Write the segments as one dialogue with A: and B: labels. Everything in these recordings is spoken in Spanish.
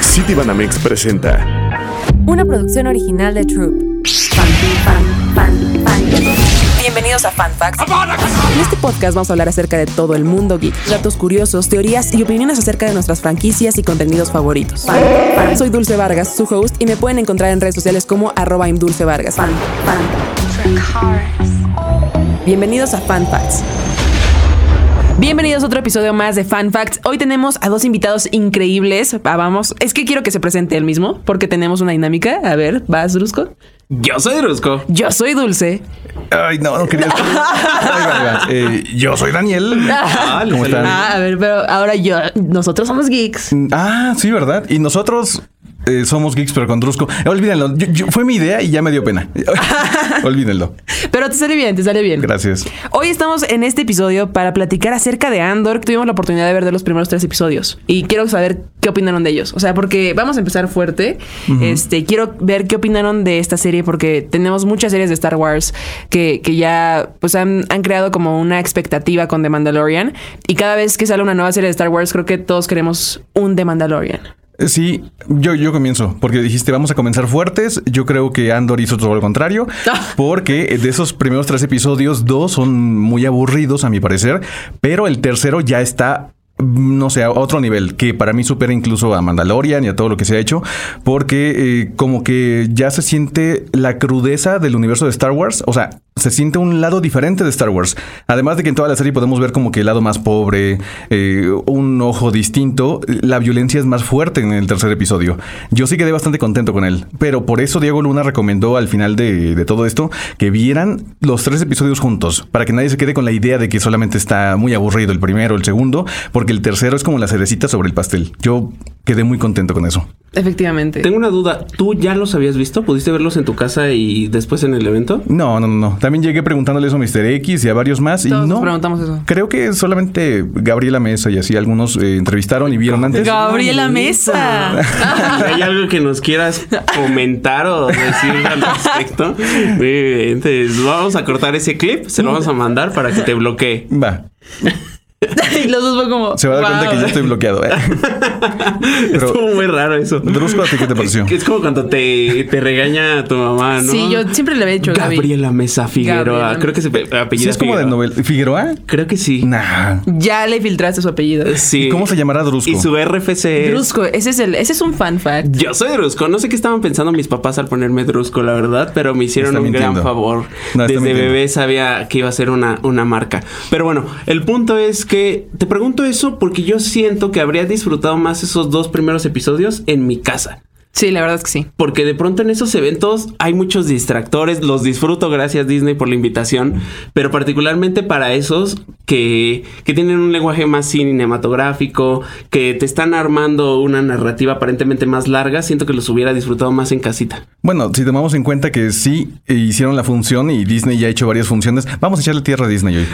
A: City Banamex presenta
B: Una producción original de Troop. Fan, fan, fan, fan. Bienvenidos a Fan Facts. En este podcast vamos a hablar acerca de todo el mundo geek, datos curiosos, teorías y opiniones acerca de nuestras franquicias y contenidos favoritos. Soy Dulce Vargas, su host, y me pueden encontrar en redes sociales como arroba imdulcevargas. Bienvenidos a Fan Facts. Bienvenidos a otro episodio más de Fan Facts. Hoy tenemos a dos invitados increíbles. Ah, vamos, es que quiero que se presente él mismo porque tenemos una dinámica. A ver, vas, Brusco.
C: Yo soy Drusco.
B: Yo soy Dulce.
D: Ay, no, no quería. Ahí va, ahí va. Eh, yo soy Daniel. ¿Cómo
C: le salió.
D: están?
B: Ah, a ver, pero ahora yo, nosotros somos geeks.
D: Ah, sí, ¿verdad? Y nosotros eh, somos geeks, pero con Drusco. Eh, Olvídenlo. Yo- yo- fue mi idea y ya me dio pena. Olvídenlo.
B: Pero te sale bien, te sale bien.
D: Gracias.
B: Hoy estamos en este episodio para platicar acerca de Andor. que Tuvimos la oportunidad de ver de los primeros tres episodios y quiero saber qué opinaron de ellos. O sea, porque vamos a empezar fuerte. Este, quiero ver qué opinaron de esta serie porque tenemos muchas series de Star Wars que, que ya pues han, han creado como una expectativa con The Mandalorian y cada vez que sale una nueva serie de Star Wars creo que todos queremos un The Mandalorian.
D: Eh, Sí, yo, yo comienzo, porque dijiste vamos a comenzar fuertes. Yo creo que Andor hizo todo lo contrario, porque eh, de esos primeros tres episodios, dos son muy aburridos a mi parecer, pero el tercero ya está, mm, no sé, a otro nivel, que para mí supera incluso a Mandalorian y a todo lo que se ha hecho, porque eh, como que ya se siente la crudeza del universo de Star Wars, o sea, se siente un lado diferente de Star Wars. Además de que en toda la serie podemos ver como que el lado más pobre, eh, un ojo distinto, la violencia es más fuerte en el tercer episodio. Yo sí quedé bastante contento con él, pero por eso Diego Luna recomendó al final de, de todo esto que vieran los tres episodios juntos, para que nadie se quede con la idea de que solamente está muy aburrido el primero, el segundo, porque el tercero es como la cerecita sobre el pastel. Yo quedé muy contento con eso.
B: Efectivamente.
C: Tengo una duda. ¿Tú ya los habías visto? ¿Pudiste verlos en tu casa y después en el evento?
D: No, no, no, no. También llegué preguntándole eso a Mr. X y a varios más y
B: Todos
D: no.
B: nos preguntamos eso.
D: Creo que solamente Gabriela Mesa y así algunos eh, entrevistaron y vieron antes.
B: Gabriela
C: Manita.
B: Mesa.
C: ¿Hay algo que nos quieras comentar o decir al respecto? Muy bien, entonces, vamos a cortar ese clip, se lo vamos a mandar para que te bloquee.
D: Va.
B: y los dos fue como.
D: Se va a dar cuenta
B: "Wow".
D: que yo estoy bloqueado. eh. Pero-
C: Estuvo muy raro eso.
D: Drusco, ¿a ti qué te pareció?
C: Es como cuando te, te regaña tu mamá, ¿no?
B: Sí, yo siempre le había dicho Gaby.
C: Gabriela Mesa Figueroa.
B: Gabriela.
C: Creo que se pe- apellida
D: Sí, es como de
C: Figueroa.
D: novela. ¿Figueroa?
C: Creo que sí.
D: Nah.
B: Ya le filtraste su apellido.
C: Sí.
D: ¿Y cómo se llamará Drusco?
C: Y su RFC es-
B: Brusco, ese es el, ese es un fan fact.
C: Yo soy Drusco. No sé qué estaban pensando mis papás al ponerme Drusco, la verdad, pero me hicieron
D: Está
C: un gran
D: mintiendo.
C: favor.
D: No, está
C: Desde
D: mintiendo.
C: bebé sabía que iba a ser una, una marca. Pero bueno, el punto es que te pregunto eso porque yo siento que habría disfrutado más esos dos primeros episodios en mi casa.
B: Sí, la verdad es que
D: Eh,
B: sí.
C: Porque de pronto en esos eventos hay muchos distractores, los disfruto, gracias Disney por la invitación, pero particularmente para esos que, que tienen un lenguaje más cinematográfico, que te están armando una narrativa aparentemente más larga, siento que los hubiera disfrutado más en casita.
D: Bueno, si tomamos en cuenta que sí eh, hicieron la función y Disney ya ha hecho varias funciones, vamos a echarle tierra a Disney hoy. Eh,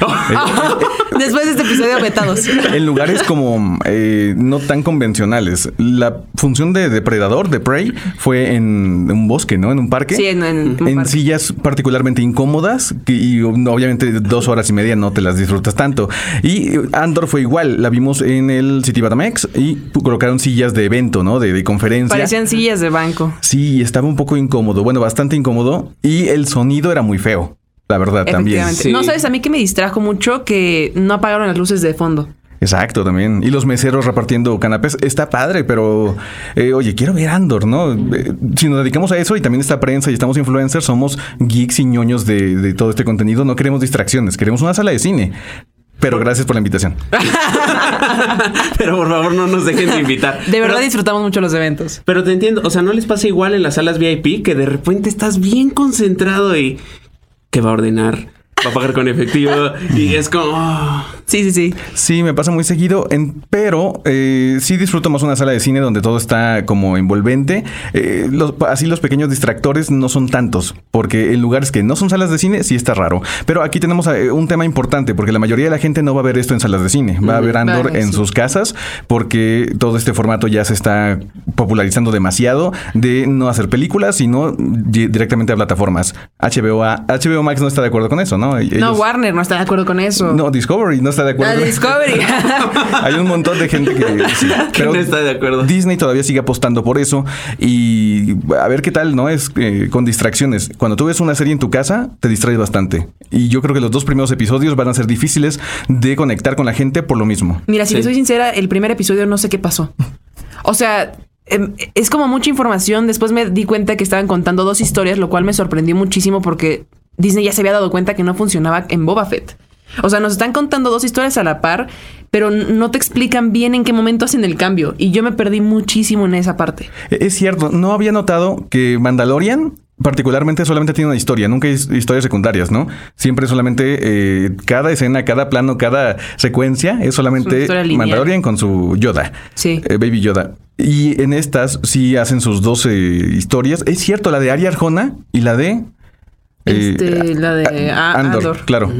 B: Después de este episodio vetados.
D: en lugares como eh, no tan convencionales. La función de depredador, de prey, fue en un bosque, ¿no? En un parque.
B: Sí, en- en un
D: En
B: parque.
D: sillas particularmente incómodas que- y um, obviamente dos horas y media no te las disfrutas tanto. Y eh, Andor fue igual, la vimos en el City Batamex y pu- colocaron sillas de evento, ¿no? De, de conferencia.
B: Parecían sillas de banco.
D: Sí, estaba un poco incómodo, bueno, bastante incómodo y el sonido era muy feo, la verdad también.
B: Efectivamente.
C: Sí.
B: No sabes a mí que me distrajo mucho que no apagaron las luces de fondo.
D: Exacto, también. Y los meseros repartiendo canapés. Está padre, pero eh, oye, quiero ver Andor, ¿no? Eh, si nos dedicamos a eso y también está prensa y estamos influencers, somos geeks y ñoños de, de todo este contenido. No queremos distracciones, queremos una sala de cine. Pero gracias por la invitación.
C: pero por favor no nos dejen de invitar.
B: De verdad
C: Pero-
B: disfrutamos mucho los eventos.
C: Pero te entiendo, o sea, ¿no les pasa igual en las salas VIP que de repente estás bien concentrado y que va a ordenar? Va a pagar con efectivo y es como... "Ah".
B: Sí, sí, sí.
D: Sí, me pasa muy seguido, en- pero eh, sí disfruto más una sala de cine donde todo está como envolvente. Eh, los- así los pequeños distractores no son tantos, porque en lugares que no son salas de cine sí está raro. Pero aquí tenemos eh, un tema importante, porque la mayoría de la gente no va a ver esto en salas de cine, va a ver Andor
B: vale,
D: en
B: sí.
D: sus casas, porque todo este formato ya se está popularizando demasiado de no hacer películas, sino di- directamente a plataformas. HBO, a- HBO Max no está de acuerdo con eso, ¿no? ¿no? Ellos-
B: No, Warner no está de acuerdo con eso.
D: No, Discovery no está de
B: La
D: acuerdo.
B: Discovery.
D: Hay un montón de gente que, sí,
C: no está de acuerdo.
D: Disney todavía sigue apostando por eso y a ver qué tal, ¿no? Es eh, con distracciones. Cuando tú ves una serie en tu casa, te distraes bastante. Y yo creo que los dos primeros episodios van a ser difíciles de conectar con la gente por lo mismo.
B: Mira, si te
C: Sí.
B: soy sincera, el primer episodio no sé qué pasó. O sea, em, es como mucha información. Después me di cuenta que estaban contando dos historias, lo cual me sorprendió muchísimo porque Disney ya se había dado cuenta que no funcionaba en Boba Fett. O sea, nos están contando dos historias a la par, pero n- no te explican bien en qué momento hacen el cambio. Y yo me perdí muchísimo en esa parte.
D: E- Es cierto, no había notado que Mandalorian particularmente solamente tiene una historia, nunca hay his- historias secundarias, ¿no? Siempre solamente eh, cada escena, cada plano, cada secuencia es solamente
B: historia lineal.
D: Mandalorian con su Yoda.
B: Sí.
D: Eh, Baby Yoda. Y en estas sí hacen sus 12 historias. Es cierto, la de Ari Arjona y la de... eh,
B: Este, la de
D: A-
B: A-
D: Andor,
B: Andor.
D: claro.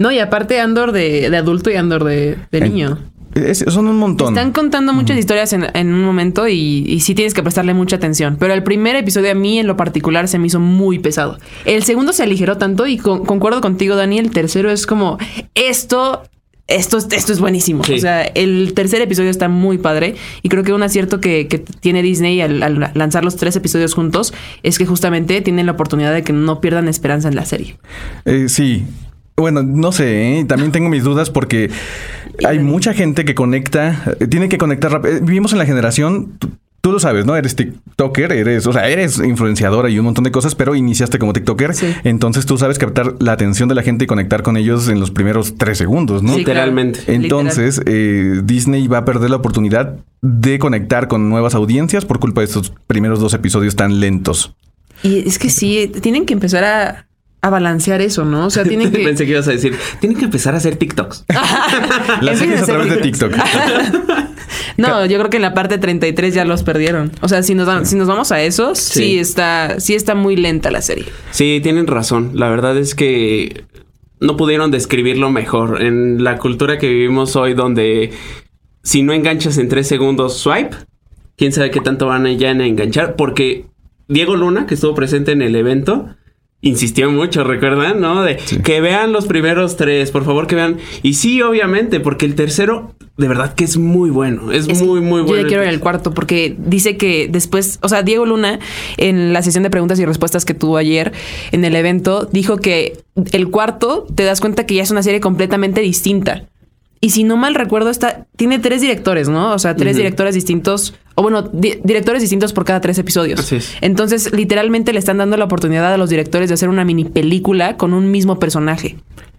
B: No, y aparte Andor de, de adulto y Andor de, de niño.
D: Eh, Es- son un montón.
B: Están contando muchas historias en, en un momento y, y sí tienes que prestarle mucha atención. Pero el primer episodio a mí en lo particular se me hizo muy pesado. El segundo se aligeró tanto y con- concuerdo contigo, Dani. El tercero es como esto. Esto, es- esto es buenísimo.
C: Sí.
B: O sea, el tercer episodio está muy padre y creo que un acierto que, que tiene Disney al, al lanzar los tres episodios juntos es que justamente tienen la oportunidad de que no pierdan esperanza en la serie.
D: Eh, sí. Bueno, no sé, ¿eh? también tengo mis dudas porque hay mucha gente que conecta, eh, tiene que conectar rápido. Eh, Vivimos en la generación, tú, tú lo sabes, ¿no? Eres TikToker, eres, o sea, eres influenciadora y un montón de cosas, pero iniciaste como TikToker.
B: Sí.
D: Entonces tú sabes captar la atención de la gente y conectar con ellos en los primeros tres segundos, ¿no?
B: Sí, claro.
C: Literalmente.
B: Literal.
D: Entonces, eh, Disney va a perder la oportunidad de conectar con nuevas audiencias por culpa de estos primeros dos episodios tan lentos.
B: Y es que sí, tienen que empezar a, a balancear eso, ¿no? O sea, tienen que... Ah.
C: Pensé que ibas a decir, tienen que empezar a hacer TikToks.
D: La serie
B: Empieza
D: es a
B: a
D: través de
B: ser
D: TikTok.
B: No, yo creo que en la parte 33 ya los perdieron. O sea, si nos, dan- si nos vamos a eso, sí.
C: Sí.
B: está, sí está muy lenta la serie.
C: Sí, tienen razón. La verdad es que no pudieron describirlo mejor. En la cultura que vivimos hoy, donde si no enganchas en tres segundos swipe, quién sabe qué tanto van a ya en enganchar. Porque Diego Luna, que estuvo presente en el evento, insistió mucho, ¿recuerdan? ¿No? De que vean los primeros tres, por favor que vean. Y sí, obviamente, porque el tercero, de verdad que es muy bueno. Es,
B: Es que
C: muy, muy bueno.
B: Yo ya
C: el
B: quiero ir al
C: tercero.
B: cuarto porque dice que después, o sea, Diego Luna, en la sesión de preguntas y respuestas que tuvo ayer en el evento, dijo que el cuarto te das cuenta que ya es una serie completamente distinta. Y si no mal recuerdo, está, tiene tres directores, ¿no? O sea, tres directores distintos, o bueno, di- directores distintos por cada tres episodios.
C: Así es.
B: Entonces, literalmente le están dando la oportunidad a los directores de hacer una mini película con un mismo personaje.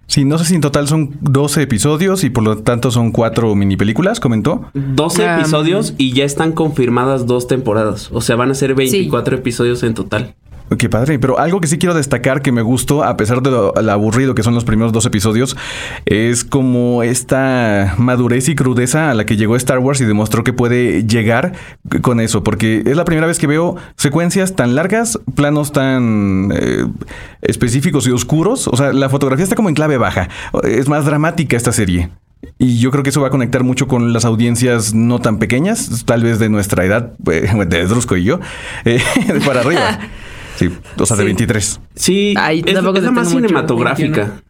D: Sí, no sé si en total son 12 episodios y por lo tanto son cuatro mini películas, comentó.
C: 12
B: Ah,
C: episodios y ya están confirmadas dos temporadas. O sea, van a ser 24 episodios en total.
D: Qué padre, pero algo que sí quiero destacar que me gustó, a pesar de lo, lo aburrido que son los primeros dos episodios, es como esta madurez y crudeza a la que llegó Star Wars y demostró que puede llegar c- con eso, porque es la primera vez que veo secuencias tan largas, planos tan eh, específicos y oscuros, o sea, la fotografía está como en clave baja, es más dramática esta serie. Y yo creo que eso va a conectar mucho con las audiencias no tan pequeñas, tal vez de nuestra edad, eh, de Drusco y yo, eh, de para arriba. Sí, o sea, de
B: Sí.
D: 23.
C: Sí,
B: Ay,
C: es,
B: tampoco
C: es
B: te
C: la más
B: tengo mucho,
C: cinematográfica.
B: 21.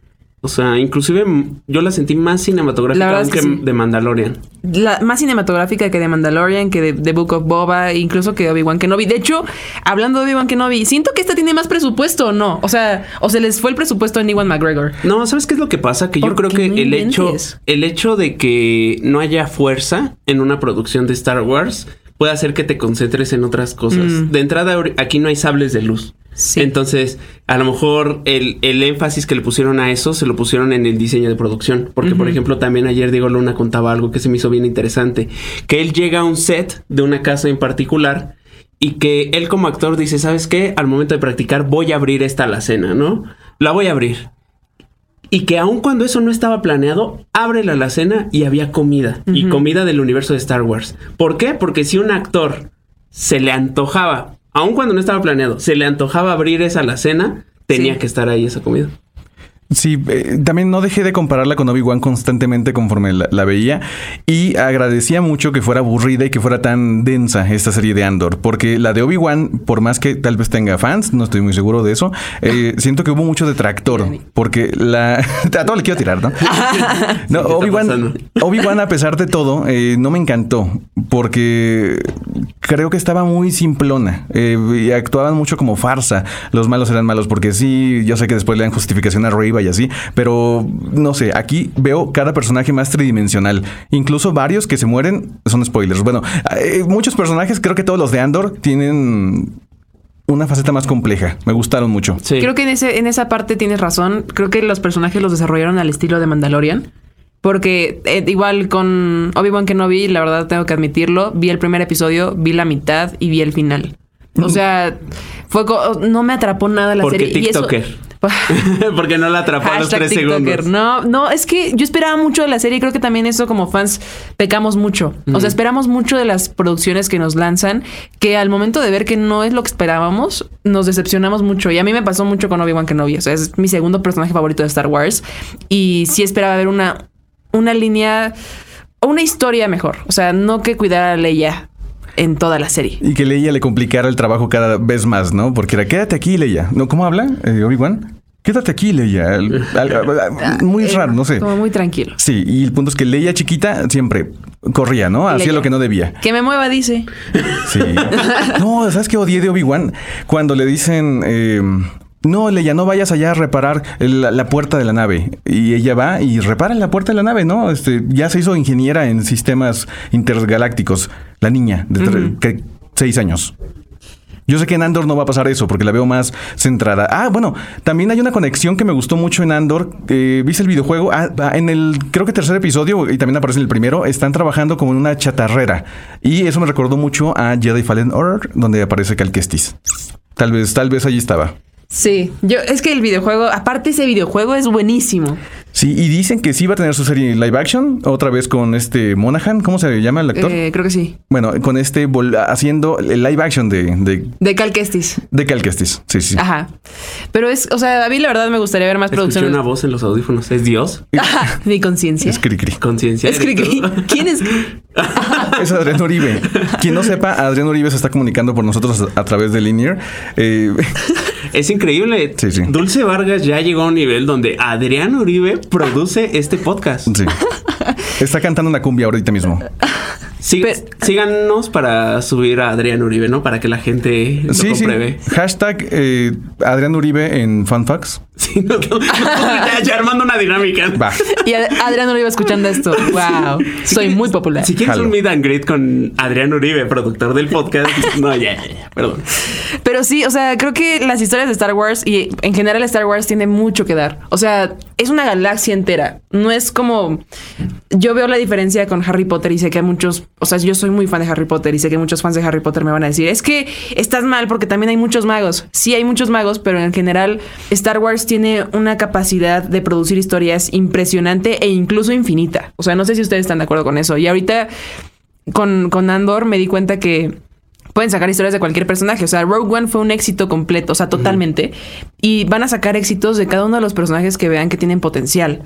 C: O sea, inclusive mm, yo la sentí más
B: La
C: cinematográfica
B: verdad es
C: aún que
B: que sí.
C: de Mandalorian.
B: la, más cinematográfica que de Mandalorian, que de, de Book of Boba, incluso que de Obi-Wan Kenobi. De hecho, hablando de Obi-Wan Kenobi, siento que esta tiene más presupuesto o no. O sea, o se les fue el presupuesto a Ewan McGregor.
C: No, ¿sabes qué es lo que pasa? Que yo
B: ¿Por
C: creo
B: qué
C: que
B: no
C: el hecho,
B: inventes?
C: el hecho de que no haya fuerza en una producción de Star Wars puede hacer que te concentres en otras cosas.
B: Mm.
C: De entrada, ahori- aquí no hay sables de luz.
B: Sí.
C: Entonces, a lo mejor el, el énfasis que le pusieron a eso se lo pusieron en el diseño de producción. Porque, por ejemplo, también ayer Diego Luna contaba algo que se me hizo bien interesante. Que él llega a un set de una casa en particular y que él como actor dice, ¿sabes qué? Al momento de practicar voy a abrir esta alacena, ¿no? La voy a abrir. Y que aun cuando eso no estaba planeado, abre la alacena y había comida. Y comida del universo de Star Wars. ¿Por qué? Porque si un actor se le antojaba, aun cuando no estaba planeado, se le antojaba abrir esa alacena, tenía
B: Sí.
C: que estar ahí esa comida.
D: Sí, eh, también no dejé de compararla con Obi-Wan constantemente conforme la, la veía y agradecía mucho que fuera aburrida y que fuera tan densa esta serie de Andor, porque la de Obi-Wan, por más que tal vez tenga fans, no estoy muy seguro de eso, eh, siento que hubo mucho detractor, porque la... a todo le quiero tirar, ¿no? No,
C: está
D: Obi-Wan,
C: pasando?
D: Obi-Wan, a pesar de todo, eh, no me encantó porque creo que estaba muy simplona eh, y actuaban mucho como farsa. Los malos eran malos porque sí, yo sé que después le dan justificación a Riva y así, pero no sé, aquí veo cada personaje más tridimensional. Incluso varios que se mueren son spoilers. Bueno, eh, muchos personajes, creo que todos los de Andor tienen una faceta más compleja. Me gustaron mucho.
C: Sí.
B: Creo que en, ese, en esa parte tienes razón. Creo que los personajes los desarrollaron al estilo de Mandalorian. Porque eh, igual con Obi-Wan Kenobi, la verdad tengo que admitirlo, vi el primer episodio, vi la mitad y vi el final. O sea, fue co- no me atrapó nada la
C: Porque
B: serie. y eso-
C: TikToker. Porque no la atrapó a los
B: Hashtag
C: tres
B: TikToker.
C: segundos.
B: No, no, es que yo esperaba mucho de la serie y creo que también eso como fans pecamos mucho. O sea, esperamos mucho de las producciones que nos lanzan, que al momento de ver que no es lo que esperábamos, nos decepcionamos mucho. Y a mí me pasó mucho con Obi-Wan Kenobi. O sea, es mi segundo personaje favorito de Star Wars. Y sí esperaba ver una, una línea, una historia mejor. O sea, no que cuidara a Leia en toda la serie.
D: Y que Leia le complicara el trabajo cada vez más, ¿no? Porque era, quédate aquí, Leia. ¿No? ¿Cómo habla eh, Obi-Wan? Quédate aquí, Leia. Al- al- al- muy
B: Eh,
D: raro, no sé.
B: Como muy tranquilo.
D: Sí, y el punto es que Leia chiquita siempre corría, ¿no? Hacía
B: Leia.
D: lo que no debía.
B: Que me mueva, dice.
D: Sí. No, ¿sabes qué odié de Obi-Wan? Cuando le dicen... eh, no, Leia, no vayas allá a reparar la, la puerta de la nave. Y ella va y repara la puerta de la nave, ¿no? Este, ya se hizo ingeniera en sistemas intergalácticos. La niña de tre- que- seis años. Yo sé que en Andor no va a pasar eso porque la veo más centrada. Ah, bueno, también hay una conexión que me gustó mucho en Andor. Eh, ¿Viste el videojuego? Ah, ah, en el, creo que tercer episodio, y también aparece en el primero, están trabajando como en una chatarrera. Y eso me recordó mucho a Jedi Fallen Order, donde aparece Cal Kestis. Tal vez, tal vez allí estaba.
B: Sí, yo es que el videojuego, aparte ese videojuego es buenísimo.
D: Sí, y dicen que sí va a tener su serie live action, otra vez con este Monaghan, ¿cómo se llama el actor?
B: Eh, creo que sí.
D: Bueno, con este vol- haciendo el live action de, de,
B: De Cal Kestis.
D: de Cal Kestis. Sí, sí.
B: Ajá. Pero es, o sea, a mí la verdad me gustaría ver más
C: Escuché
B: producciones.
C: una voz en los audífonos. ¿Es Dios?
B: Ajá, Mi conciencia.
D: Es cri cri.
C: Conciencia.
B: Es cri-
C: eres tú.
B: cri- ¿Quién es?
D: Es Adrián Uribe. Quien no sepa, Adrián Uribe se está comunicando por nosotros a, a través de Linear. Eh,
C: Es increíble.
D: Sí, sí.
C: Dulce Vargas ya llegó a un nivel donde Adrián Uribe produce este podcast.
D: sí. Está cantando una cumbia ahorita mismo.
C: Sí-
B: Pero-
C: síganos para subir a Adrián Uribe, ¿no? Para que la gente lo
D: Sí, sí.
C: compruebe.
D: Hashtag eh, Adrián Uribe en fanfax.
C: Sí, no, no, no, ya, ya armando una dinámica.
D: Va.
B: Y Ad- Adrián no lo iba escuchando esto. Wow. Soy muy popular.
C: Si quieres
D: Jalo.
C: un meet and greet con Adrián Uribe, productor del podcast. No, ya, ya, ya, perdón.
B: Pero sí, o sea, creo que las historias de Star Wars y en general Star Wars tiene mucho que dar. O sea, es una galaxia entera. No es como. Yo veo la diferencia con Harry Potter y sé que hay muchos. O sea, yo soy muy fan de Harry Potter y sé que muchos fans de Harry Potter me van a decir: es que estás mal porque también hay muchos magos. Sí, hay muchos magos, pero en general Star Wars tiene una capacidad de producir historias impresionante e incluso infinita. O sea, no sé si ustedes están de acuerdo con eso. Y ahorita con, con Andor me di cuenta que pueden sacar historias de cualquier personaje. O sea, Rogue One fue un éxito completo, o sea, totalmente. Y van a sacar éxitos de cada uno de los personajes que vean que tienen potencial.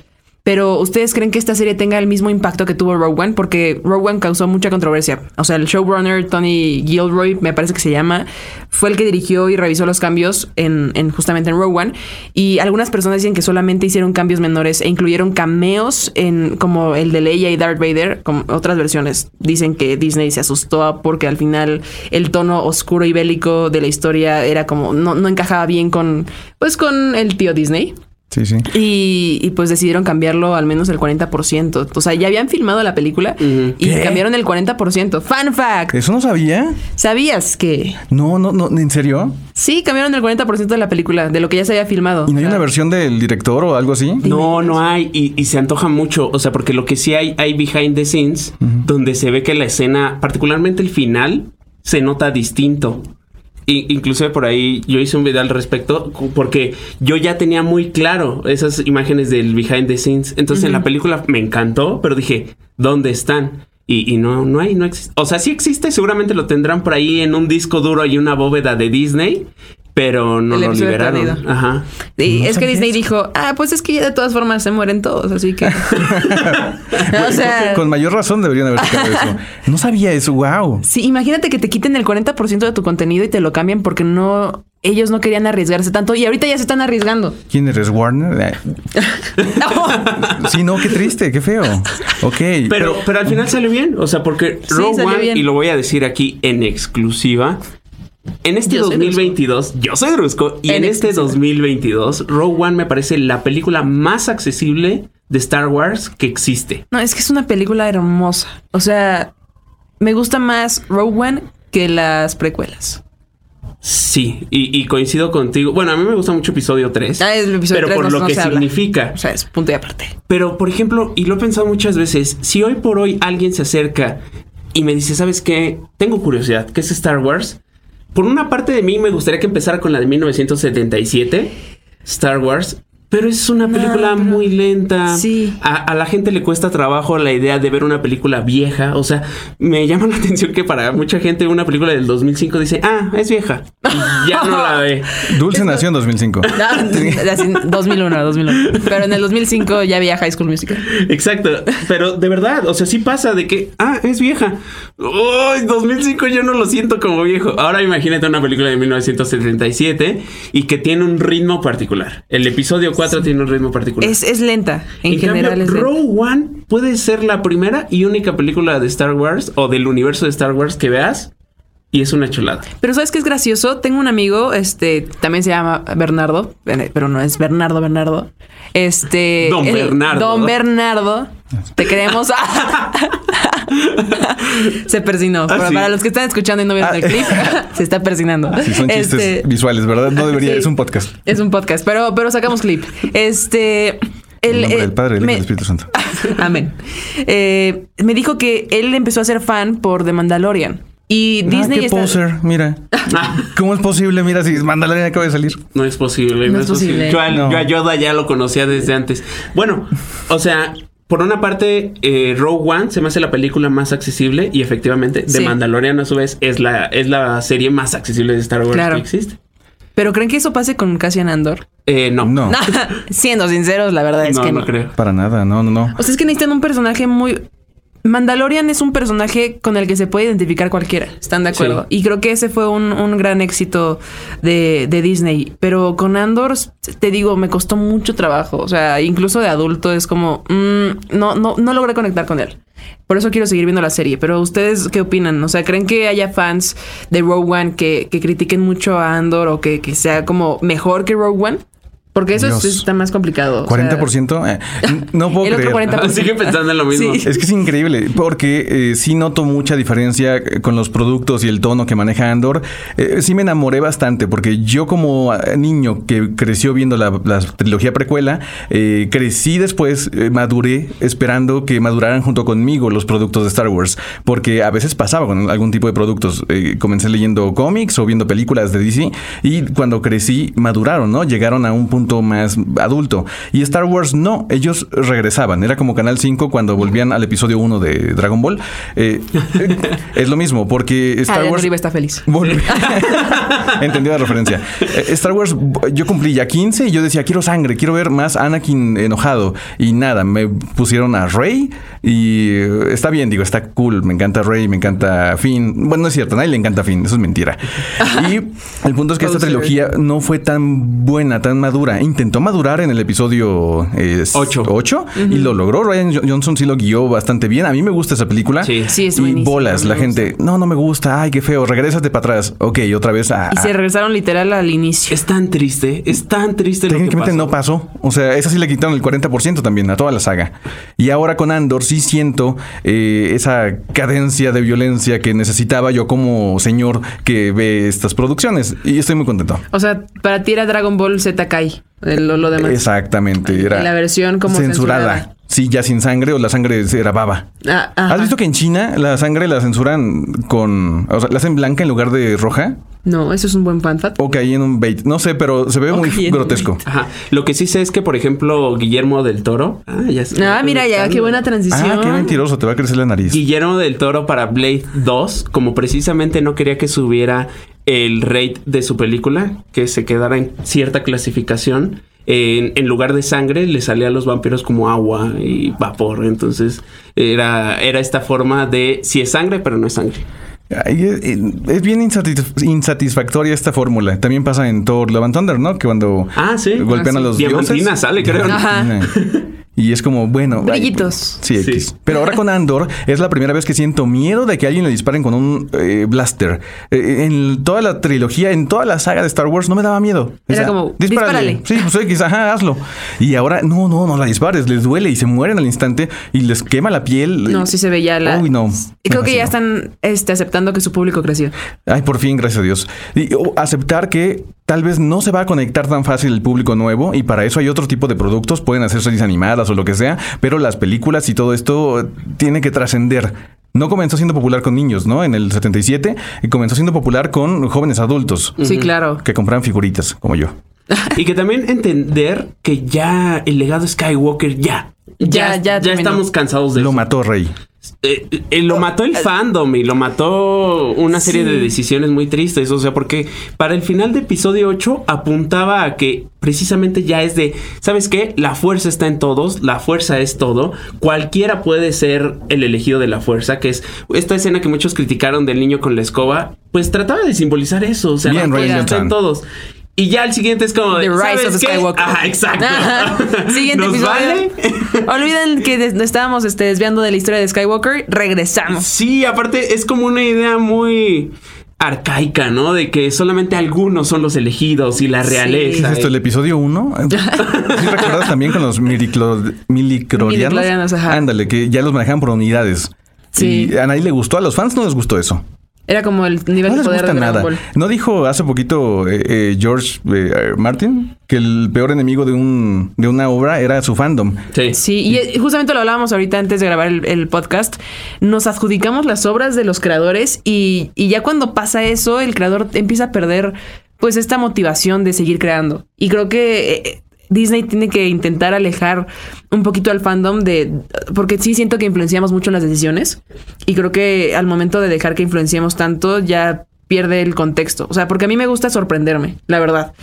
B: Pero ¿ustedes creen que esta serie tenga el mismo impacto que tuvo Rogue One? Porque Rogue One causó mucha controversia. O sea, el showrunner Tony Gilroy, me parece que se llama, fue el que dirigió y revisó los cambios en, en- justamente en Rogue One. Y algunas personas dicen que solamente hicieron cambios menores e incluyeron cameos en como el de Leia y Darth Vader, como otras versiones. Dicen que Disney se asustó porque al final el tono oscuro y bélico de la historia era como no, no encajaba bien con pues con el tío Disney.
D: Sí, sí.
B: Y, y, pues decidieron cambiarlo al menos el 40%. O sea, ya habían filmado la película y cambiaron el 40%. Fun fact.
D: ¿Eso no sabía?
B: ¿Sabías que
D: No, no, no. ¿En serio?
B: sí cambiaron el 40% de la película, de lo que ya se había filmado?
D: ¿Y no hay
B: O sea,
D: una versión del director o algo así?
C: No, no hay. Y, y se antoja mucho. O sea, porque lo que sí hay, hay behind the scenes, donde se ve que la escena, particularmente el final, se nota distinto. I- inclusive por ahí yo hice un video al respecto cu- porque yo ya tenía muy claro esas imágenes del behind the scenes. Entonces en la película me encantó, pero dije, ¿dónde están? Y, y no, no hay, no existe. O sea, sí existe, seguramente lo tendrán por ahí en un disco duro y una bóveda de Disney. pero no
B: El
C: lo
B: episodio
C: liberaron.
B: perdido.
C: Ajá.
B: Y
D: No
B: es que
D: sabía
B: Disney
D: eso.
B: dijo, ah, pues es que ya de todas formas se mueren todos, así que. o sea.
D: Con mayor razón deberían haber sacado eso. No sabía eso, wow.
B: Sí, imagínate que te quiten el 40% de tu contenido y te lo cambien porque no. Ellos no querían arriesgarse tanto y ahorita ya se están arriesgando.
D: ¿Quién eres Warner? Eh, Sí, no, qué triste, qué feo. Ok.
C: Pero, pero al final salió bien. O sea, porque
B: Sí,
C: Rogue
B: salió
C: One,
B: bien.
C: y lo voy a decir aquí en exclusiva. En este
B: Yo soy
C: 2022, yo soy Drusco, y en,
B: En
C: este
B: exclusiva.
C: 2022, Rogue One me parece la película más accesible de Star Wars que existe.
B: No, es que es una película hermosa. O sea, me gusta más Rogue One que las precuelas.
C: Sí, y, y coincido contigo. Bueno, a mí me gusta mucho episodio 3.
B: Ah, es el episodio
C: pero
B: tres,
C: por
B: no-
C: lo
B: no
C: que
B: se habla.
C: significa.
B: O sea, es punto y aparte.
C: Pero, por ejemplo, y lo he pensado muchas veces, si hoy por hoy alguien se acerca y me dice, ¿sabes qué? Tengo curiosidad, ¿qué es Star Wars? Por una parte de mí me gustaría que empezara con la de 1977, Star Wars, pero es una película
B: Ah, pero-
C: muy lenta.
B: Sí.
C: A, a la gente le cuesta trabajo la idea de ver una película vieja. O sea, me llama la atención que para mucha gente una película del 2005 dice, ah, es vieja. Y ya no la ve.
D: Dulce nació en 2005.
B: Ah, así, 2001, 2001. Pero en el 2005 ya había High School Musical.
C: Exacto, pero de verdad, o sea, sí pasa de que, ah, es vieja. Uy, 2005 yo no lo siento como viejo. Ahora imagínate una película de 1977 y que tiene un ritmo particular. El episodio 4 tiene un ritmo particular.
B: Es, es lenta, en,
C: cambio,
B: general es lenta.
C: Rogue One puede ser la primera y única película de Star Wars o del universo de Star Wars que veas y es una chulada.
B: Pero ¿sabes qué es gracioso? Tengo un amigo, este, también se llama Bernardo, eh, pero no es Bernardo, Bernardo. Este...
C: Don
B: él-
C: Bernardo.
B: Don Bernardo. Te queremos. se persinó.
C: Ah,
B: Pero
C: sí.
B: Para los que están escuchando y no vieron
D: Ah.
B: el clip, se está persinando.
D: Sí, son chistes
B: Este,
D: visuales, ¿verdad? No debería,
B: sí.
D: es un podcast.
B: Es un podcast, pero, pero sacamos clip. Este...
D: El nombre
B: eh,
D: del Padre, del Hijo y
B: me- Ah,
D: del Espíritu Santo.
B: Amén. Eh, me dijo que él empezó a ser fan por The Mandalorian. Y Disney
D: ah, qué
B: está-
D: poser, mira.
C: Ah.
D: ¿Cómo es posible? Mira, si Mandalorian acaba de salir.
C: No es posible, no, es posible. Yo, al-
D: No.
C: yo a Yoda ya lo conocía desde antes. Bueno, o sea, por una parte, eh, Rogue One se me hace la película más accesible y efectivamente The
B: Sí.
C: Mandalorian a su vez es la, es la serie más accesible de Star Wars
B: Claro.
C: que existe.
B: ¿Pero creen que eso pase con Cassian Andor?
C: Eh, no,
D: No,
B: Siendo sinceros, la verdad es
C: no,
B: que
C: no
B: no.
C: creo.
D: para nada, no, no, no.
B: O sea, es que necesitan un personaje muy... Mandalorian es un personaje con el que se puede identificar cualquiera, ¿están de acuerdo?
C: Sí.
B: Y creo que ese fue un, un gran éxito de, de Disney. Pero con Andor, te digo, me costó mucho trabajo. O sea, incluso de adulto es como, mm, no, no, no logré conectar con él. Por eso quiero seguir viendo la serie. Pero ustedes, ¿qué opinan? O sea, ¿creen que haya fans de Rogue One que, que critiquen mucho a Andor o que, que sea como mejor que Rogue One? Porque eso es-
D: Dios.
B: está más complicado. o sea.
D: 40%, eh, n- no puedo
B: El otro
D: creer.
B: 40%.
C: Ah, Sigue pensando en lo mismo.
B: Sí.
D: Es que es increíble, porque eh, sí noto mucha diferencia eh, con los productos y el tono que maneja Andor. Eh, sí me enamoré bastante, porque yo como eh, niño que creció viendo la, la trilogía precuela, eh, crecí después, eh, maduré esperando que maduraran junto conmigo los productos de Star Wars, porque a veces pasaba con algún tipo de productos. Eh, comencé leyendo cómics o viendo películas de DC y cuando crecí maduraron, ¿no? Llegaron a un punto más adulto. Y Star Wars no, ellos regresaban. Era como Canal 5 cuando volvían al episodio 1 de Dragon Ball. Eh, es lo mismo, porque Star
B: Adrián
D: Wars...
B: Uribe está feliz.
D: Volví. Entendió la referencia. Eh, Star Wars, yo cumplí ya 15 y yo decía, quiero sangre, quiero ver más Anakin enojado. Y nada, me pusieron a Rey y eh, está bien, digo, está cool, me encanta Rey, me encanta Finn. Bueno, no es cierto, a nadie le encanta Finn, eso es mentira. Y el punto es que esta
B: Poser.
D: trilogía no fue tan buena, tan madura. Intentó madurar en el episodio
C: Ocho.
D: 8 y lo logró. Ryan Jo- Johnson sí lo guió bastante bien. A mí me gusta esa película.
C: Sí.
B: Sí, es
D: y
B: buenísimo,
D: bolas,
B: me
D: la
B: gusta.
D: gente, no, no me gusta, ay, qué feo, regrésate para atrás. Ok, otra vez. ah,
B: Y se regresaron literal al inicio.
C: Es tan triste, es tan triste lo que
D: Técnicamente
C: pasó.
D: no pasó. O sea, esa sí le quitaron el 40% también a toda la saga. Y ahora con Andor sí siento eh, esa cadencia de violencia que necesitaba yo como señor que ve estas producciones. Y estoy muy contento.
B: O sea, para ti era Dragon Ball Z Kai, el- lo, lo demás.
D: Exactamente. Era
B: La versión como censurada.
D: Sí, ya sin sangre o la sangre era baba.
B: Ah, ajá.
D: ¿Has visto que en China la sangre la censuran con... O sea, la hacen blanca en lugar de roja?
B: No, eso es un buen fan fact.
D: O caí en un bait. No sé, pero se ve
B: O caí
D: muy
B: en un
D: grotesco. Ah,
C: Ajá. Lo que sí sé es que, por ejemplo, Guillermo del Toro. Ah, ya se-
B: Ah, mira, ya, qué buena transición.
D: Ah, qué mentiroso, te va a crecer la nariz.
C: Guillermo del Toro para Blade 2, como precisamente no quería que subiera el rate de su película, que se quedara en cierta clasificación. En, en lugar de sangre le salía a los vampiros como agua y vapor. Entonces era, era esta forma de si es sangre, pero no es sangre.
D: Ay, es, es bien insatisf- insatisfactoria esta fórmula. También pasa en Thor Love and Thunder, ¿no? Que cuando
C: Ah, sí.
D: golpean
C: Ah,
D: a
C: sí.
D: los
C: Diamantina
D: dioses.
C: sale, creo.
B: Ajá.
D: Y es como, bueno... ay, pues,
B: Brillitos.
D: sí,
C: Sí.
D: X. Pero ahora con Andor es la primera vez que siento miedo de que a alguien le disparen con un eh, blaster. Eh, en toda la trilogía, en toda la saga de Star Wars, no me daba miedo.
B: Era como, dispárale.
D: Sí, pues X, ajá, hazlo. Y ahora, no, no, no la dispares. Les duele y se mueren al instante y les quema la piel.
B: No, sí se veía la.
D: Uy, no.
B: Y creo que ya
D: Así no.
B: están este, aceptando que su público creció.
D: Ay, por fin, gracias a Dios. Y o, aceptar que tal vez no se va a conectar tan fácil el público nuevo y para eso hay otro tipo de productos, pueden hacer series animadas o lo que sea, pero las películas y todo esto eh, tiene que trascender. No comenzó siendo popular con niños, ¿no? En el 77 y comenzó siendo popular con jóvenes adultos
B: Sí, claro.
D: que compraban figuritas, como yo.
C: Y que también entender que ya el legado Skywalker ya.
B: Ya, ya
C: ya,
B: terminó.
C: estamos cansados de
D: Lo
C: eso.
D: mató Rey.
C: Eh, eh, lo mató el fandom y lo mató una serie de decisiones muy tristes. O sea, porque para el final de episodio 8 apuntaba a que precisamente ya es de, ¿sabes qué? La fuerza está en todos, la fuerza es todo. Cualquiera puede ser el elegido de la fuerza, que es esta escena que muchos criticaron del niño con la escoba. Pues trataba de simbolizar eso. O sea,
D: Bien,
C: la
D: Ryan
C: fuerza está en
D: Johnson.
C: todos. Y ya el siguiente es como de,
B: The Rise
C: ¿sabes
B: of
C: qué?
B: Skywalker.
C: Ajá, exacto.
B: Ajá. Siguiente
C: ¿Nos
B: episodio.
C: vale?
B: Olviden que des- nos estábamos este, desviando de la historia de Skywalker. Regresamos.
C: Sí, aparte es como una idea muy arcaica, ¿no? De que solamente algunos son los elegidos y la
B: Sí.
D: ¿Qué es
C: realeza.
D: esto? ¿El episodio 1? ¿Sí recuerdas también con los miliclo- milicrorianos?
B: Miliclorianos, ajá.
D: Ándale, que ya los manejaban por unidades.
B: Sí.
D: Y a nadie le gustó, a los fans no les gustó eso.
B: Era como el nivel
D: No
B: de
D: les
B: poder
D: gusta
B: de Dragon
D: nada.
B: Ball.
D: ¿No dijo hace poquito eh, eh, George eh, eh, Martin que el peor enemigo de, un, de una obra era su fandom?
C: Sí.
B: Sí, y eh, justamente lo hablábamos ahorita antes de grabar el, el podcast. Nos adjudicamos las obras de los creadores y, y ya cuando pasa eso, el creador empieza a perder pues esta motivación de seguir creando. Y creo que eh, eh, Disney tiene que intentar alejar un poquito al fandom de... Porque sí siento que influenciamos mucho en las decisiones y creo que al momento de dejar que influenciemos tanto ya pierde el contexto. O sea, porque a mí me gusta sorprenderme, la verdad.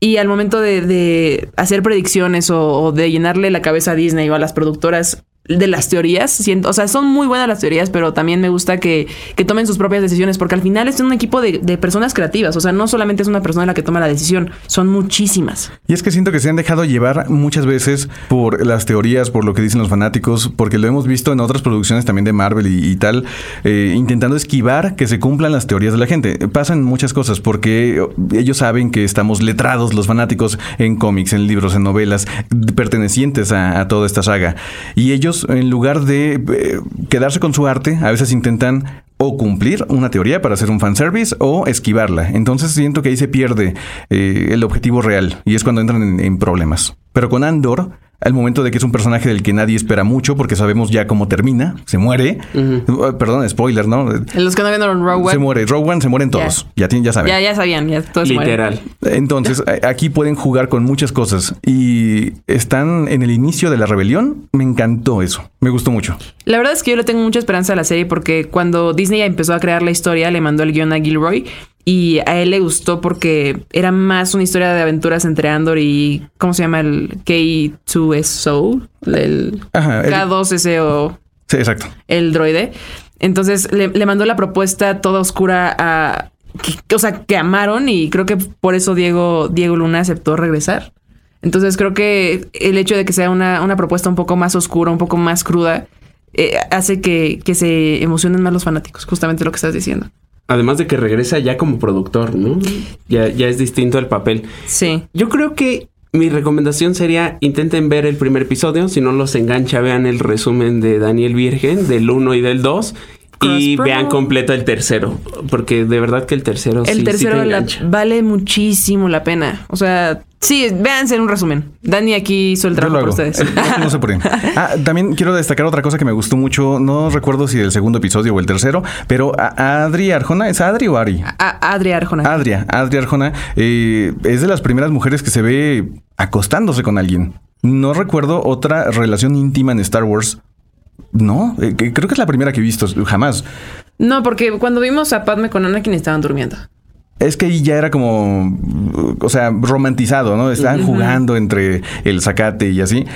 B: Y al momento de, de hacer predicciones o, o de llenarle la cabeza a Disney o a las productoras de las teorías, siento, o sea, son muy buenas las teorías, pero también me gusta que, que tomen sus propias decisiones, porque al final es un equipo de, de personas creativas, o sea, no solamente es una persona la que toma la decisión, son muchísimas.
D: Y es que siento que se han dejado llevar muchas veces por las teorías, por lo que dicen los fanáticos, porque lo hemos visto en otras producciones también de Marvel y, y tal, eh, intentando esquivar que se cumplan las teorías de la gente. Pasan muchas cosas porque ellos saben que estamos letrados los fanáticos en cómics, en libros, en novelas d- pertenecientes a, a toda esta saga. Y ellos, en lugar de eh, quedarse con su arte, a veces intentan o cumplir una teoría para hacer un fanservice o esquivarla. Entonces siento que ahí se pierde eh, el objetivo real y es cuando entran en, en problemas. Pero con Andor, al momento de que es un personaje del que nadie espera mucho porque sabemos ya cómo termina, se muere. Eh, Perdón, spoiler, ¿no?
B: Los que no vieron Rogue
D: Se
B: One,
D: muere, Rowan se mueren todos. Ya, tienen, ya saben.
B: ya, ya sabían, ya todos mueren.
C: Literal.
D: Entonces, a- aquí pueden jugar con muchas cosas y están en el inicio de la rebelión. Me encantó eso. Me gustó mucho.
B: La verdad es que yo le tengo mucha esperanza a la serie porque cuando Disney empezó a crear la historia le mandó el guión a Gilroy y a él le gustó porque era más una historia de aventuras entre Andor y ¿cómo se llama el K2SO? El
D: Ajá, el-
B: K2SO,
D: Sí, exacto.
B: el droide. Entonces le, le mandó la propuesta toda oscura a que- que- o sea, que amaron y creo que por eso Diego Diego Luna aceptó regresar. Entonces creo que el hecho de que sea una, una propuesta un poco más oscura, un poco más cruda, eh, hace que, que se emocionen más los fanáticos, justamente lo que estás diciendo.
C: Además de que regresa ya como productor, ¿no? Ya, ya es distinto el papel.
B: Sí.
C: Yo creo que mi recomendación sería intenten ver el primer episodio. Si no los engancha, vean el resumen de Daniel Virgen, del 1 y del 2. Y
B: Cross promo.
C: vean completo el tercero. Porque de verdad que el tercero sí-
B: El
C: sí te
B: tercero la-
C: engancha.
B: vale muchísimo la pena. O sea, sí, véanse en un resumen. Dani aquí hizo el
D: Yo
B: trabajo
D: lo
B: por
D: hago.
B: ustedes.
D: El próximo no se apure. Ah, también quiero destacar otra cosa que me gustó mucho. No recuerdo si del segundo episodio o el tercero, pero a- Adri Arjona, ¿es Adri o Ari?
B: A- Adri Arjona.
D: Adria, Adria Arjona, eh, es de las primeras mujeres que se ve acostándose con alguien. No recuerdo otra relación íntima en Star Wars. No, eh, que- creo que es la primera que he visto jamás.
B: No, porque cuando vimos a Padme con Anakin estaban durmiendo.
D: Es que ahí ya era como, o sea, romantizado, ¿no? Estaban jugando entre el zacate y así.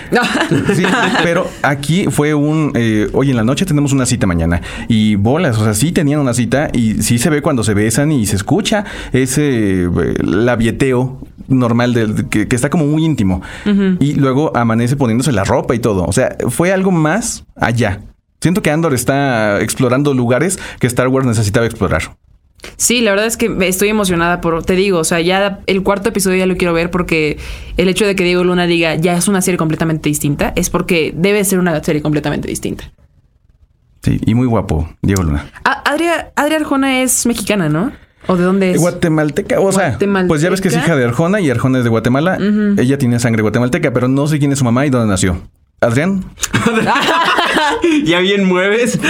D: Sí, pero aquí fue un, eh, hoy en la noche tenemos una cita mañana. Y bolas, o sea, sí tenían una cita y sí se ve cuando se besan y se escucha ese eh, labieteo normal del que, que está como muy íntimo. Y luego amanece poniéndose la ropa y todo. O sea, fue algo más allá. Siento que Andor está explorando lugares que Star Wars necesitaba explorar.
B: Sí, la verdad es que me- estoy emocionada por, te digo, o sea, ya el cuarto episodio ya lo quiero ver porque el hecho de que Diego Luna diga ya es una serie completamente distinta es porque debe ser una serie completamente distinta.
D: Sí, y muy guapo, Diego Luna.
B: A- Adria, Adria Arjona es mexicana, ¿no? ¿O de dónde es?
D: Guatemalteca, o sea,
B: Guatemalteca.
D: pues ya ves que es hija de Arjona y Arjona es de Guatemala. Ella tiene sangre guatemalteca, pero no sé quién es su mamá y dónde nació. Adrián,
C: ya bien mueves.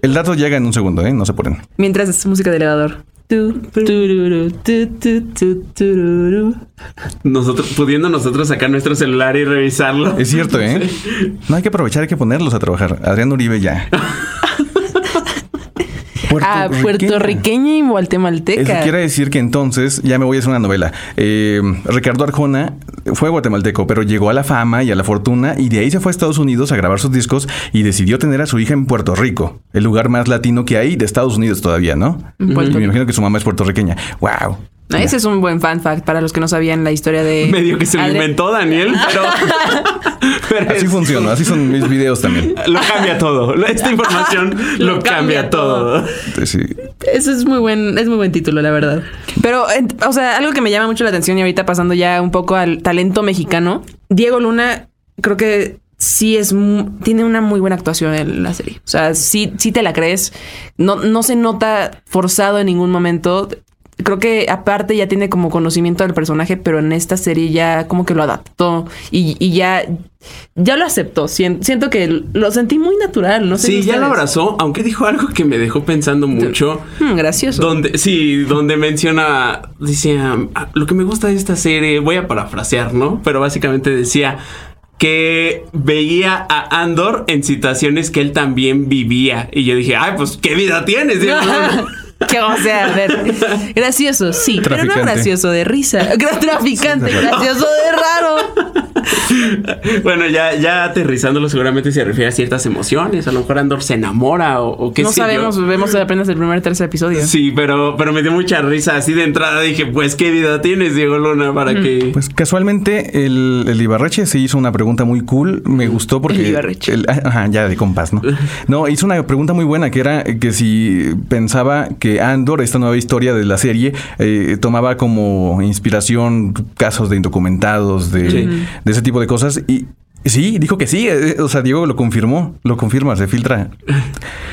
D: el dato llega en un segundo, ¿eh? No se ponen.
B: Mientras es música de elevador. Tu, tururu, tu, tu, tu, tururu.
C: Nosotros, pudiendo nosotros sacar nuestro celular y revisarlo.
D: Es cierto, ¿eh? No hay que aprovechar, hay que ponerlos a trabajar. Adrián Uribe ya.
B: Ah, puertorriqueña y
D: Eso
B: guatemalteca.
D: quiere decir que entonces ya me voy a hacer una novela. Eh, Ricardo Arjona fue guatemalteco, pero llegó a la fama y a la fortuna y de ahí se fue a Estados Unidos a grabar sus discos y decidió tener a su hija en Puerto Rico, el lugar más latino que hay de Estados Unidos todavía, ¿no?
B: En Puerto
D: Y me
B: Rico.
D: imagino que su mamá es puertorriqueña. ¡Wow!
B: No, Ese es un buen fan fact para los que no sabían la historia de...
C: Medio que se lo
B: Adria-
C: inventó Daniel, pero. pero
D: Así
C: es-
D: funciona, así son mis videos también.
C: Lo cambia todo. Esta información lo,
B: Lo
C: cambia,
B: cambia todo.
C: todo.
D: Entonces, sí.
B: Eso es muy buen, es muy buen título, la verdad. Pero, en- o sea, algo que me llama mucho la atención y ahorita pasando ya un poco al talento mexicano, Diego Luna creo que sí es mu- tiene una muy buena actuación en la serie. O sea, sí, sí te la crees. No, no se nota forzado en ningún momento. Creo que aparte ya tiene como conocimiento del personaje, pero en esta serie ya como que lo adaptó y, y ya, ya lo aceptó. Sien- siento que lo sentí muy natural, no sé. si
C: Sí, ya lo
B: ustedes.
C: abrazó, aunque dijo algo que me dejó pensando mucho.
B: Hmm, gracioso.
C: Donde, sí, donde menciona, dice, "Ah, lo que me gusta de esta serie, voy a parafrasear, ¿no? Pero básicamente decía que veía a Andor en situaciones que él también vivía. Y yo dije, ay, pues, ¿qué vida tienes? Diego Luna?"
B: que o sea, a ver, gracioso, sí, pero no
D: Traficante.
B: gracioso de risa, Gra- traficante, gracioso de raro.
C: bueno, ya, ya aterrizándolo seguramente se refiere a ciertas emociones. A lo mejor Andor se enamora o, o qué
B: No
C: sé yo.
B: sabemos, vemos apenas el primer tercer episodio.
C: Sí, pero, pero me dio mucha risa. Así de entrada dije, pues, ¿qué vida tienes, Diego Luna? Para
B: Mm.
C: que...
D: Pues casualmente el, el Ibarreche se hizo una pregunta muy cool, me gustó porque...
B: El Ibarreche.
D: el- ah, ajá, ya de compás, ¿no? No, hizo una pregunta muy buena que era que si pensaba que Andor, esta nueva historia de la serie, eh, tomaba como inspiración casos de indocumentados, de,
C: Sí.
D: de ese tipo de cosas y... Sí, dijo que sí, eh, o sea, Diego lo confirmó, lo confirma, se filtra.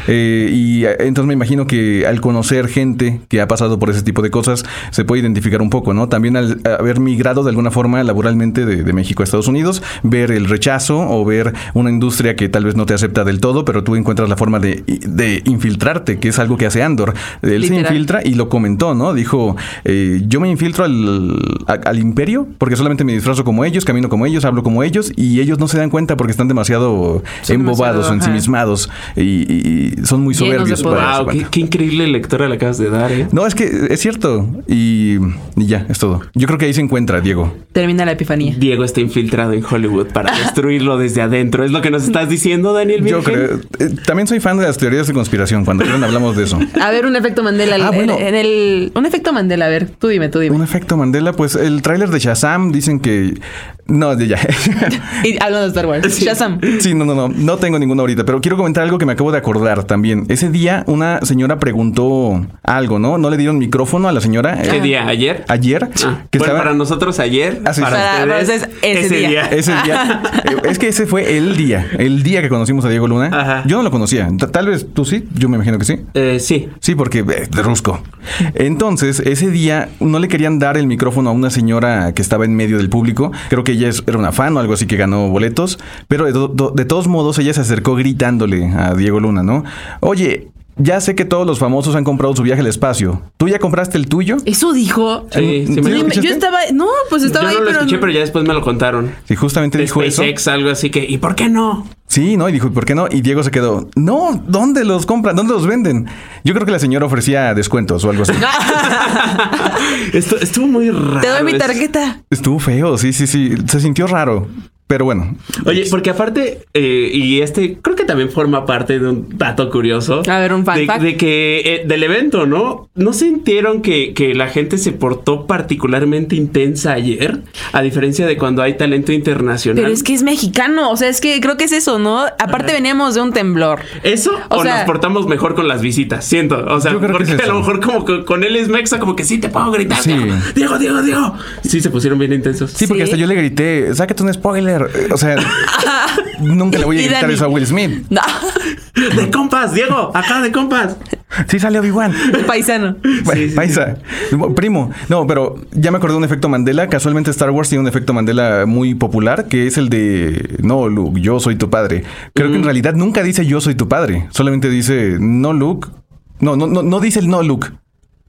D: Eh, y eh, entonces me imagino que al conocer gente que ha pasado por ese tipo de cosas, se puede identificar un poco, ¿no? También al haber migrado de alguna forma laboralmente de, de México a Estados Unidos, ver el rechazo o ver una industria que tal vez no te acepta del todo, pero tú encuentras la forma de, de infiltrarte, que es algo que hace Andor. Él se
B: Literal.
D: infiltra y lo comentó, ¿no? Dijo, eh, yo me infiltro al, a- al imperio porque solamente me disfrazo como ellos, camino como ellos, hablo como ellos y ellos no se dan cuenta porque están demasiado
B: Son
D: embobados
B: demasiado,
D: o
B: ajá.
D: ensimismados y, y son muy
B: Llenos de
D: soberbios
B: poder. Ah,
D: para
C: Wow,
D: eso,
C: qué,
D: cuenta.
C: qué increíble lectora le acabas de dar, ¿eh?
D: No, es que es cierto. Y, y ya, es todo. Yo creo que ahí se encuentra, Diego.
B: Termina la epifanía.
C: Diego está infiltrado en Hollywood para destruirlo desde adentro. ¿Es lo que nos estás diciendo, Daniel?
D: Yo
C: Virgen?
D: creo. eh, también soy fan de las teorías de conspiración. Cuando quieran hablamos de eso.
B: A ver, un efecto Mandela
D: Ah,
B: en-
D: bueno.
B: en el un efecto Mandela, a ver, tú dime, tú
D: Un
B: dime.
D: efecto Mandela, pues el tráiler de Shazam dicen que. No, ya, ya.
B: Y hablando de Star Wars.
C: Sí.
B: Shazam.
D: Sí, no, no, no, no tengo ninguna ahorita, pero quiero comentar algo que me acabo de acordar también. Ese día una señora preguntó algo, ¿no? No le dieron micrófono a la señora
C: ¿Qué
D: eh,
C: día? ¿Ayer?
D: ayer.
C: Ah,
D: que
C: bueno,
D: estaba-
C: para nosotros ayer.
D: Ah, sí, sí.
C: para,
B: Para-
C: ustedes,
B: para ustedes, ese día.
D: Ese día. eh, es que ese fue el día, el día que conocimos a Diego Luna.
C: Ajá.
D: Yo no lo conocía. Ta- Tal vez tú sí, yo me imagino que sí.
C: Eh, sí.
D: Sí, porque eh, de rusco. Entonces, ese día no le querían dar el micrófono a una señora que estaba en medio del público. Creo que ella es- era una fan o algo así que ganó boletos. Pero de, to- to- de todos modos, ella se acercó gritándole a Diego Luna, ¿no? Oye, ya sé que todos los famosos han comprado su viaje al espacio. ¿Tú ya compraste el tuyo?
B: Eso dijo.
C: Sí, sí me
D: ¿Sí
C: lo
B: Yo,
D: escuchaste?
B: yo estaba. No, pues
C: Yo
B: estaba
C: no
B: ahí,
C: lo
B: pero.
C: escuché,
B: no-
C: pero ya después me lo contaron.
D: Sí, justamente
C: De
D: dijo eso.
C: SpaceX, algo así que, ¿y por qué no?
D: Sí, ¿no? Y dijo, ¿y por qué no? Y Diego se quedó, no, ¿dónde los compran? ¿Dónde los venden? Yo creo que la señora ofrecía descuentos o algo así.
C: Esto, estuvo muy raro.
B: Te doy mi
C: eso.
B: tarjeta.
D: Estuvo feo, sí, sí, sí. Se sintió raro. Pero bueno.
C: Oye, porque aparte, eh, y este creo que también forma parte de un dato curioso.
B: A ver, un fun
C: de,
B: fact.
C: de que eh, del evento, ¿no? ¿No sintieron que, que la gente se portó particularmente intensa ayer? A diferencia de cuando hay talento internacional.
B: Pero es que es mexicano. O sea, es que creo que es eso, ¿no? Aparte, veníamos de un temblor.
C: ¿Eso
B: O
C: o,
B: sea-
C: nos portamos mejor con las visitas? Siento, o sea,
D: Yo creo que
C: porque
D: es
C: a
D: eso.
C: lo mejor como que con él es mexa, como que sí te puedo gritar.
D: Sí.
C: Diego, Diego, Diego, Diego. Sí, se pusieron bien intensos.
D: Sí, porque
B: Sí.
D: hasta yo le grité, sáquete un spoiler. O sea, nunca le voy a
B: Y
D: gritar
B: Dani.
D: eso a Will Smith.
B: No,
C: De compas, Diego, acá de compas.
D: Sí salió Obi-Wan.
B: paisano.
D: Pa-
C: Sí, sí,
D: Paisa, primo. No, pero ya me acordé de un efecto Mandela. Casualmente Star Wars tiene un efecto Mandela muy popular, que es el de, no, Luke, yo soy tu padre. Creo
C: Mm.
D: que en realidad nunca dice yo soy tu padre. Solamente dice, no, Luke. No, no, no, no dice el no, Luke.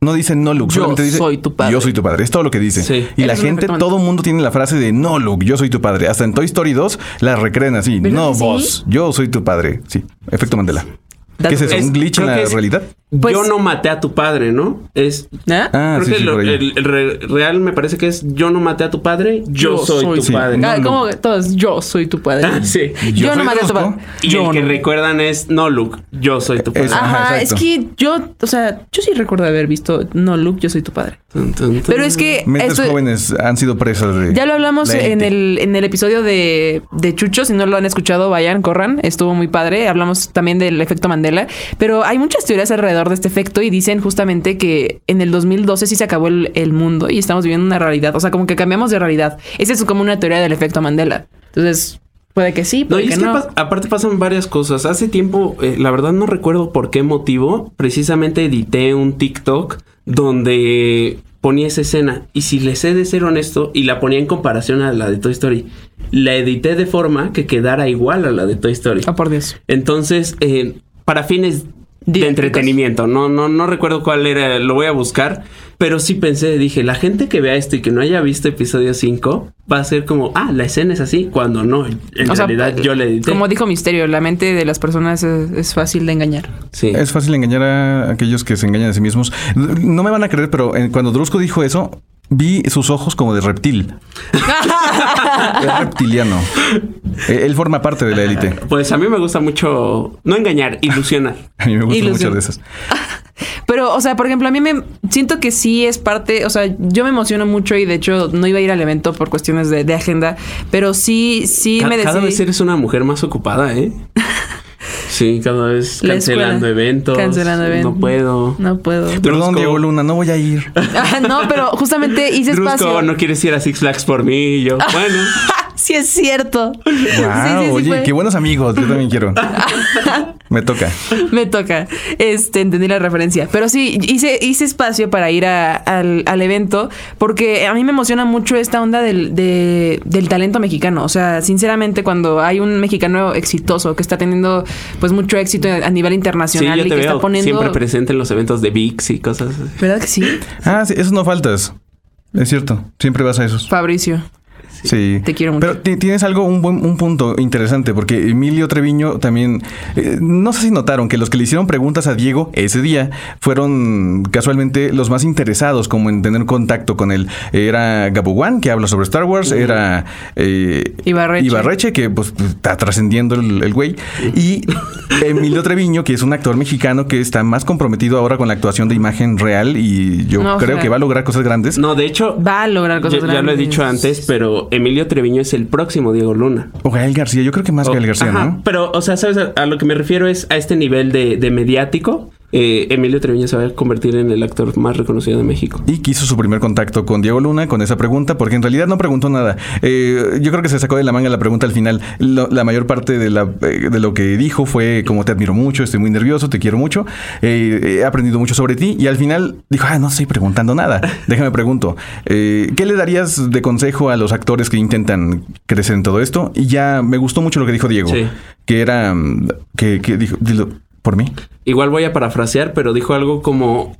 D: No dice no, Luke.
B: Yo
D: solamente dice,
B: soy tu padre.
D: Yo soy tu padre. Es todo lo que dice.
C: Sí.
D: Y la
B: Es un
D: gente,
B: efecto Mandela.
D: todo el mundo tiene la frase de no, Luke, yo soy tu padre. Hasta en Toy Story 2 la recrean así.
B: ¿Verdad
D: No,
B: que sí?
D: vos, yo soy tu padre. Sí, efecto Mandela. ¿Qué
B: Dato
D: es eso?
C: curioso.
D: ¿Un glitch en
C: Creo
D: la
C: que es-
D: realidad?
B: Pues-
C: yo no maté a tu padre, ¿no? Es.
B: ¿Eh?
D: Ah,
C: creo
D: sí,
C: que
D: sí,
C: lo-
D: por ahí.
C: el, re- real me parece que es yo no maté a tu padre, yo, soy, tu
D: sí.
C: padre.
D: No,
B: Ah,
D: no.
B: ¿Cómo que todos? Yo soy tu padre.
C: Ah, sí.
B: Yo,
D: Yo
B: no
D: soy
B: maté a tu
D: Rosco.
B: padre.
C: Y
B: yo
C: el que
B: no.
C: recuerdan es no, Luke, yo soy tu padre. Ah.
D: Es-
B: Ajá,
D: Ajá,
B: es
D: exacto.
B: que yo, o sea, yo sí recuerdo haber visto No Luke, yo soy tu padre.
C: Tun, tun, tun.
B: Pero es que
D: Mentes
B: esto-
D: jóvenes han sido presas de.
B: ya lo hablamos
D: de
B: en
D: ente.
B: el, en el episodio de, de Chucho, si no lo han escuchado, vayan, corran, estuvo muy padre, hablamos también del efecto Mandela, pero hay muchas teorías alrededor de este efecto y dicen justamente que en el 2012 sí se acabó el, el mundo y estamos viviendo una realidad, o sea, como que cambiamos de realidad. Esa es como una teoría del efecto Mandela. Entonces, puede que sí,
C: No,
B: puede
C: y es
B: que
C: que
B: no.
C: pas- aparte pasan varias cosas. Hace tiempo, eh, la verdad no recuerdo por qué motivo, precisamente edité un TikTok donde ponía esa escena. Y si les he de ser honesto, y la ponía en comparación a la de Toy Story, la edité de forma que quedara igual a la de Toy Story.
B: Ah, por Dios.
C: Entonces, eh, para fines de
B: Didácticos.
C: entretenimiento, no, no, no recuerdo cuál era, lo voy a buscar, pero sí pensé, dije, la gente que vea esto y que no haya visto episodio 5 va a ser como, ah, la escena es así, cuando no, en
B: O sea,
C: realidad yo le edité.
B: Como dijo Misterio, la mente de las personas es, es fácil de engañar.
C: Sí.
D: Es fácil engañar a aquellos que se engañan a sí mismos. No me van a creer, pero eh, cuando Drusco dijo eso, vi sus ojos como de reptil. es reptiliano. Eh, Él forma parte de la élite.
C: Pues a mí me gusta mucho no engañar, ilusionar.
D: A mí me gustan
B: Ilusión.
D: muchas de esas.
B: Pero, o sea, por ejemplo, a mí me siento que sí es parte, o sea, yo me emociono mucho y de hecho no iba a ir al evento por cuestiones de, de agenda, pero sí, sí
C: Ca-
B: me decidí.
C: cada vez eres una mujer más ocupada, ¿eh? Sí, cada vez
B: La
C: cancelando
B: escuela.
C: eventos.
B: Cancelando eventos.
C: No puedo.
B: No puedo.
D: Perdón,
C: Drusco.
D: Diego Luna, no voy a ir.
B: Ah, no, pero justamente hice
C: Drusco,
B: espacio.
C: no quieres ir a Six Flags por mí y yo. Bueno.
B: Sí es cierto. Sí, sí,
D: Wow,
B: sí
D: oye,
B: fue.
D: qué buenos amigos. Yo también quiero. me toca.
B: Me toca. Este, entendí la referencia. Pero sí, hice, hice espacio para ir a- al, al evento porque a mí me emociona mucho esta onda del, de- del talento mexicano. O sea, sinceramente, cuando hay un mexicano exitoso que está teniendo pues mucho éxito a nivel
C: Sí,
B: internacional
C: yo
B: y
C: te
B: que
C: veo
B: está poniendo.
C: siempre presente en los eventos de VIX y cosas así.
B: ¿Verdad que sí?
D: Ah, sí, eso no faltas. Es cierto. Siempre vas a esos.
B: Fabricio.
D: Sí.
B: Te quiero mucho.
D: Pero ti- tienes algo, un buen un punto interesante, porque Emilio Treviño también. eh, no sé si notaron que los que le hicieron preguntas a Diego ese día fueron casualmente los más interesados, como en tener contacto con él. Era Gabuguán, que habla sobre Star Wars, era. eh,
B: Ibarreche.
D: Ibarreche, que pues está trascendiendo el, el güey. Y Emilio Treviño, que es un actor mexicano que está más comprometido ahora con la actuación de imagen real y yo
B: No,
D: creo
B: ojalá.
D: que va a lograr cosas grandes.
C: No, de hecho,
B: Va a lograr
C: ya,
B: cosas
C: ya lo he
B: grandes.
C: dicho antes, pero Emilio Treviño es el próximo Diego Luna.
D: O Gael García, yo creo que más Gael García,
C: Ajá,
D: ¿no?
C: Pero, o sea, ¿sabes? A, a lo que me refiero es a este nivel de, de mediático. eh, Emilio Treviño se va a convertir en el actor más reconocido de México.
D: Y quiso su primer contacto con Diego Luna con esa pregunta, porque en realidad no preguntó nada. Eh, yo creo que se sacó de la manga la pregunta al final. Lo- la mayor parte de, la, eh, de lo que dijo fue como te admiro mucho, estoy muy nervioso, te quiero mucho, eh, he aprendido mucho sobre ti. Y al final dijo, ah, no estoy preguntando nada. Déjame pregunto, eh, ¿qué le darías de consejo a los actores que intentan crecer en todo esto? Y ya me gustó mucho lo que dijo Diego,
C: Sí.
D: que era mm, que, que dijo, dilo, por mí.
C: Igual voy a parafrasear, pero dijo algo como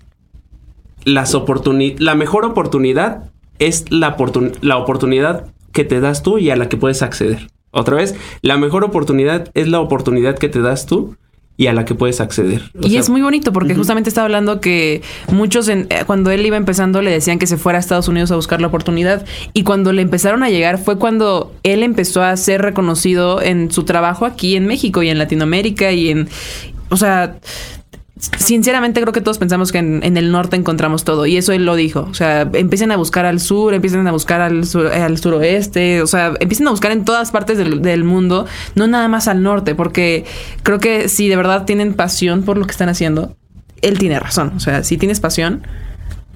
C: las oportuni- la mejor oportunidad es la, oportun- la oportunidad que te das tú y a la que puedes acceder. Otra vez, la mejor oportunidad es la oportunidad que te das tú y a la que puedes acceder. O
B: Y
C: sea,
B: es muy bonito porque justamente estaba hablando que muchos, en- eh, cuando él iba empezando, le decían que se fuera a Estados Unidos a buscar la oportunidad. Y cuando le empezaron a llegar fue cuando él empezó a ser reconocido en su trabajo aquí en México y en Latinoamérica y en... O sea, sinceramente creo que todos pensamos que en, en el norte encontramos todo y eso él lo dijo. O sea, empiecen a buscar al sur, empiecen a buscar al, sur- eh, al suroeste, o sea, empiecen a buscar en todas partes del, del mundo, no nada más al norte, porque creo que si de verdad tienen pasión por lo que están haciendo, él tiene razón. O sea, si tienes pasión,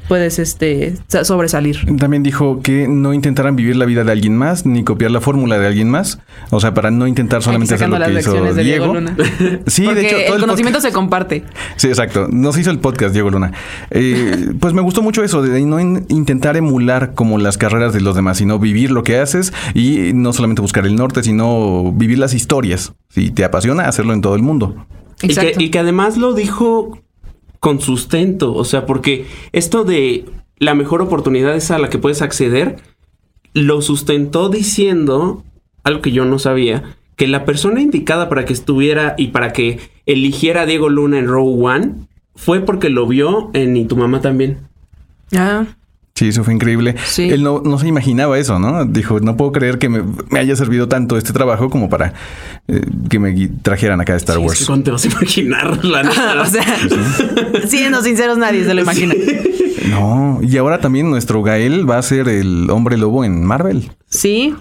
B: puedes este sa- sobresalir.
D: También dijo que no intentaran vivir la vida de alguien más ni copiar la fórmula de alguien más. O sea, para no intentar solamente
B: Aquí
D: hacer
B: sacando
D: lo que
B: las
D: hizo Diego.
B: lecciones de Diego Luna.
D: Sí,
B: porque
D: de hecho, todo
B: el conocimiento
D: podcast-
B: se comparte.
D: Sí, exacto. Nos hizo el podcast, Diego Luna. Eh, pues me gustó mucho eso, de no in- intentar emular como las carreras de los demás, sino vivir lo que haces y no solamente buscar el norte, sino vivir las historias. Si te apasiona, hacerlo en todo el mundo.
C: Y que,
B: Exacto.
C: y que además lo dijo con sustento, o sea, porque esto de la mejor oportunidad es a la que puedes acceder, lo sustentó diciendo algo que yo no sabía, que la persona indicada para que estuviera y para que eligiera a Diego Luna en Row One fue porque lo vio en Y tu mamá también.
B: Ah.
D: Sí, eso fue increíble.
B: Sí.
D: Él no, no se imaginaba eso, ¿no? Dijo, no puedo creer que me, me haya servido tanto este trabajo como para eh, que me gui- trajeran acá a Star Wars.
C: ¿Cuánto te vas a imaginar, la neta?
B: o sea, siendo sinceros, nadie se lo imagina.
D: No, y ahora también nuestro Gael va a ser el hombre lobo en Marvel.
B: Sí,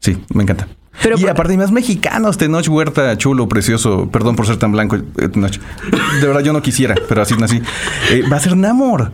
D: Sí, me encanta.
B: Pero
D: y
B: por-
D: aparte, hay más mexicanos, Tenoch Huerta, chulo, precioso. Perdón por ser tan blanco, eh, Tenoch. De verdad, yo no quisiera, pero así nací. Eh, va a ser Namor.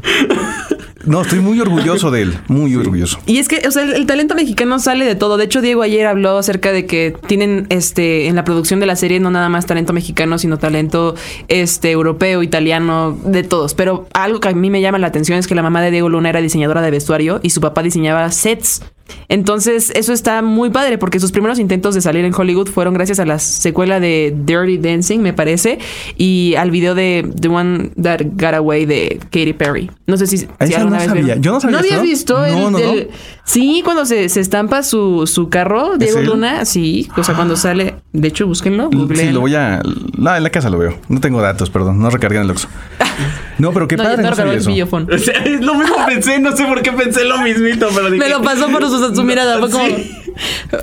D: No, estoy muy orgulloso de él, muy orgulloso.
B: Y es que, o sea, el, el talento mexicano sale de todo. De hecho, Diego ayer habló acerca de que tienen este en la producción de la serie no nada más talento mexicano, sino talento este europeo, italiano, de todos. Pero algo que a mí me llama la atención es que la mamá de Diego Luna era diseñadora de vestuario y su papá diseñaba sets. Entonces, eso está muy padre porque sus primeros intentos de salir en Hollywood fueron gracias a la secuela de Dirty Dancing, me parece, y al video de The One That Got Away de Katy Perry. No sé si, si
D: Esa
B: alguna
D: no
B: vez
D: sabía.
B: vieron.
D: Yo no sabía
B: habías
D: eso.
B: visto el-
D: No, no,
B: el-
D: no.
B: Sí, cuando se, se estampa su, su carro, Diego
D: él?
B: Luna, sí. O sea, cuando sale. De hecho, búsquenlo.
D: Sí,
B: googleenlo.
D: lo voy a. la- en la casa lo veo. No tengo datos, perdón. No recargué en el Oxxo. No, pero qué
B: No,
D: padre.
B: yo
D: No,
B: te regaló
D: sabía
B: el
D: eso.
B: billofón.
C: O sea, es lo mismo pensé, no sé por qué pensé lo mismito, pero dije,
B: Me lo pasó por su, su mirada. Fue como.
C: Sí.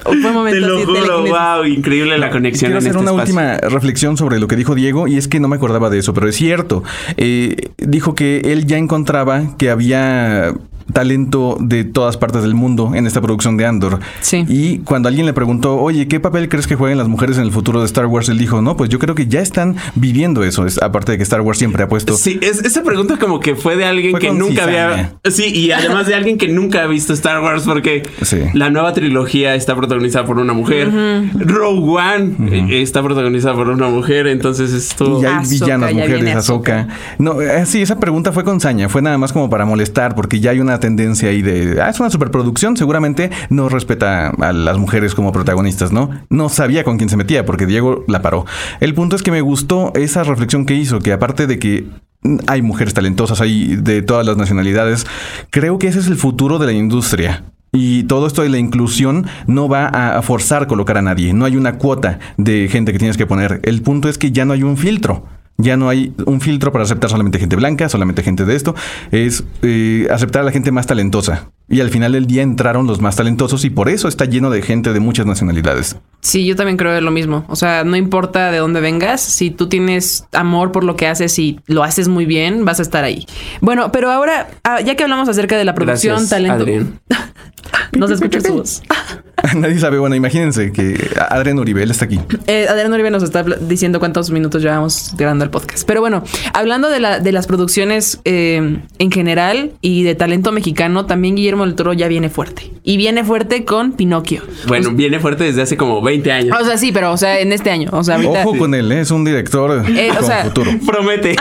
B: Fue un momento
C: Te lo
B: así,
C: juro,
B: telequinesis.
C: wow, increíble la conexión
D: Quiero
C: en
D: hacer
C: este
D: una
C: espacio.
D: última reflexión sobre lo que dijo Diego y es que no me acordaba de eso, pero es cierto. Eh, dijo que él ya encontraba que había talento de todas partes del mundo en esta producción de Andor.
B: Sí.
D: Y cuando alguien le preguntó, oye, ¿qué papel crees que jueguen las mujeres en el futuro de Star Wars? Él dijo, no, pues yo creo que ya están viviendo eso. Es, aparte de que Star Wars siempre ha puesto...
C: Sí, es- esa pregunta como que fue de alguien
D: Fue
C: que
D: con
C: nunca
D: cizaña.
C: había... Sí, y además de alguien que nunca ha visto Star Wars porque
D: Sí.
C: la nueva trilogía está protagonizada por una mujer. Rogue One eh, está protagonizada por una mujer, entonces esto...
D: Y ya hay
B: Ahsoka,
D: villanas,
B: ya
D: mujeres,
B: viene
D: Azoka. No, eh, sí, esa pregunta fue con saña. Fue nada más como para molestar, porque ya hay una tendencia ahí de. Ah, es una superproducción. Seguramente no respeta a las mujeres como protagonistas, ¿no? No sabía con quién se metía, porque Diego la paró. El punto es que me gustó esa reflexión que hizo, que aparte de que. mm, Hay mujeres talentosas, hay de todas las nacionalidades. Creo que ese es el futuro de la industria. Y todo esto de la inclusión no va a a forzar colocar a nadie. No hay una cuota de gente que tienes que poner. El punto es que ya no hay un filtro. Ya no hay un filtro para aceptar solamente gente blanca, solamente gente de esto. Es eh, aceptar a la gente más talentosa. Y al final del día entraron los más talentosos y por eso está lleno de gente de muchas nacionalidades.
B: Sí, yo también creo lo mismo. O sea, no importa de dónde vengas, si tú tienes amor por lo que haces y lo haces muy bien, vas a estar ahí. Bueno, pero ahora, ah, ya que hablamos acerca de la producción,
C: Gracias,
B: talento.
C: Adrián.
B: No se escucha su voz.
D: Nadie sabe, bueno, imagínense que Adrián Uribe, él está aquí.
B: Eh, Adrián Uribe nos está pl- diciendo cuántos minutos llevamos grabando el podcast. Pero bueno, hablando de, la- de las producciones eh, en general y de talento mexicano, también Guillermo del Toro ya viene fuerte. Y viene fuerte con Pinocchio.
C: Bueno, viene fuerte desde hace como 20 años.
B: O sea, sí, pero o sea, en este año. O sea, ahorita.
D: Ojo con él, ¿eh? es un director
B: Eh, o
D: con
B: sea-
D: futuro.
C: Promete.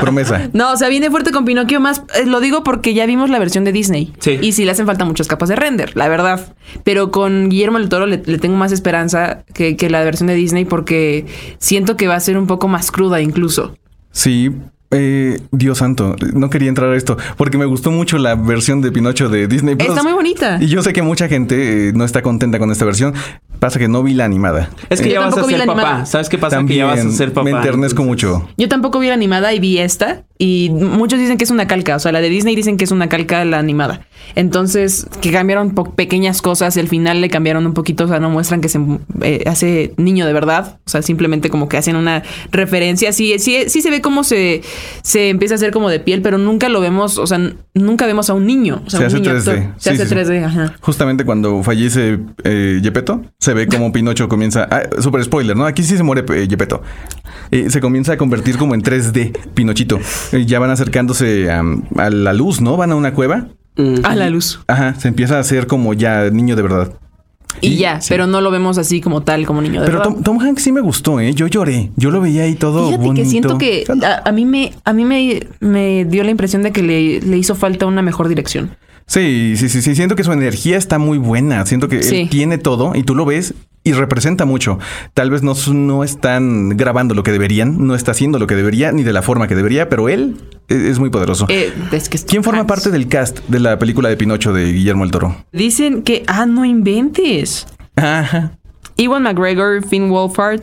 D: Promesa.
B: No, o sea, viene fuerte con Pinocchio más. eh, lo digo porque ya vimos la versión de Disney.
C: Sí.
B: Y sí le hacen falta muchas capas de render, la verdad. Pero con Guillermo del Toro le, le tengo más esperanza que, que la versión de Disney porque siento que va a ser un poco más cruda incluso.
D: Sí. eh, Dios santo, no quería entrar a esto porque me gustó mucho la versión de Pinocho de Disney Plus.
B: Está muy bonita.
D: Y yo sé que mucha gente eh, no está contenta con esta versión. Pasa que no vi la animada.
C: Es que
B: Yo
C: ya vas a
B: tampoco vi la
C: ser papá.
B: animada.
C: ¿Sabes qué pasa? que ya vas a ser papá.
D: me enternezco
C: entonces.
D: mucho.
B: Yo tampoco vi la animada y vi esta. Y muchos dicen que es una calca. O sea, la de Disney dicen que es una calca de la animada. Entonces, que cambiaron po- pequeñas cosas. El final le cambiaron un poquito. O sea, no muestran que se eh, hace niño de verdad. O sea, simplemente como que hacen una referencia. Sí, eh, sí, sí se ve cómo se, se empieza a hacer como de piel, pero nunca lo vemos. O sea, n- nunca vemos a un niño. O sea, un
D: Se hace
B: niño
D: 3D.
B: actor. Se
D: Sí,
B: hace
D: sí, sí.
B: 3D, ajá.
D: Justamente cuando fallece eh, Gepetto, se ve como Pinocho comienza. Ah, super spoiler, ¿no? Aquí sí se muere eh, Gepetto. Eh, se comienza a convertir como en 3D, Pinochito. Eh, ya van acercándose am, a la luz, ¿no? Van a una cueva.
C: Mm.
B: A la luz.
D: Ajá, se empieza a hacer como ya niño de verdad.
B: Y,
D: Y-
B: ya,
D: sí.
B: pero no lo vemos así como tal, como niño de
D: Pero
B: verdad.
D: Tom, Tom Hanks sí me gustó, ¿eh? Yo lloré. Yo lo veía ahí todo
B: Fíjate
D: bonito.
B: que siento que a, a mí me a mí me, me dio la impresión de que le, le hizo falta una mejor dirección.
D: Sí, sí, sí, sí. Siento que su energía está muy buena. Siento que
B: Sí.
D: él tiene todo y tú lo ves y representa mucho. Tal vez no, s- no están grabando lo que deberían, no está haciendo lo que debería ni de la forma que debería, pero él e- es muy poderoso.
B: Eh, es que es
D: ¿Quién forma
B: Hans.
D: parte del cast de la película de Pinocho de Guillermo el Toro?
B: Dicen que ah no inventes.
D: Ajá.
B: Ewan McGregor, Finn Wolfhard,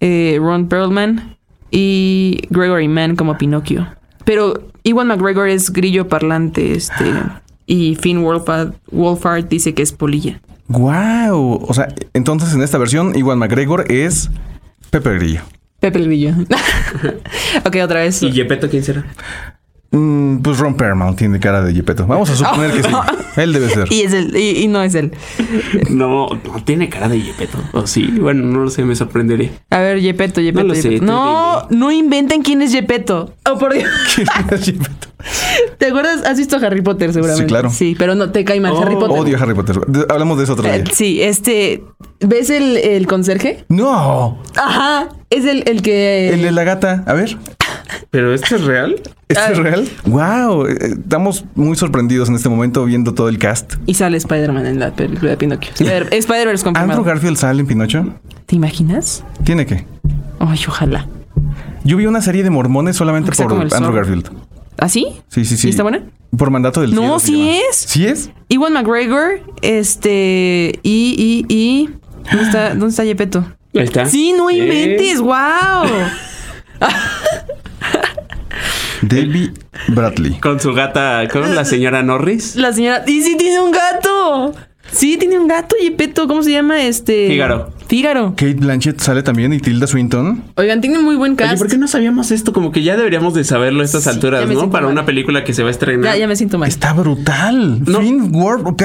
B: eh, Ron Perlman y Gregory Mann como Pinocchio. Pero Ewan McGregor es grillo parlante, este y Finn Wolfhard, Wolfhard dice que es polilla.
D: Wow. O sea, entonces en esta versión, Iwan McGregor es Pepe Grillo.
B: Pepe el grillo. ok, otra vez.
C: ¿Y Gepetto quién será?
D: Mm, pues Ron Perlman tiene cara de Gepetto. Vamos a suponer que sí. Él debe ser.
B: Oh. Y es el y- y no es él.
C: No, no tiene cara de Gepetto. O sí, bueno, no lo sé, me sorprendería.
B: A ver, Yepeto, Yepeto.
C: lo sé,
B: Yepeto.
C: tú
B: no, no inventen quién es Yepeto. Oh, por Dios.
D: ¿Quién es Gepetto?
B: ¿Te acuerdas? Has visto Harry Potter seguramente.
D: Sí, claro.
B: Sí, pero no te cae mal
C: Oh,
B: Harry Potter.
D: Odio a Harry Potter. De- Hablamos de eso otro
B: Eh,
D: día.
B: sí, este. ¿Ves el, el conserje?
D: No,
B: Ajá. Es el, el que.
D: el de la gata. A ver,
C: ¿Pero esto es real?
D: ¿esto
B: Ay.
D: es real? Wow, estamos muy sorprendidos en este momento viendo todo el cast.
B: Y sale Spider-Man en la película de Pinocchio. Spider- Spider-Verse
D: Andrew
B: confirmado.
D: Garfield sale en Pinocho.
B: ¿Te imaginas?
D: Tiene que.
B: Ay, ojalá.
D: Yo vi una serie de mormones solamente
B: Aunque sea
D: por
B: como el
D: Andrew
B: zorro.
D: Garfield.
B: ¿Así?
D: Sí, sí, sí.
B: ¿Y está buena?
D: Por mandato del
B: ¿Ah, No,
D: cielo se
B: sí
D: llama.
B: es.
D: ¿Sí es?
B: Iwan McGregor, este. Y, y, y. ¿Dónde está, dónde está Yepeto?
C: Ahí está.
B: Ah, Sí, no
C: ¿Eh?
B: inventes, wow.
D: Debbie Bradley.
C: Con su gata, con la señora Norris.
B: La señora. ¡Y sí tiene un gato! Sí, tiene un gato, Yepeto. ¿Cómo se llama este?
C: Fígaro.
B: Fígaro.
D: Kate Blanchett sale también y Tilda Swinton.
B: Oigan, tiene muy buen
C: Oye,
B: cast.
C: ¿por qué no sabíamos esto? Como que ya deberíamos de saberlo a estas
B: Sí, ya
C: alturas,
B: me
C: ¿no?
B: siento
C: Para
B: mal.
C: una película que se va a estrenar.
B: Ya, ya me siento mal.
D: Está brutal.
C: No.
D: Finn Ward. ok.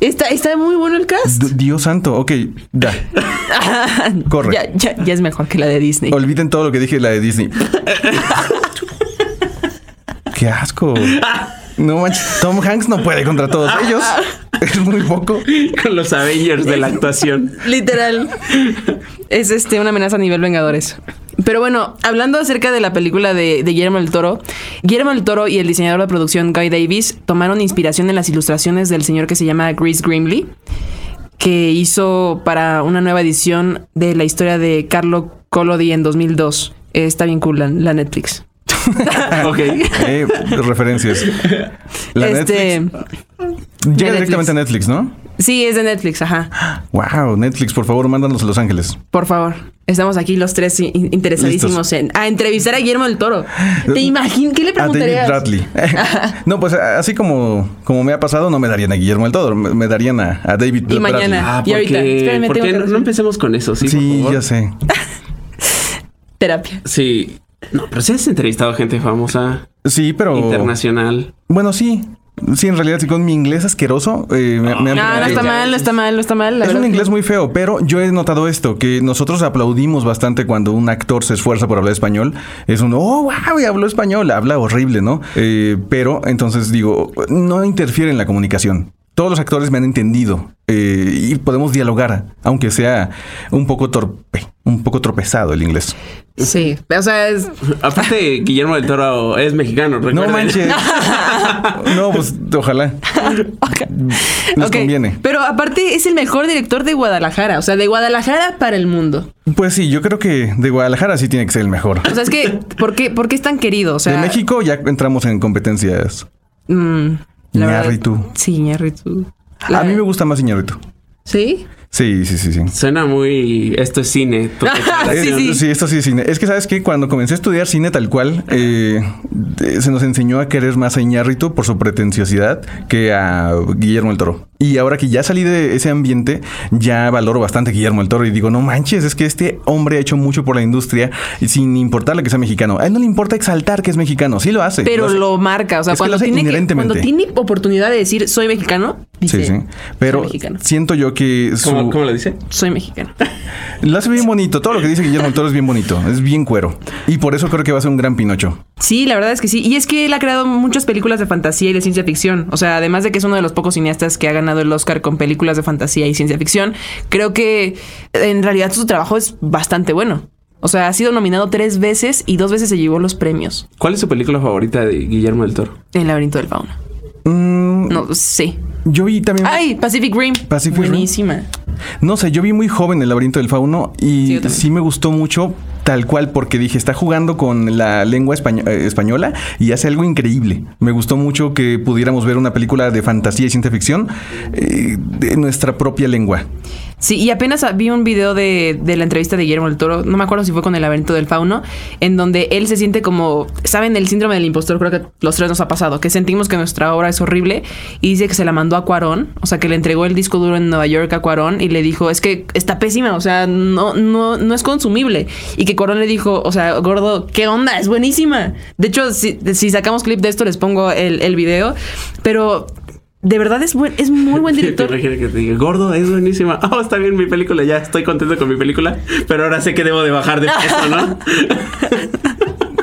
B: Está, está muy bueno el cast.
D: D- Dios santo. Ok, ya. Corre.
B: Ya, ya, ya es mejor que la de Disney.
D: Olviden todo lo que dije de la de Disney. Qué asco. No manches, Tom Hanks no puede contra todos ellos. Es muy poco.
C: Con los Avengers de la actuación.
B: Literal. es este una amenaza a nivel Vengadores. Pero bueno, hablando acerca de la película de, de Guillermo del Toro, Guillermo del Toro y el diseñador de producción Guy Davis tomaron inspiración en las ilustraciones del señor que se llama Chris Grimley, que hizo para una nueva edición de la historia de Carlo Collodi en 2002. Eh, Está bien cool la, la Netflix.
C: ok.
D: Eh, referencias. La
B: este,
D: Netflix. Llega
B: de
D: directamente a Netflix, ¿no?
B: Sí, es de Netflix, ajá.
D: Wow, Netflix, por favor, mándanos a Los Ángeles.
B: Por favor. Estamos aquí los tres in- interesadísimos
D: Listos.
B: en a entrevistar a Guillermo del Toro. ¿Te imaginas? ¿Qué le
D: A David
B: preguntarías?
D: Bradley. no, pues así como, como me ha pasado, no me darían a Guillermo del Todo, me me darían a, a David
B: Y
D: Bradley.
B: mañana.
C: Ah,
B: Y ahorita,
C: porque,
B: espérame, tengo que
C: no
B: resolver.
C: empecemos con eso, sí, por
D: Sí,
C: favor?
D: ya sé.
B: Terapia.
C: Sí. No, pero si has entrevistado a gente famosa
D: Sí, pero.
C: internacional.
D: Bueno, sí. Sí, en realidad, sí, con mi inglés asqueroso, eh, me, me han
B: Ah, No, no está
D: eh,
B: mal, no está mal, no está mal. la
D: es un
B: verdad.
D: inglés muy feo, pero yo he notado esto, que nosotros aplaudimos bastante cuando un actor se esfuerza por hablar español. Es un, oh, wow, y habló español, habla horrible, ¿no? Eh, pero entonces digo, no interfiere en la comunicación. todos los actores me han entendido eh, y podemos dialogar, aunque sea un poco torpe, un poco tropezado el inglés.
B: Sí. O sea, es.
C: Aparte, Guillermo del Toro es mexicano,
D: No
C: recuerden.
D: manches. No, pues ojalá. Nos
B: Ok.
D: conviene.
B: Pero aparte es el mejor director de Guadalajara. O sea, de Guadalajara para el mundo.
D: Pues sí, yo creo que de Guadalajara sí tiene que ser el mejor.
B: O sea, es que, ¿por qué, por qué es tan querido? O sea,
D: De México ya entramos en competencias.
B: mm, la verdad-
D: Iñárritu.
B: Sí, Ñarritu.
D: A mí me gusta más Iñárritu.
B: ¿Sí?
D: Sí, sí, sí, sí.
C: Suena muy. Esto es cine. total.
B: Sí,
D: Eh,
B: sí.
D: esto sí es cine. Es que sabes que cuando comencé a estudiar cine tal cual, eh, de- se nos enseñó a querer más a Iñárritu por su pretenciosidad que a Guillermo el Toro. Y ahora que ya salí de ese ambiente, ya valoro bastante a Guillermo el Toro y digo, no manches, es que este hombre ha hecho mucho por la industria y sin importarle que sea mexicano. A él no le importa exaltar que es mexicano, sí lo hace.
B: Pero
D: hace.
B: lo marca. O sea,
D: Es que lo
B: cuando,
D: hace
B: tiene que-
D: inherentemente.
B: cuando tiene oportunidad de decir soy mexicano, dice.
D: Sí, sí. Pero
B: soy mexicano.
D: siento yo que su-
C: ¿Cómo, cómo lo dice?
B: Soy mexicano.
D: lo hace bien bonito. Todo lo que dice Guillermo del Toro es bien bonito. Es bien cuero. Y por eso creo que va a ser un gran Pinocho.
B: Sí, la verdad es que sí. Y es que él ha creado muchas películas de fantasía y de ciencia ficción. O sea, además de que es uno de los pocos cineastas que ha ganado el Oscar con películas de fantasía y ciencia ficción, creo que en realidad su trabajo es bastante bueno. O sea, ha sido nominado tres veces y dos veces se llevó los premios.
C: ¿Cuál es su película favorita de Guillermo del Toro?
B: El laberinto del fauno.
D: Mm,
B: No, sí.
D: Yo vi también.
B: Ay, Pacific Rim.
D: Pacific Rim.
B: Buenísima.
D: No sé, yo vi muy joven el laberinto del fauno
B: Sí,
D: y
B: yo también.
D: sí me gustó mucho tal cual porque dije, está jugando con la lengua españo- eh, española y hace algo increíble. Me gustó mucho que pudiéramos ver una película de fantasía y ciencia ficción eh, de nuestra propia lengua.
B: Sí, y apenas vi un video de, de la entrevista de Guillermo del Toro, no me acuerdo si fue con el laberinto del fauno, en donde él se siente como, ¿saben? El síndrome del impostor, creo que los tres nos ha pasado, que sentimos que nuestra obra es horrible y dice que se la mandó a Cuarón, o sea, que le entregó el disco duro en Nueva York a Cuarón y le dijo, es que está pésima, o sea, no, no, no es consumible. Y que Cuarón le dijo, o sea, gordo, ¿qué onda? Es buenísima. De hecho, si, si sacamos clip de esto, les pongo el, el video, pero... De verdad es buen, es muy buen
C: Te
B: director.
C: imaginas que te diga, gordo, es buenísima. Oh, está bien mi película, ya estoy contento con mi película, pero ahora sé que debo de bajar de peso, ¿no?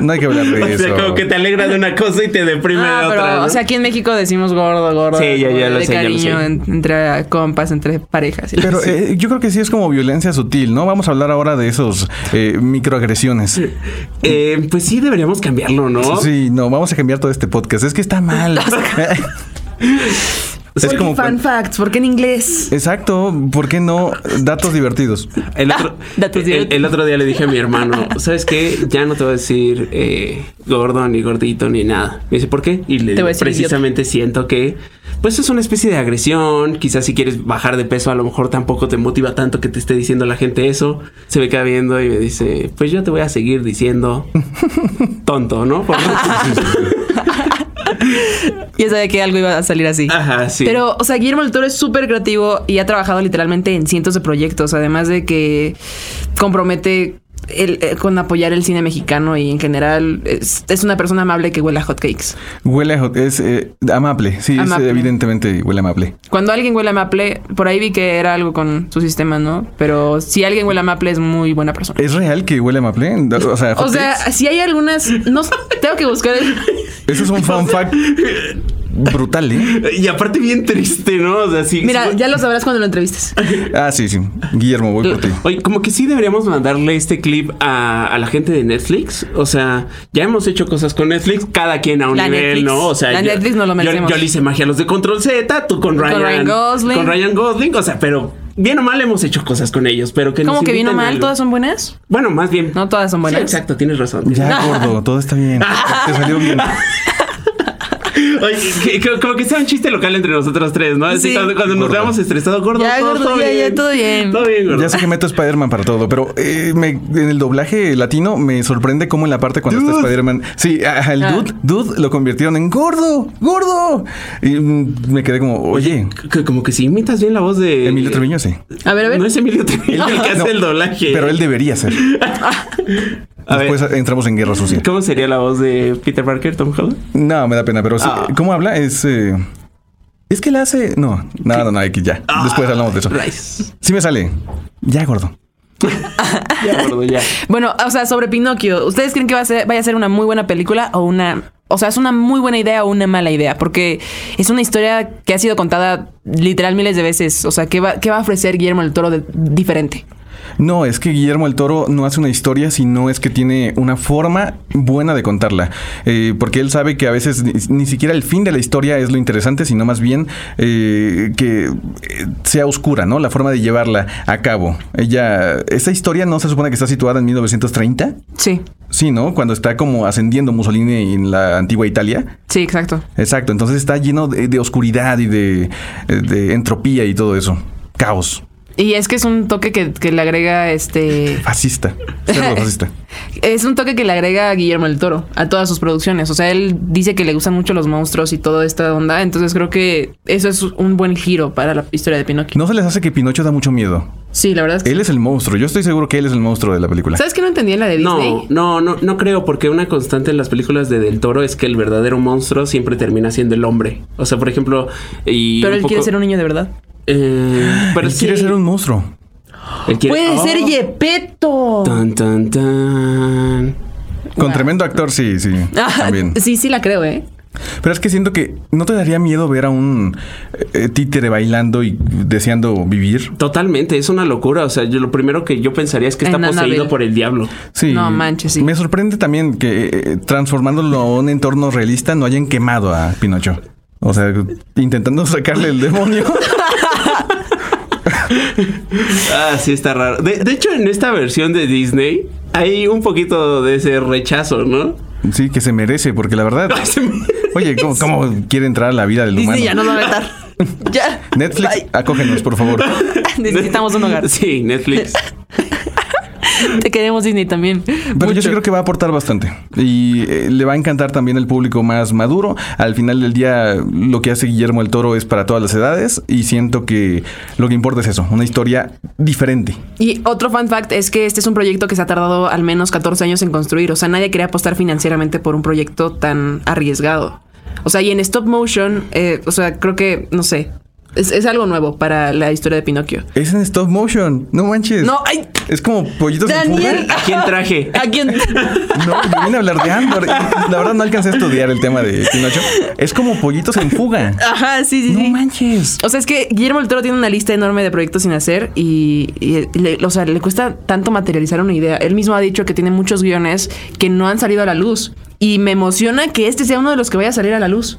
D: No hay que hablar de
C: o
D: eso.
C: sea, como que te alegra de una cosa y te deprime
B: Ah,
C: de
B: pero,
C: otra. ¿no?
B: o sea, aquí en México decimos gordo, gordo.
C: Sí, ya- ya
B: gordo,
C: lo
B: de
C: sé, ya lo
B: cariño
C: sé.
B: en- entre compas, entre parejas. y la-
D: Pero eh, yo creo que sí es como violencia sutil, ¿no? Vamos a hablar ahora de esos eh, microagresiones.
C: Eh, pues sí, deberíamos cambiarlo, ¿no?
D: Sí, no, vamos a cambiar todo este podcast. Es que está mal. es
B: Oye,
D: como
B: fun facts, ¿por qué en inglés?
D: Exacto, ¿por qué no datos divertidos?
C: El otro,
B: datos
C: el- el,
B: divertidos.
C: otro día le dije a mi hermano, ¿sabes qué? Ya no te voy a decir eh, gordo, ni gordito, ni nada. Me dice, ¿por qué? Y le
B: Te
C: digo,
B: voy a decir
C: precisamente siento que, pues es una especie de agresión. Quizás si quieres bajar de peso, a lo mejor tampoco te motiva tanto que te esté diciendo la gente eso. Se me queda viendo y me dice, pues yo te voy a seguir diciendo tonto, ¿no? Por-
B: Ya sabía que algo iba a salir así.
C: Ajá, sí.
B: Pero, o sea, Guillermo del Toro es súper creativo y ha trabajado literalmente en cientos de proyectos, además de que compromete el- eh, con apoyar el cine mexicano y en general es, es una persona amable que huele a hotcakes.
D: Huele a hot- es eh, amable, sí, es, eh,
B: Amable.
D: evidentemente huele amable.
B: Cuando alguien huele a maple, por ahí vi que era algo con su sistema, ¿no? Pero si alguien huele a maple es muy buena persona.
D: ¿Es real que huele amable? O sea,
B: O
D: hot
B: sea,
D: cakes.
B: si hay algunas. No sé, tengo que buscar el.
D: eso es un fun fact brutal, ¿eh?
C: Y aparte bien triste, ¿no? O sea, sí.
B: Mira,
C: sí-
B: ya lo sabrás cuando lo entrevistes.
D: Ah, sí, sí. Guillermo, voy por ti.
C: Oye, como que sí deberíamos mandarle este clip a, a la gente de Netflix. O sea, ya hemos hecho cosas con Netflix, cada quien a un
B: La
C: nivel,
B: Netflix.
C: ¿no? O sea,
B: La
C: yo,
B: Netflix nos lo
C: yo-
B: merecemos.
C: Yo, le hice magia a los de Control Z, tú con Ryan,
B: Ryan Gosling.
C: Con Ryan Gosling, o sea, pero bien o mal hemos hecho cosas con ellos, pero que
B: ¿Cómo
C: nos
B: que vino
C: inviten a
B: mal?
C: algo.
B: ¿Todas son buenas?
C: Bueno, más bien.
B: No todas son
C: Sí,
B: buenas.
C: exacto, tienes razón.
D: Ya, gordo, todo está bien. Te salió bien.
C: Oye, que- que- como que sea un chiste local entre nosotros tres, ¿no? Así
B: Sí.
C: cuando, cuando nos
D: Gordo.
C: veamos estresados, gordo,
B: Ya,
C: todo,
B: gordo,
C: todo
B: ya,
C: bien.
B: ya, todo bien.
C: Todo bien, gordo.
D: Ya sé que meto Spider-Man para todo, pero eh, me- en el doblaje latino me sorprende cómo en la parte cuando está
C: Dude.
D: Spider-Man. Sí, ajá, el
B: Ah.
D: dude, dude lo convirtieron en gordo, gordo. Y mm, me quedé como, oye,
C: Que- como que si imitas bien la voz de
D: Emilio Treviño, sí.
B: A ver, a ver.
C: No es Emilio Treviño el que hace
D: No,
C: el doblaje.
D: Pero él debería ser.
C: A ver.
D: Después entramos en guerra sucia.
C: ¿Cómo sería la voz de Peter Parker, Tom Holland?
D: No, me da pena, pero sí.
C: Ah.
D: ¿Cómo habla? Es. eh, Es que la hace. No, no, no, no, aquí ya.
C: Ah.
D: Después hablamos de eso.
C: Rice.
D: Sí me sale. Ya, gordo.
C: Ya, gordo, ya.
B: Bueno, o sea, sobre Pinocchio, ¿ustedes creen que va a ser, vaya a ser una muy buena película o una o sea, es una muy buena idea o una mala idea, porque es una historia que ha sido contada literal miles de veces. O sea, ¿qué va, qué va a ofrecer Guillermo el Toro de, diferente?
D: No, es que Guillermo el Toro no hace una historia, sino es que tiene una forma buena de contarla. Eh, porque él sabe que a veces ni, ni siquiera el fin de la historia es lo interesante, sino más bien eh, que eh, sea oscura, ¿no? La forma de llevarla a cabo. Ella, esta historia no se supone que está situada en 1930.
B: Sí,
D: Sí, ¿no? Cuando está como ascendiendo Mussolini en la antigua Italia.
B: sí, exacto.
D: Exacto, entonces está lleno de, de oscuridad y de, de entropía y todo eso. Caos.
B: Y es que es un toque que, que le agrega este.
D: Fascista. Cerdo fascista.
B: Es un toque que le agrega Guillermo el Toro a todas sus producciones. O sea, él dice que le gustan mucho los monstruos y toda esta onda. Entonces creo que eso es un buen giro para la historia de Pinocchio.
D: No se les hace que Pinocho da mucho miedo.
B: Sí, la verdad es que.
D: Él es el monstruo. Yo estoy seguro que él es el monstruo de la película.
B: ¿Sabes que no entendí en la de Disney?
C: No, no, no, no creo, porque una constante en las películas de Del Toro es que el verdadero monstruo siempre termina siendo el hombre. O sea, por ejemplo, y
B: Pero
C: un
B: él quiere
C: poco-
B: ser un niño de verdad.
C: Eh, pero
D: Él quiere
C: sí,
D: ser un monstruo.
C: él quiere-
B: ¡Puede
C: Oh.
B: ser Yepeto!
C: Tan, tan, tan.
D: Con tremendo actor, sí, sí.
B: Ah,
D: También.
B: sí, sí la creo, ¿eh?
D: Pero es que siento que no te daría miedo ver a un eh, títere bailando y deseando vivir.
C: Totalmente, es una locura. O sea, yo lo primero que yo pensaría es que
B: En
C: está
B: Annabelle.
C: poseído por el diablo.
D: Sí.
B: No manches, sí.
D: Me sorprende también que eh, transformándolo a un entorno realista no hayan quemado a Pinocho. O sea, intentando sacarle el demonio.
C: Ah, sí, está raro. De, de hecho, en esta versión de Disney hay un poquito de ese rechazo, ¿no?
D: Sí, que se merece, porque la verdad. Oye, ¿cómo, cómo quiere entrar a la vida del humano?
B: Disney ya nos va a vetar. ya.
D: Netflix,
B: Bye.
D: acógenos, por favor.
B: Necesitamos un hogar.
C: Sí, Netflix.
B: Te queremos Disney también.
D: Pero yo sí creo que va a aportar bastante. Y eh, le va a encantar también el público más maduro. Al final del día, lo que hace Guillermo el Toro es para todas las edades. Y siento que lo que importa es eso, una historia diferente.
B: Y otro fun fact es que este es un proyecto que se ha tardado al menos 14 años en construir. O sea, nadie quería apostar financieramente por un proyecto tan arriesgado. O sea, y en stop motion, eh, o sea, creo que, no sé, es, es algo nuevo para la historia de Pinocchio.
D: Es en stop motion, no manches.
B: No, ay,
D: Es como pollitos en
B: Daniel.
D: fuga.
C: ¿A quién traje?
B: ¿A quién?
D: No, yo vine a hablar de Andor. La verdad no alcancé a estudiar el tema de Pinocho. Es como pollitos en fuga.
B: Ajá, sí, sí,
D: No
B: sí.
D: manches.
B: O sea, es que Guillermo el Toro tiene una lista enorme de proyectos sin hacer y, y le- o sea, le cuesta tanto materializar una idea. Él mismo ha dicho que tiene muchos guiones que no han salido a la luz y me emociona que este sea uno de los que vaya a salir a la luz.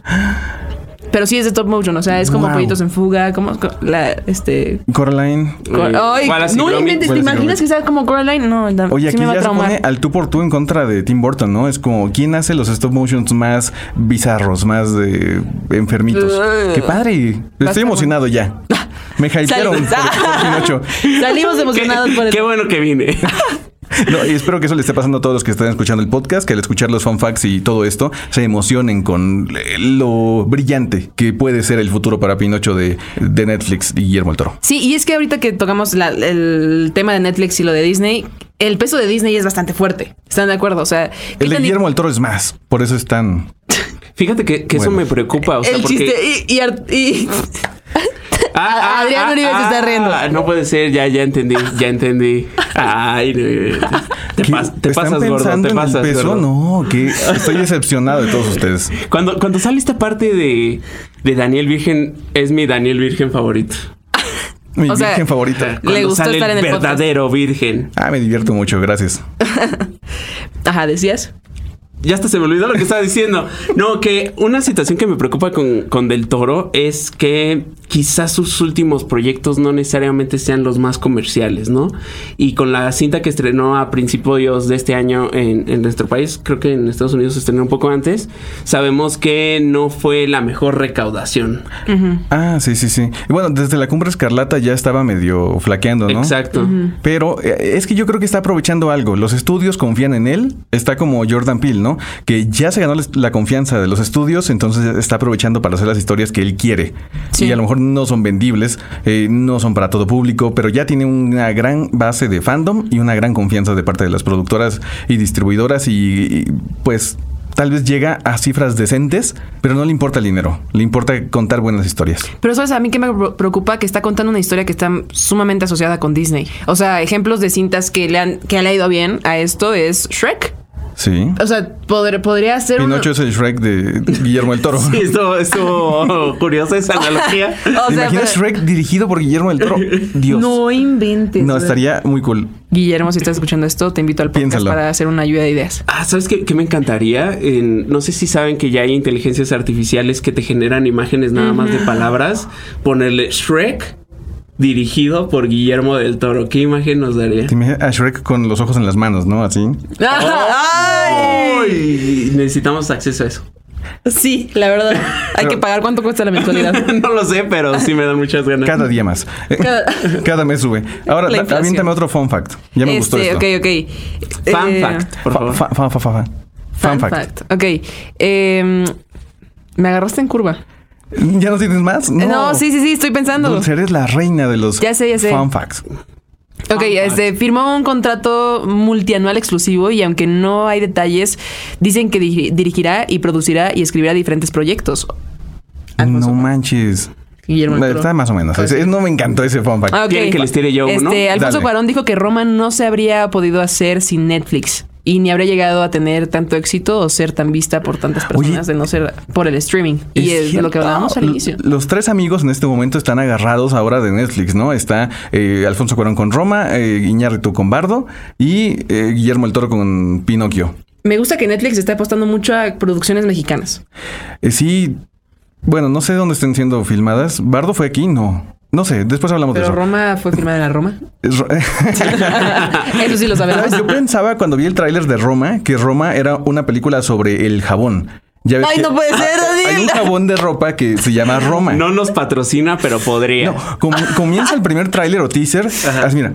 B: Pero sí es de top motion, o sea, es como
D: Wow.
B: Pollitos en Fuga, como co- la, este...
D: Coraline.
B: Cor-
C: Eh,
B: Ay,
C: Wallace y
B: no
C: Gromit.
B: inventes, ¿te
D: Wallace y
B: imaginas
D: Gromit.
B: que sea como Coraline? No, da-
D: Oye,
B: sí
D: aquí
B: me va a
D: ya se pone
B: traumar.
D: al tú por tú en contra de Tim Burton, ¿no? Es como, ¿quién hace los stop motions más bizarros, más de enfermitos?
B: Ugh.
D: ¡Qué padre! Estoy
B: cabrón.
D: emocionado ya. Me hypearon por,
B: Saludos.
D: por Pinocho.
B: Salimos
C: Qué,
B: emocionados por el...
C: qué bueno que vine.
D: No, y espero que eso le esté pasando a todos los que estén escuchando el podcast, que al escuchar los fun facts y todo esto, se emocionen con eh, lo brillante que puede ser el futuro para Pinocho de, de Netflix y Guillermo el Toro.
B: Sí, y es que ahorita que tocamos la- el tema de Netflix y lo de Disney, el peso de Disney es bastante fuerte. ¿Están de acuerdo? O sea, ¿qué
D: El de
B: tan-
D: Guillermo el Toro es más, por eso es tan...
C: Fíjate que, que eso
D: Bueno.
C: me preocupa. O sea,
B: el
C: porque...
B: chiste y, y ar- y-
C: Ah, ah,
B: Adrián
C: ah,
B: Uribe se
C: ah,
B: está riendo.
C: No puede ser, ya, ya entendí, ya entendí. Ay, no, te,
D: ¿Qué?
C: pas- te
D: ¿Están
C: pasas gordo,
D: pensando
C: te
D: en el
C: pasas
D: peso?
C: gordo.
D: No, que estoy decepcionado de todos ustedes.
C: Cuando, cuando sale esta parte de, de Daniel Virgen, es mi Daniel Virgen favorito.
D: Mi
B: O sea,
D: virgen favorita.
C: Cuando
B: gustó
C: sale
B: estar en el podcast.
C: verdadero virgen.
D: Ah, me divierto mucho, gracias.
B: Ajá, decías.
C: Ya hasta se me olvidó lo que estaba diciendo. No, que una situación que me preocupa con, con Del Toro es que quizás sus últimos proyectos no necesariamente sean los más comerciales, ¿no? Y con la cinta que estrenó a principios de este año en, en nuestro país, creo que en Estados Unidos se estrenó un poco antes, sabemos que no fue la mejor recaudación.
D: Ah, sí, sí, sí. Y Bueno, desde la cumbre escarlata ya estaba medio flaqueando, ¿no?
C: Exacto.
D: Pero eh, es que yo creo que está aprovechando algo. Los estudios confían en él. Está como Jordan Peele, ¿no? Que ya se ganó la- la confianza de los estudios, entonces está aprovechando para hacer las historias que él quiere.
B: Sí.
D: Y a lo mejor no son vendibles, eh, no son para todo público, pero ya tiene una gran base de fandom y una gran confianza de parte de las productoras y distribuidoras y, y, pues... Tal vez llega a cifras decentes, pero no le importa el dinero, le importa contar buenas historias.
B: Pero sabes, a mí que me pro- preocupa que está contando una historia que está sumamente asociada con Disney. O sea, ejemplos de cintas que le han, que le ha ido bien a esto es Shrek.
D: Sí.
B: O sea, podr- podría ser una-
D: Pinocho es el Shrek de Guillermo del Toro.
C: Sí, estuvo, estuvo curiosa esa analogía.
B: O
D: ¿Te
B: sea,
D: imaginas
B: pero-
D: Shrek dirigido por Guillermo del Toro? Dios.
B: No inventes.
D: No,
B: güey.
D: estaría muy cool.
B: Guillermo, si estás escuchando esto, te invito al podcast
D: Piénsalo.
B: para hacer una lluvia de ideas.
C: Ah, ¿sabes qué, qué me encantaría? En- no sé si saben que ya hay inteligencias artificiales que te generan imágenes nada más de palabras. Ponerle Shrek dirigido por Guillermo del Toro. ¿Qué imagen nos daría?
D: Te imaginas a Shrek con los ojos en las manos, ¿no? Así.
B: ¡Ay!
C: Uy, necesitamos acceso a eso.
B: Sí, la verdad. Hay que pagar cuánto cuesta la mensualidad.
C: no lo sé, pero sí me dan muchas ganas.
D: Cada día más. Eh,
B: Cada-
D: Cada mes sube. Ahora,
B: La
D: da-
B: inflación.
D: aviéntame otro fun fact. Ya me gustó
B: Este,
D: esto.
B: ok, ok.
C: Fun
B: Eh,
C: fact, por
D: Fa-
C: favor.
D: fa- fa- fa- fa- fa.
B: Fun, fact. Ok. em, me agarraste en curva.
D: ¿Ya no tienes más?
B: Eh, No, sí, sí, sí, estoy pensando.
D: Dulce, eres la reina de los
B: Ya sé, ya sé.
D: fun facts.
B: Ok, este, firmó un contrato multianual exclusivo y aunque no hay detalles, dicen que diri- dirigirá y producirá y escribirá diferentes proyectos. Alfonso.
D: No manches.
B: Ah, pues Guillermo del Toro. Pues
D: Está más o menos. Ese- no me encantó ese fun fact.
B: Ah, ok.
C: ¿Quieren que les tire yo
B: este,
C: uno?
B: Alfonso
D: Dale.
B: Cuarón dijo que Roma no se habría podido hacer sin Netflix y ni habría llegado a tener tanto éxito o ser tan vista por tantas personas de no ser por el streaming. Y
D: Es
B: es de lo que
D: cierto.
B: hablábamos al inicio.
D: Los tres amigos en este momento están agarrados ahora de Netflix, ¿no? Está eh, Alfonso Cuarón con Roma, eh, Iñárritu con Bardo y eh, Guillermo el Toro con Pinocchio.
B: Me gusta que Netflix está apostando mucho a producciones mexicanas.
D: Eh, sí, bueno, no sé dónde estén siendo filmadas. ¿Bardo fue aquí? No. No sé, después hablamos de
B: Pero
D: eso.
B: Roma fue filmada en la Roma.
D: Es ro-
B: Eso sí lo sabemos.
D: ¿Sabes? Yo pensaba cuando vi el tráiler de Roma que Roma era una película sobre el jabón. Ya ves
B: Ay,
D: que Ah,
B: no puede ser,
D: Hay
B: Daniel.
D: un jabón de ropa que se llama Roma.
C: No nos patrocina, pero podría.
D: No, com- comienza el primer tráiler o teaser. Así, mira,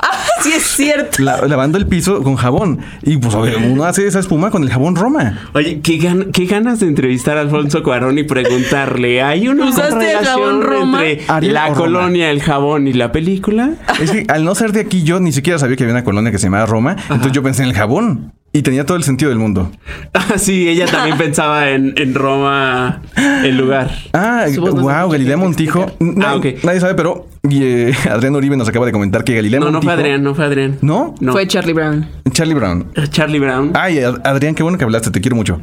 B: Ah, Sí es cierto.
D: la- lavando el piso con jabón. Y pues a ver, uno hace esa espuma con el jabón Roma.
C: Oye, ¿qué, gan- qué ganas de entrevistar a Alfonso Cuarón y preguntarle, ¿hay una
B: ¿Usaste el jabón
C: correlación
B: Roma?
C: entre
D: Ariel o
C: la
D: Roma?
C: colonia, el jabón y la película?
D: Es que al no ser de aquí, yo ni siquiera sabía que había una colonia que se llamaba Roma. Entonces yo pensé en el jabón. Y tenía todo el sentido del mundo.
C: Ah, sí, ella también pensaba en, en Roma, el lugar.
D: Ah,
B: Su voz no hace
D: wow,
B: mucho
D: Galilea Montijo. Nadie,
C: Ah, ok.
D: nadie sabe, pero y, eh, Adrián Uribe nos acaba de comentar que Galilea
C: No, no
D: Montijo.
C: fue Adrián, no fue Adrián.
D: ¿No? Ah.
C: No.
B: Fue Charlie Brown.
D: Charlie Brown.
C: Charlie Brown.
D: Ay, Ad- Adrián, qué bueno que hablaste, te quiero mucho.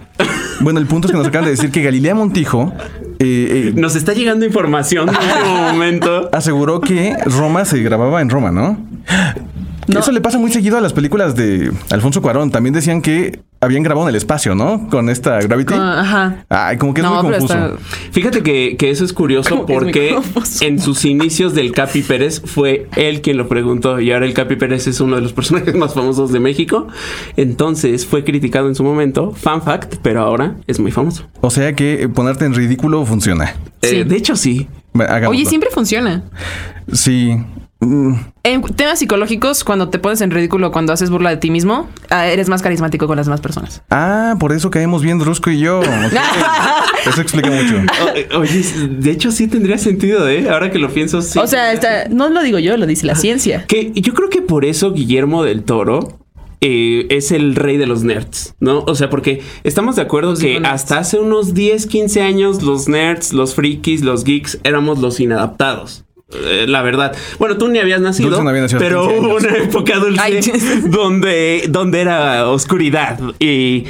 D: Bueno, el punto es que nos acaban de decir que Galilea Montijo eh, eh,
C: Nos está llegando información de último momento.
D: aseguró que Roma se grababa en Roma, ¿no?
B: No.
D: Eso le pasa muy seguido a las películas de Alfonso Cuarón. También decían que habían grabado en el espacio, ¿no? Con esta Gravity.
B: Ah, ajá.
D: Ay, como que es muy
B: pero
D: confuso.
B: está-
C: Fíjate que, que eso es curioso
B: Como que es muy
C: porque
B: confuso.
C: en sus inicios del Capi Pérez fue él quien lo preguntó y ahora el Capi Pérez es uno de los personajes más famosos de México. Entonces fue criticado en su momento, fan fact, pero ahora es muy famoso.
D: O sea que eh, ponerte en ridículo funciona.
B: Sí.
C: Eh, de hecho, sí.
D: Bueno, hagámoslo.
B: Oye, siempre funciona.
D: Sí. Mm,
B: En temas psicológicos, cuando te pones en ridículo, cuando haces burla de ti mismo, ah, eres más carismático con las demás personas.
D: Ah, por eso caemos bien Drusco y yo. Ok. Eso explica mucho.
C: O- eh, Oye, de hecho sí tendría sentido, ¿eh? Ahora que lo pienso, sí.
B: o sea, está- no lo digo yo, lo dice la ciencia.
C: Que yo creo que por eso Guillermo del Toro eh, es el rey de los nerds, ¿no? O sea, porque estamos de acuerdo que
B: nerds.
C: hasta hace unos 10, 15 años los nerds, los frikis, los geeks éramos los inadaptados. Eh, la verdad. Bueno, tú ni habías nacido,
D: Dulce no había nacido hace
C: pero
D: 15
C: hubo
D: años.
C: una época
B: Ay.
C: dulce donde, donde era oscuridad y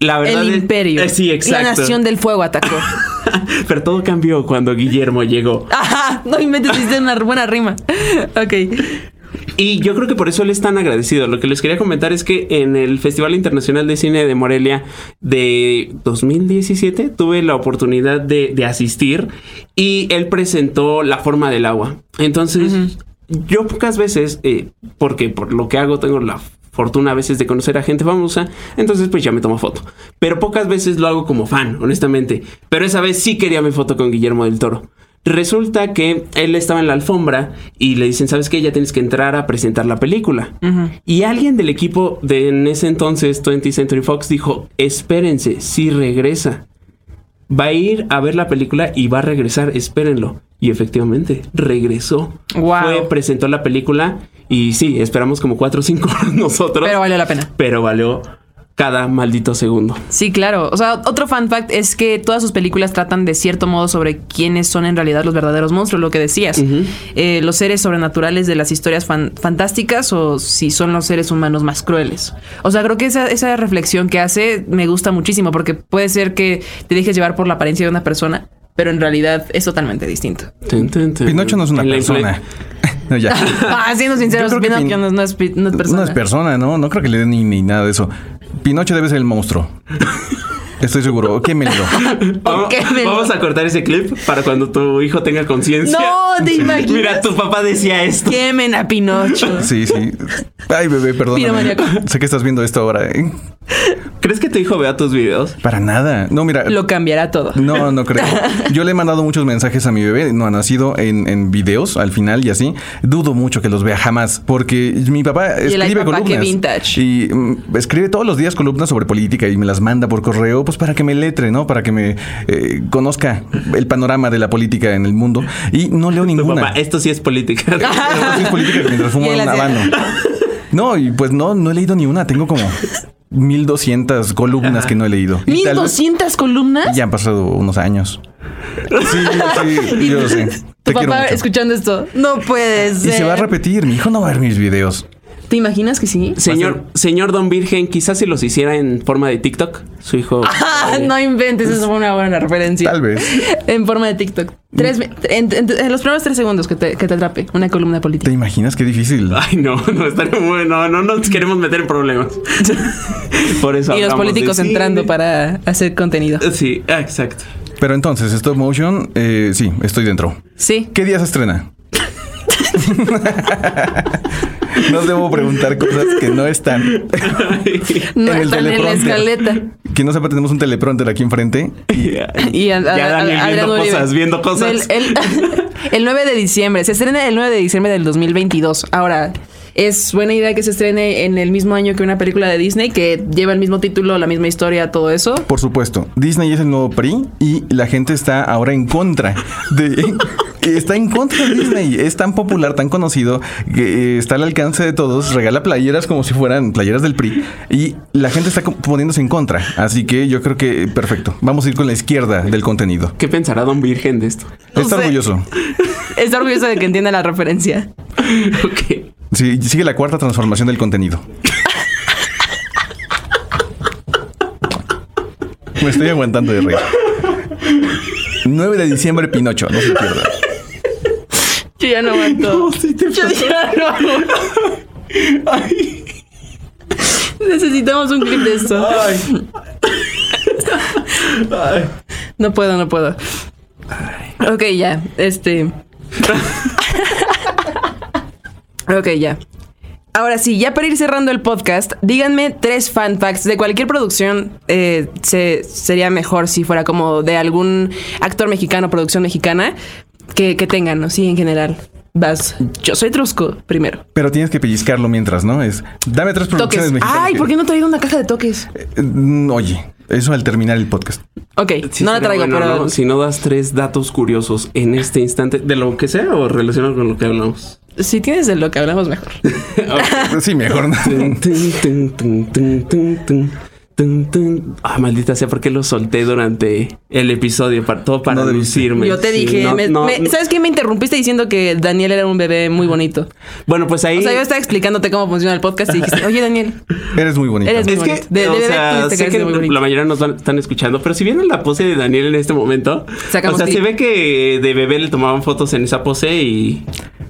C: la verdad
B: El
C: es-
B: imperio.
C: eh, sí, exacto.
B: La nación del fuego atacó.
C: Pero todo cambió cuando Guillermo llegó.
B: Ajá, no inventes, hiciste una buena rima. Ok.
C: Y yo creo que por eso él es tan agradecido. Lo que les quería comentar es que en el Festival Internacional de Cine de Morelia de 2017 tuve la oportunidad de, de asistir y él presentó La forma del agua. Entonces, yo pocas veces, eh, porque por lo que hago tengo la fortuna a veces de conocer a gente famosa, entonces pues ya me tomo foto. Pero pocas veces lo hago como fan, honestamente. Pero esa vez sí quería mi foto con Guillermo del Toro. Resulta que él estaba en la alfombra y le dicen, ¿sabes qué? Ya tienes que entrar a presentar la película. Y alguien del equipo de en ese entonces 20th Century Fox dijo, espérense, si regresa. Va a ir a ver la película y va a regresar, espérenlo. Y efectivamente, regresó.
B: Wow.
C: Fue, presentó la película y sí, esperamos como cuatro o cinco horas nosotros.
B: Pero valió la pena.
C: Pero valió cada maldito segundo.
B: Sí, claro. O sea, otro fun fact es que todas sus películas tratan de cierto modo sobre quiénes son en realidad los verdaderos monstruos, lo que decías. Eh, los seres sobrenaturales de las historias fan- fantásticas o si son los seres humanos más crueles. O sea, creo que esa, esa reflexión que hace me gusta muchísimo porque puede ser que te dejes llevar por la apariencia de una persona, pero en realidad es totalmente distinto.
C: Tun, tun, tun.
D: Pinocho no es una
C: En la influ-
D: persona. No, ya.
B: Ah, siendo sinceros,
D: Yo creo que
B: Pinocchio
D: Pin-
B: no, no es, pi- no es persona.
D: No es persona, ¿no? No creo que le den ni, ni nada de eso. Pinocho debe ser el monstruo. Estoy seguro. ¿Quién me lo?
C: Vamos,
B: Ok, me lo-
C: vamos a cortar ese clip para cuando tu hijo tenga conciencia.
B: No, ¿te imaginas?
C: Mira, tu papá decía esto.
B: Quemen a Pinocho.
D: Sí, sí. Ay, bebé, perdón.
B: Piromaníaco.
D: Sé que estás viendo esto ahora. ¿eh?
C: ¿Crees que tu hijo vea tus videos?
D: Para nada. No, mira.
B: Lo cambiará todo.
D: No, no creo. Yo le he mandado muchos mensajes a mi bebé, no ha nacido en, en videos al final y así. Dudo mucho que los vea jamás, porque mi papá
B: el ay,
D: escribe
B: papá, qué
D: columnas.
B: vintage.
D: Y mm, escribe todos los días columnas sobre política y me las manda por correo, pues para que me letre, ¿no? Para que me eh, conozca el panorama de la política en el mundo. Y no leo
C: Tu
D: ninguna.
C: papá, esto sí es política.
D: Pero sí es política mientras fumo
B: Y él
D: un
B: hacía-
D: habano. No, y pues no, no he leído ni una. Tengo como 1200 columnas que no he leído. Y tal vez-
B: 1200 columnas.
D: ya han pasado unos años. Sí, sí, yo lo sé.
B: Tu
D: Te quiero
B: papá
D: mucho.
B: escuchando esto. No puedes.
D: Y se va a repetir. Mi hijo no va a ver mis videos.
B: ¿Te imaginas que sí?
C: Señor, señor Don Virgen, quizás si los hiciera en forma de TikTok, su hijo. eh,
B: Ah, no inventes, eso fue una buena referencia.
D: Tal vez.
B: En forma de TikTok. Tres, mi- en, en- en los primeros tres segundos que te, que te atrape una columna
D: ¿Te
B: política.
D: imaginas qué difícil?
C: Ay, no, no está muy no, no nos queremos meter en problemas. Por eso
B: Y los
C: hablamos de
B: políticos
C: cine.
B: entrando para hacer contenido.
C: Sí, ah, exacto.
D: Pero entonces, stop motion, eh, sí, estoy dentro.
B: Sí.
D: ¿Qué día se estrena? no debo preguntar cosas que no están.
B: No
D: En
B: están
D: el
B: en la
D: teleprompter.
B: escaleta.
D: Que no sepa, tenemos un teleprompter aquí enfrente.
B: Y a- a-
C: Ya
B: a-
C: Daniel
B: a-
C: viendo
B: Adrián Uribe. eh.
C: cosas, viendo cosas.
B: El, el- el 9 de diciembre. Se estrena el 9 de diciembre del 2022. Ahora, es buena idea que se estrene en el mismo año que una película de Disney que lleva el mismo título, la misma historia, todo eso.
D: Por supuesto, Disney es el nuevo PRI y la gente está ahora en contra de... que Está en contra de Disney. Es tan popular, tan conocido, que eh, está al alcance de todos. Regala playeras como si fueran playeras del PRI. Y la gente está co- poniéndose en contra. Así que yo creo que eh, perfecto. Vamos a ir con la izquierda del contenido.
C: ¿Qué pensará Don Virgen de esto?
B: No sé.
D: Está orgulloso.
B: Está orgullosa de que entienda la referencia.
C: Ok.
D: Sí, sigue la cuarta transformación del contenido. Me estoy aguantando de reír. 9 de diciembre, Pinocho. No se pierda.
B: Yo ya no aguanto. Yo ya no aguanto. Necesitamos un clip de esto. No puedo, no puedo. Ok, ya. Este. ok, ya. Ahora sí, ya para ir cerrando el podcast, díganme tres fan facts de cualquier producción. eh, se- sería mejor si fuera como de algún actor mexicano, producción mexicana, que, que tengan, ¿no? Sí, en general. Vas. Yo soy Trusco, primero.
D: Pero tienes que pellizcarlo mientras, ¿no? Es. Dame tres producciones
B: Toques.
D: mexicanas.
B: Ay,
D: que-
B: ¿por qué no he traído una caja de toques?
D: Eh, mm, Oye, eso al terminar el podcast.
B: Ok,
C: Sí
B: no la
C: sería
B: traigo,
C: bueno,
B: pero.
C: ¿no? Si no das tres datos curiosos en este instante, de lo que sea o relacionado con lo que hablamos.
B: Si tienes de lo que hablamos mejor.
D: Sí, mejor. ¿no?
C: Tun, tun, tun, tun, tun, tun, tun, tun. Ah, maldita sea, ¿por qué lo solté durante el episodio? Para, todo para
D: No debiste.
C: lucirme.
B: Yo te
C: Sí,
B: dije,
C: no,
B: me-
C: no,
B: me-
C: no.
B: ¿sabes qué? Me interrumpiste diciendo que Daniel era un bebé muy bonito.
C: Bueno, pues ahí.
B: O sea, yo estaba explicándote cómo funciona el podcast y dijiste, oye, Daniel,
D: Eres muy bonito.
B: Eres-
C: Es que,
B: bonito. De- de
C: o
B: bebé
C: sea,
B: tuviste
C: sé
B: que
C: que
B: ser muy bonito.
C: la mayoría nos van- están escuchando, pero si vienen la pose de Daniel en este momento,
B: Sacamos
C: o sea,
B: clip.
C: se ve que de bebé le tomaban fotos en esa pose y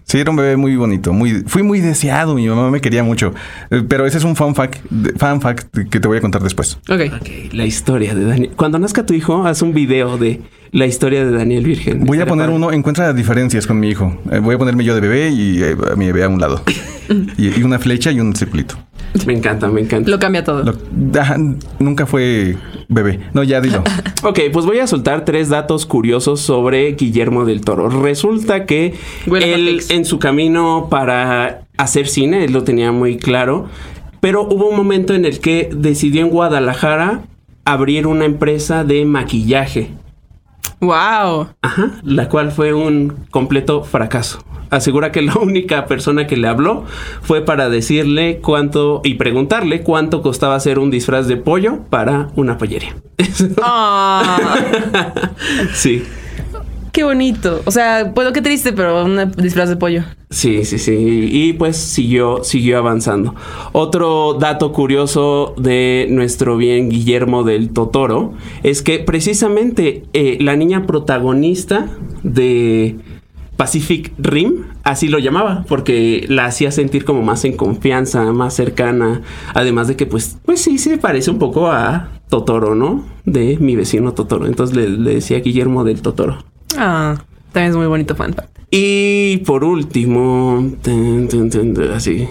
D: Sí, era un bebé muy bonito. Muy, fui muy deseado. Mi mamá me quería mucho. Eh, Pero ese es un fan fact, de- fan fact que te voy a contar después.
B: ok.
C: Ok, la historia de Daniel. Cuando nazca tu hijo, haz un video de la historia de Daniel Virgen.
D: Voy a
C: Estaría
D: poner
C: padre.
D: uno, encuentra diferencias con mi hijo. Eh, voy a ponerme yo de bebé y eh, a mi bebé a un lado. Y, y una flecha y un circulito.
C: Me encanta, me encanta.
B: Lo cambia todo.
D: Lo- Ajá, nunca fue bebé. No, ya dilo.
C: Ok, pues voy a soltar tres datos curiosos sobre Guillermo del Toro. Resulta que
B: Huele a
C: él
B: Patex.
C: en su camino para hacer cine, él lo tenía muy claro, pero hubo un momento en el que decidió en Guadalajara abrir una empresa de maquillaje,
B: Wow.
C: ajá, la cual fue un completo fracaso. asegura que la única persona que le habló fue para decirle cuánto y preguntarle cuánto costaba hacer un disfraz de pollo para una pollería.
B: Ah,
C: sí.
B: qué bonito. O sea, bueno, qué triste, pero un disfraz de pollo.
C: Sí, sí, sí. Y pues siguió, siguió avanzando. Otro dato curioso de nuestro bien Guillermo del Totoro es que precisamente eh, la niña protagonista de Pacific Rim, así lo llamaba, porque la hacía sentir como más en confianza, más cercana. Además de que, pues, pues sí, se parece un poco a Totoro, ¿no? De mi vecino Totoro. Entonces le, le decía Guillermo del Totoro.
B: Ah, también es muy bonito fan fact.
C: Y por último, tun, tun, tun, tun, así.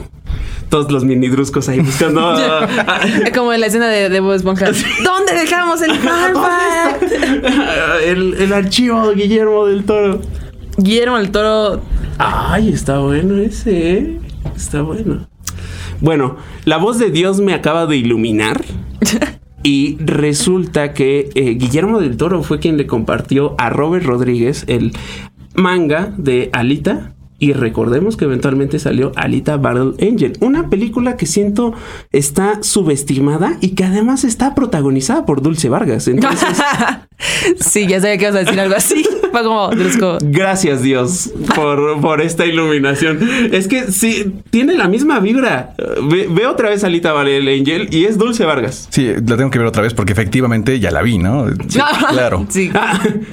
C: Todos los minidruscos ahí buscando. ah, ah,
B: Como en la escena de, de Bob Esponja. ¿Dónde dejamos el fan fact?
C: ah, el, el archivo de Guillermo del Toro.
B: Guillermo el Toro.
C: Ay, está bueno ese, ¿eh? Está bueno. Bueno, la voz de Dios me acaba de iluminar. Y resulta que eh, Guillermo del Toro fue quien le compartió a Robert Rodríguez el manga de Alita. Y recordemos que eventualmente salió Alita Battle Angel, una película que siento está subestimada y que además está protagonizada por Dulce Vargas. Entonces,
B: sí, ya sabía que ibas a decir algo así. Fue como, Drusco.
C: gracias Dios por, por esta iluminación. Es que sí, tiene la misma vibra. Ve, ve otra vez Alita Battle Angel y es Dulce Vargas.
D: Sí, la tengo que ver otra vez porque efectivamente ya la vi, ¿no? Sí, claro.
B: Sí.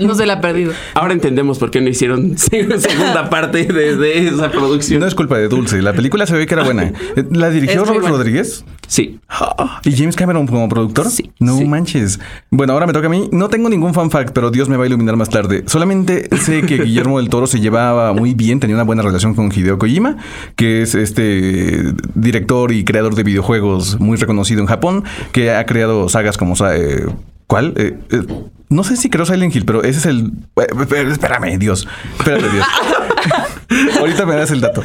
B: No se la ha perdido.
C: Ahora entendemos por qué no hicieron se- segunda parte de, de esa
D: No
C: producción.
D: es culpa de Dulce. La película se ve que era buena. Eh, ¿La dirigió
B: Es muy
D: Robert
B: buena.
D: Rodríguez?
C: Sí.
D: ¿Y James Cameron como productor?
C: Sí,
D: No
C: sí.
D: manches. Bueno, ahora me toca a mí. No tengo ningún fan fact, pero Dios me va a iluminar más tarde. Solamente sé que Guillermo del Toro se llevaba muy bien, tenía una buena relación con Hideo Kojima, que es este director y creador de videojuegos muy reconocido en Japón, que ha creado sagas como... sa- eh, ¿Cuál? Eh, eh, no sé si creó Silent Hill, pero ese es el... eh, eh, Espérame, Dios. Espérate, Dios. Ahorita me das el dato.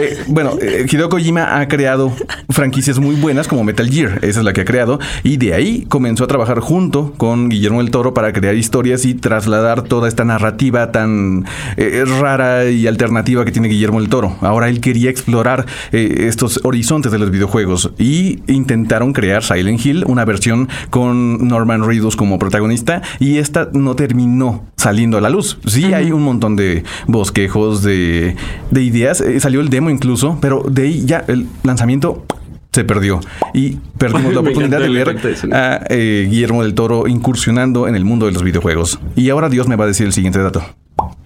D: Eh, bueno, eh, Hideo Kojima ha creado franquicias muy buenas como Metal Gear, esa es la que ha creado, y de ahí comenzó a trabajar junto con Guillermo del Toro para crear historias y trasladar toda esta narrativa tan eh, rara y alternativa que tiene Guillermo del Toro. Ahora él quería explorar eh, estos horizontes de los videojuegos y intentaron crear Silent Hill, una versión con Norman Reedus como protagonista, y esta no terminó saliendo a la luz. Sí, hay un montón de bosquejos, de, de ideas. Eh, salió el demo incluso, pero de ahí ya el lanzamiento se perdió. Y perdimos la
C: Me
D: oportunidad
C: encanta
D: de
C: el
D: ver
C: efecto de sonido.
D: a eh, Guillermo del Toro incursionando en el mundo de los videojuegos. Y ahora Dios me va a decir el siguiente dato.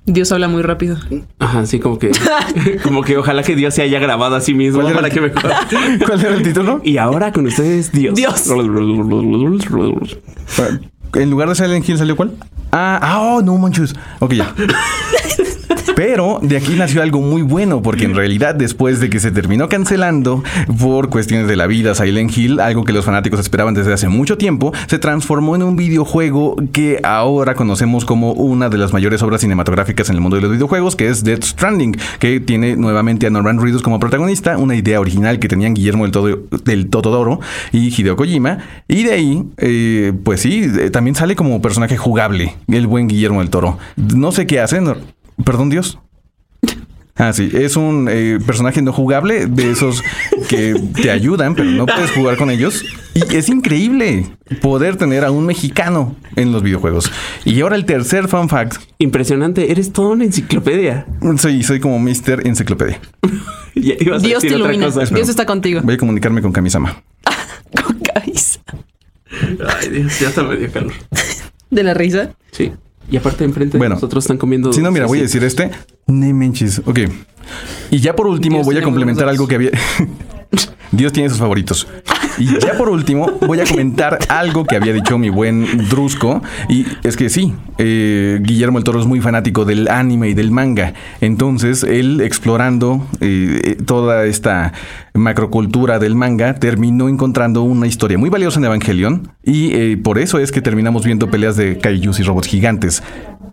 B: Dios habla muy rápido.
C: Ajá, sí, como que, como que ojalá que Dios se haya grabado a sí mismo
D: ¿Cuál era
C: para
D: el-
C: que me
D: ¿Cuál era el título?
C: Y ahora con ustedes, Dios.
B: Dios.
D: Ah, En lugar de Silent Hill salió cuál? Ah, ah, oh, no manches. Ok, ya. Pero de aquí nació algo muy bueno, porque en realidad después de que se terminó cancelando por cuestiones de la vida Silent Hill, algo que los fanáticos esperaban desde hace mucho tiempo, se transformó en un videojuego que ahora conocemos como una de las mayores obras cinematográficas en el mundo de los videojuegos, que es Death Stranding, que tiene nuevamente a Norman Reedus como protagonista, una idea original que tenían Guillermo del, Todo, del Totodoro y Hideo Kojima, y de ahí, eh, pues sí, eh, también sale como personaje jugable el buen Guillermo del Toro. No sé qué hace, no- perdón Dios. Ah, sí, es un eh, personaje no jugable de esos que te ayudan, pero no puedes jugar con ellos. Y es increíble poder tener a un mexicano en los videojuegos. Y ahora el tercer fan fact.
C: Impresionante, eres toda una enciclopedia.
D: Soy, soy como Mr. Enciclopedia.
C: Ya ibas a
B: Dios te
C: decir otra
B: ilumina.
C: cosa.
B: Dios está contigo.
D: Voy a comunicarme con Kamisama.
B: Con cabeza.
C: Ay, Dios, ya está medio calor.
B: De la risa.
C: Sí. Y aparte, enfrente de
D: Bueno.
C: nosotros están comiendo.
D: Si no, mira, voy a decir este. Nemenchis. Ok. Y ya por último
C: Dios
D: voy a
C: tiene
D: complementar
C: buenos
D: algo que había... Dios tiene sus favoritos. Y ya por último voy a comentar algo que había dicho mi buen Drusco. Y es que sí, eh, Guillermo el Toro es muy fanático del anime y del manga. Entonces él explorando eh, eh, toda esta macrocultura del manga, terminó encontrando una historia muy valiosa en Evangelion y eh, por eso es que terminamos viendo peleas de kaijus y robots gigantes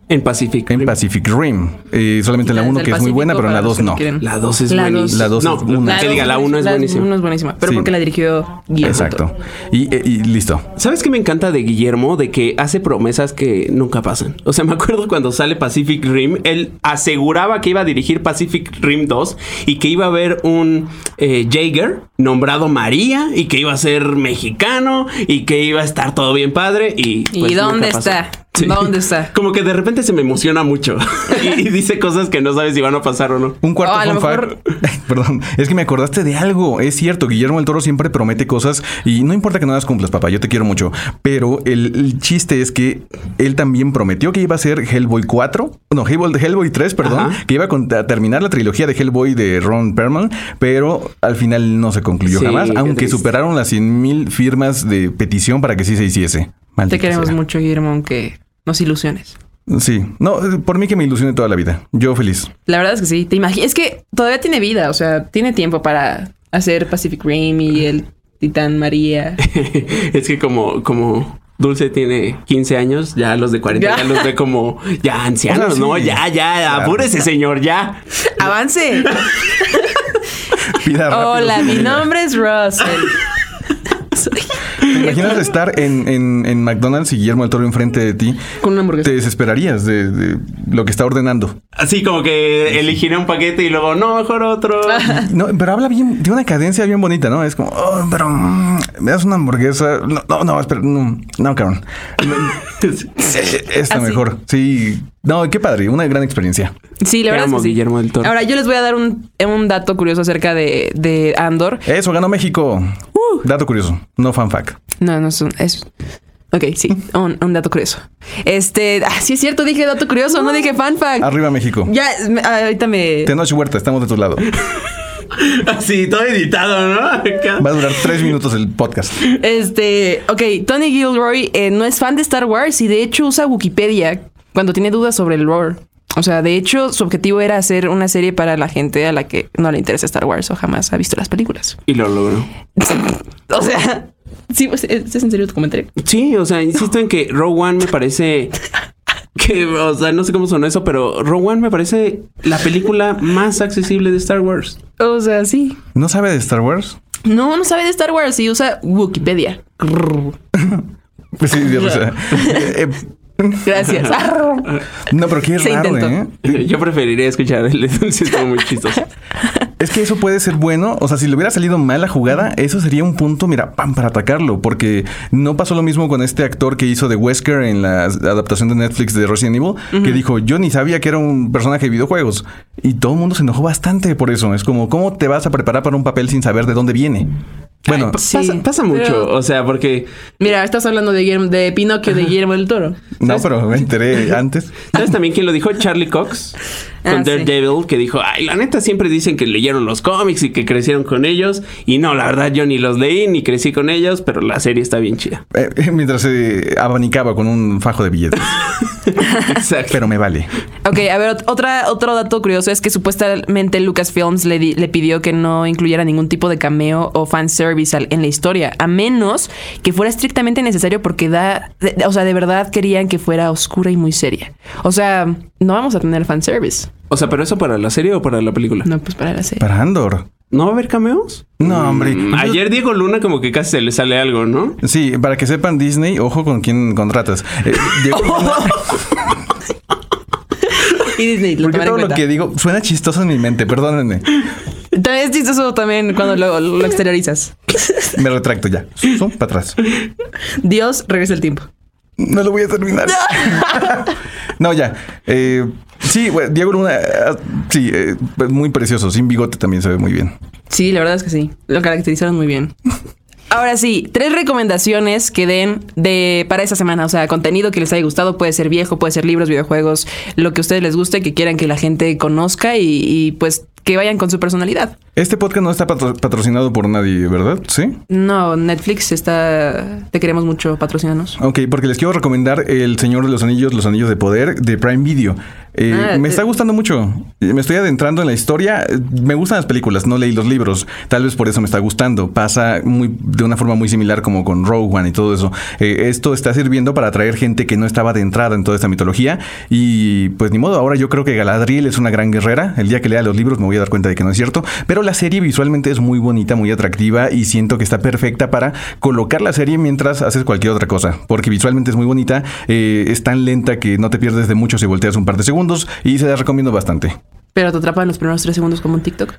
C: En Pacific.
D: en
C: Rim.
D: Pacific Rim. Eh, solamente en la
B: Desde
D: 1
B: el
D: que es muy
B: Pacífico
D: buena, pero en la
B: para los
D: 2
B: que
D: no.
B: quieren.
C: La 2 es
B: La
C: buenísima.
B: dos.
D: La dos
C: no,
D: es una.
C: que
B: dos
C: diga, la
B: buenísima,
C: 1 es
B: la
C: buenísima.
B: uno es buenísima, pero
D: Sí.
B: porque la dirigió Guillermo.
D: Exacto.
B: Toro.
D: Y, eh, y listo.
C: ¿Sabes qué me encanta de Guillermo? De que hace promesas que nunca pasan. O sea, me acuerdo cuando sale Pacific Rim, él aseguraba que iba a dirigir Pacific Rim 2 y que iba a haber un eh, Jaeger nombrado María y que iba a ser mexicano y que iba a estar todo bien padre. ¿Y,
B: ¿Y
C: pues, nunca
B: dónde
C: pasó.
B: está? ¿Dónde está?
C: Como que de repente se me emociona mucho y, y dice cosas que no sabes si van a pasar o no.
D: Un cuarto
B: Oh, a lo
D: fun fact. Perdón, es que me acordaste de algo. Es cierto, Guillermo del Toro siempre promete cosas y no importa que no las cumplas, papá, yo te quiero mucho. Pero el, el chiste es que él también prometió que iba a ser Hellboy 4, no, Hellboy, Hellboy 3, perdón,
C: Ajá.
D: que iba a, con- a terminar la trilogía de Hellboy de Ron Perlman, pero al final no se concluyó
C: Sí,
D: jamás,
C: qué
D: aunque
C: triste.
D: superaron las 100 mil firmas de petición para que sí se hiciese. Maldita
B: Te queremos
D: sea.
B: mucho, Guillermo, aunque nos ilusiones.
D: Sí, no, eh, por mí que me ilusione toda la vida. Yo feliz.
B: La verdad es que sí. Te imaginas. Es que todavía tiene vida, o sea, tiene tiempo para hacer Pacific Rim y el Titán María.
C: es que como, como Dulce tiene 15 años, ya los de 40 ya,
B: Ya.
C: los ve como ya ancianos,
D: O sea,
C: ¿no?
D: sí.
C: Ya, ya,
D: Claro.
C: apúrese, señor, ya.
B: ¡Avance!
D: Pida rápido
B: Hola,
D: su
B: mi
D: vida.
B: nombre es Russell. este
D: ¿Te imaginas estar en, en- en McDonald's y Guillermo del Toro enfrente de ti?
B: Con una
D: Te
B: hamburguesa.
D: desesperarías de, de lo que está ordenando.
C: Así como que elegiré un paquete y luego, no, mejor otro.
D: No, pero habla bien, tiene una cadencia bien bonita, ¿no? Es como, oh, pero mm, me das una hamburguesa. No, no, no, espera, no, no, cabrón. Eh, Esta
B: Así.
D: mejor. Sí. No, qué padre, una gran experiencia.
B: Sí, la
C: Te
B: verdad
C: amo,
B: es que sí.
C: Guillermo del Toro.
B: Ahora, yo les voy a dar un, un dato curioso acerca de, de Andor.
D: Eso ganó México.
B: Uh.
D: Dato curioso, no fan fact.
B: No, no es un... Es... Ok, sí, un, un dato curioso. Este, ah, sí es cierto, dije dato curioso, no dije fan fact.
D: Arriba México.
B: Ya, me- ah, ahorita me...
D: Tenoch Huerta, estamos de tu lado.
C: Así, todo editado, ¿no? Acá.
D: Va a durar tres minutos el podcast.
B: Este, ok, Tony Gilroy eh, no es fan de Star Wars y de hecho usa Wikipedia cuando tiene dudas sobre el lore. O sea, de hecho, su objetivo era hacer una serie para la gente a la que no le interesa Star Wars o jamás ha visto las películas.
C: Y lo logró.
B: o sea, sí, pues, ¿es es en serio tu comentario?
C: Sí, o sea, insisto en que Rogue One me parece que, o sea, no sé cómo sonó eso, pero Rogue One me parece la película más accesible de Star Wars.
B: O sea, sí.
D: ¿No sabe de Star Wars?
B: No, no sabe de Star Wars y usa Wikipedia.
D: Pues sí, Dios, o sea, eh, eh,
B: Gracias.
D: No, pero qué
B: Se
D: raro,
B: intentó.
D: ¿eh?
C: Yo preferiría escuchar el de Dulce, estuvo muy chistoso.
D: Es que eso puede ser bueno. O sea, si le hubiera salido mal la jugada, eso sería un punto, mira, pam, para atacarlo. Porque no pasó lo mismo con este actor que hizo de Wesker en la adaptación de Netflix de Resident Evil, que dijo, yo ni sabía que era un personaje de videojuegos. Y todo el mundo se enojó bastante por eso. Es como, ¿cómo te vas a preparar para un papel sin saber de dónde viene? Bueno,
B: Ay, pues, Sí,
C: pasa, pasa mucho,
B: pero-
C: o sea, porque
B: Mira, estás hablando de, Guillermo- de Pinocchio de Guillermo del Toro.
D: no, pero me enteré antes.
C: ¿Sabes también quién lo dijo? Charlie Cox con
B: Ah, sí.
C: Daredevil, que dijo, ay, la neta siempre dicen que leyeron los cómics y que crecieron con ellos. Y no, la verdad yo ni los leí ni crecí con ellos, pero la serie está bien chida.
D: Eh, eh, mientras se abanicaba con un fajo de billetes.
C: Exacto.
D: pero me vale.
B: Ok, a ver, ot- otra, otro dato curioso es que supuestamente Lucasfilms le, di- le pidió que no incluyera ningún tipo de cameo o fanservice al- en la historia, a menos que fuera estrictamente necesario porque da, de- de- o sea, de verdad querían que fuera oscura y muy seria. O sea, no vamos a tener fanservice.
C: o sea, pero eso para la serie o para la película.
B: No, pues para la serie.
D: Para Andor.
C: ¿No va a haber cameos?
D: No, hombre.
C: Mm, Ayer Diego Luna como que casi se le sale algo, ¿no?
D: Sí, para que sepan Disney, ojo con quién contratas. Eh, Diego Luna-
B: Y Disney lo
D: porque
B: tomará en
D: todo lo
B: cuenta.
D: que digo suena chistoso en mi mente, perdónenme.
B: También Es chistoso también cuando lo, lo exteriorizas.
D: Me retracto ya. Zum, para atrás.
B: Dios regresa el tiempo.
D: No lo voy a terminar. No, ya. Eh, sí, bueno, Diego Luna, ah, sí, eh, muy precioso. Sin bigote también se ve muy bien.
B: Sí, la verdad es que sí. Lo caracterizaron muy bien. Ahora sí, tres recomendaciones que den de para esta semana, o sea, contenido que les haya gustado, puede ser viejo, puede ser libros, videojuegos, lo que a ustedes les guste, que quieran que la gente conozca y, y, pues que vayan con su personalidad.
D: Este podcast no está patro- patrocinado por nadie, ¿verdad? Sí.
B: No, Netflix está. Te queremos mucho, patrocínanos.
D: Ok, porque les quiero recomendar El Señor de los Anillos, Los Anillos de Poder de Prime Video. Eh,
B: Ah,
D: me
B: eh.
D: está gustando mucho. Eh, Me estoy adentrando en la historia. Eh, Me gustan las películas, no leí los libros. Tal vez por eso me está gustando. Pasa muy, de una forma muy similar como con Rogue One y todo eso. Eh, esto está sirviendo para atraer gente que no estaba adentrada en toda esta mitología. Y pues ni modo, ahora yo creo que Galadriel es una gran guerrera. El día que lea los libros me voy a dar cuenta de que no es cierto. Pero la serie visualmente es muy bonita, muy atractiva y siento que está perfecta para colocar la serie mientras haces cualquier otra cosa. Porque visualmente es muy bonita, eh, es tan lenta que no te pierdes de mucho si volteas un par de segundos y se las recomiendo bastante.
B: Pero te atrapan los primeros tres segundos como un TikTok.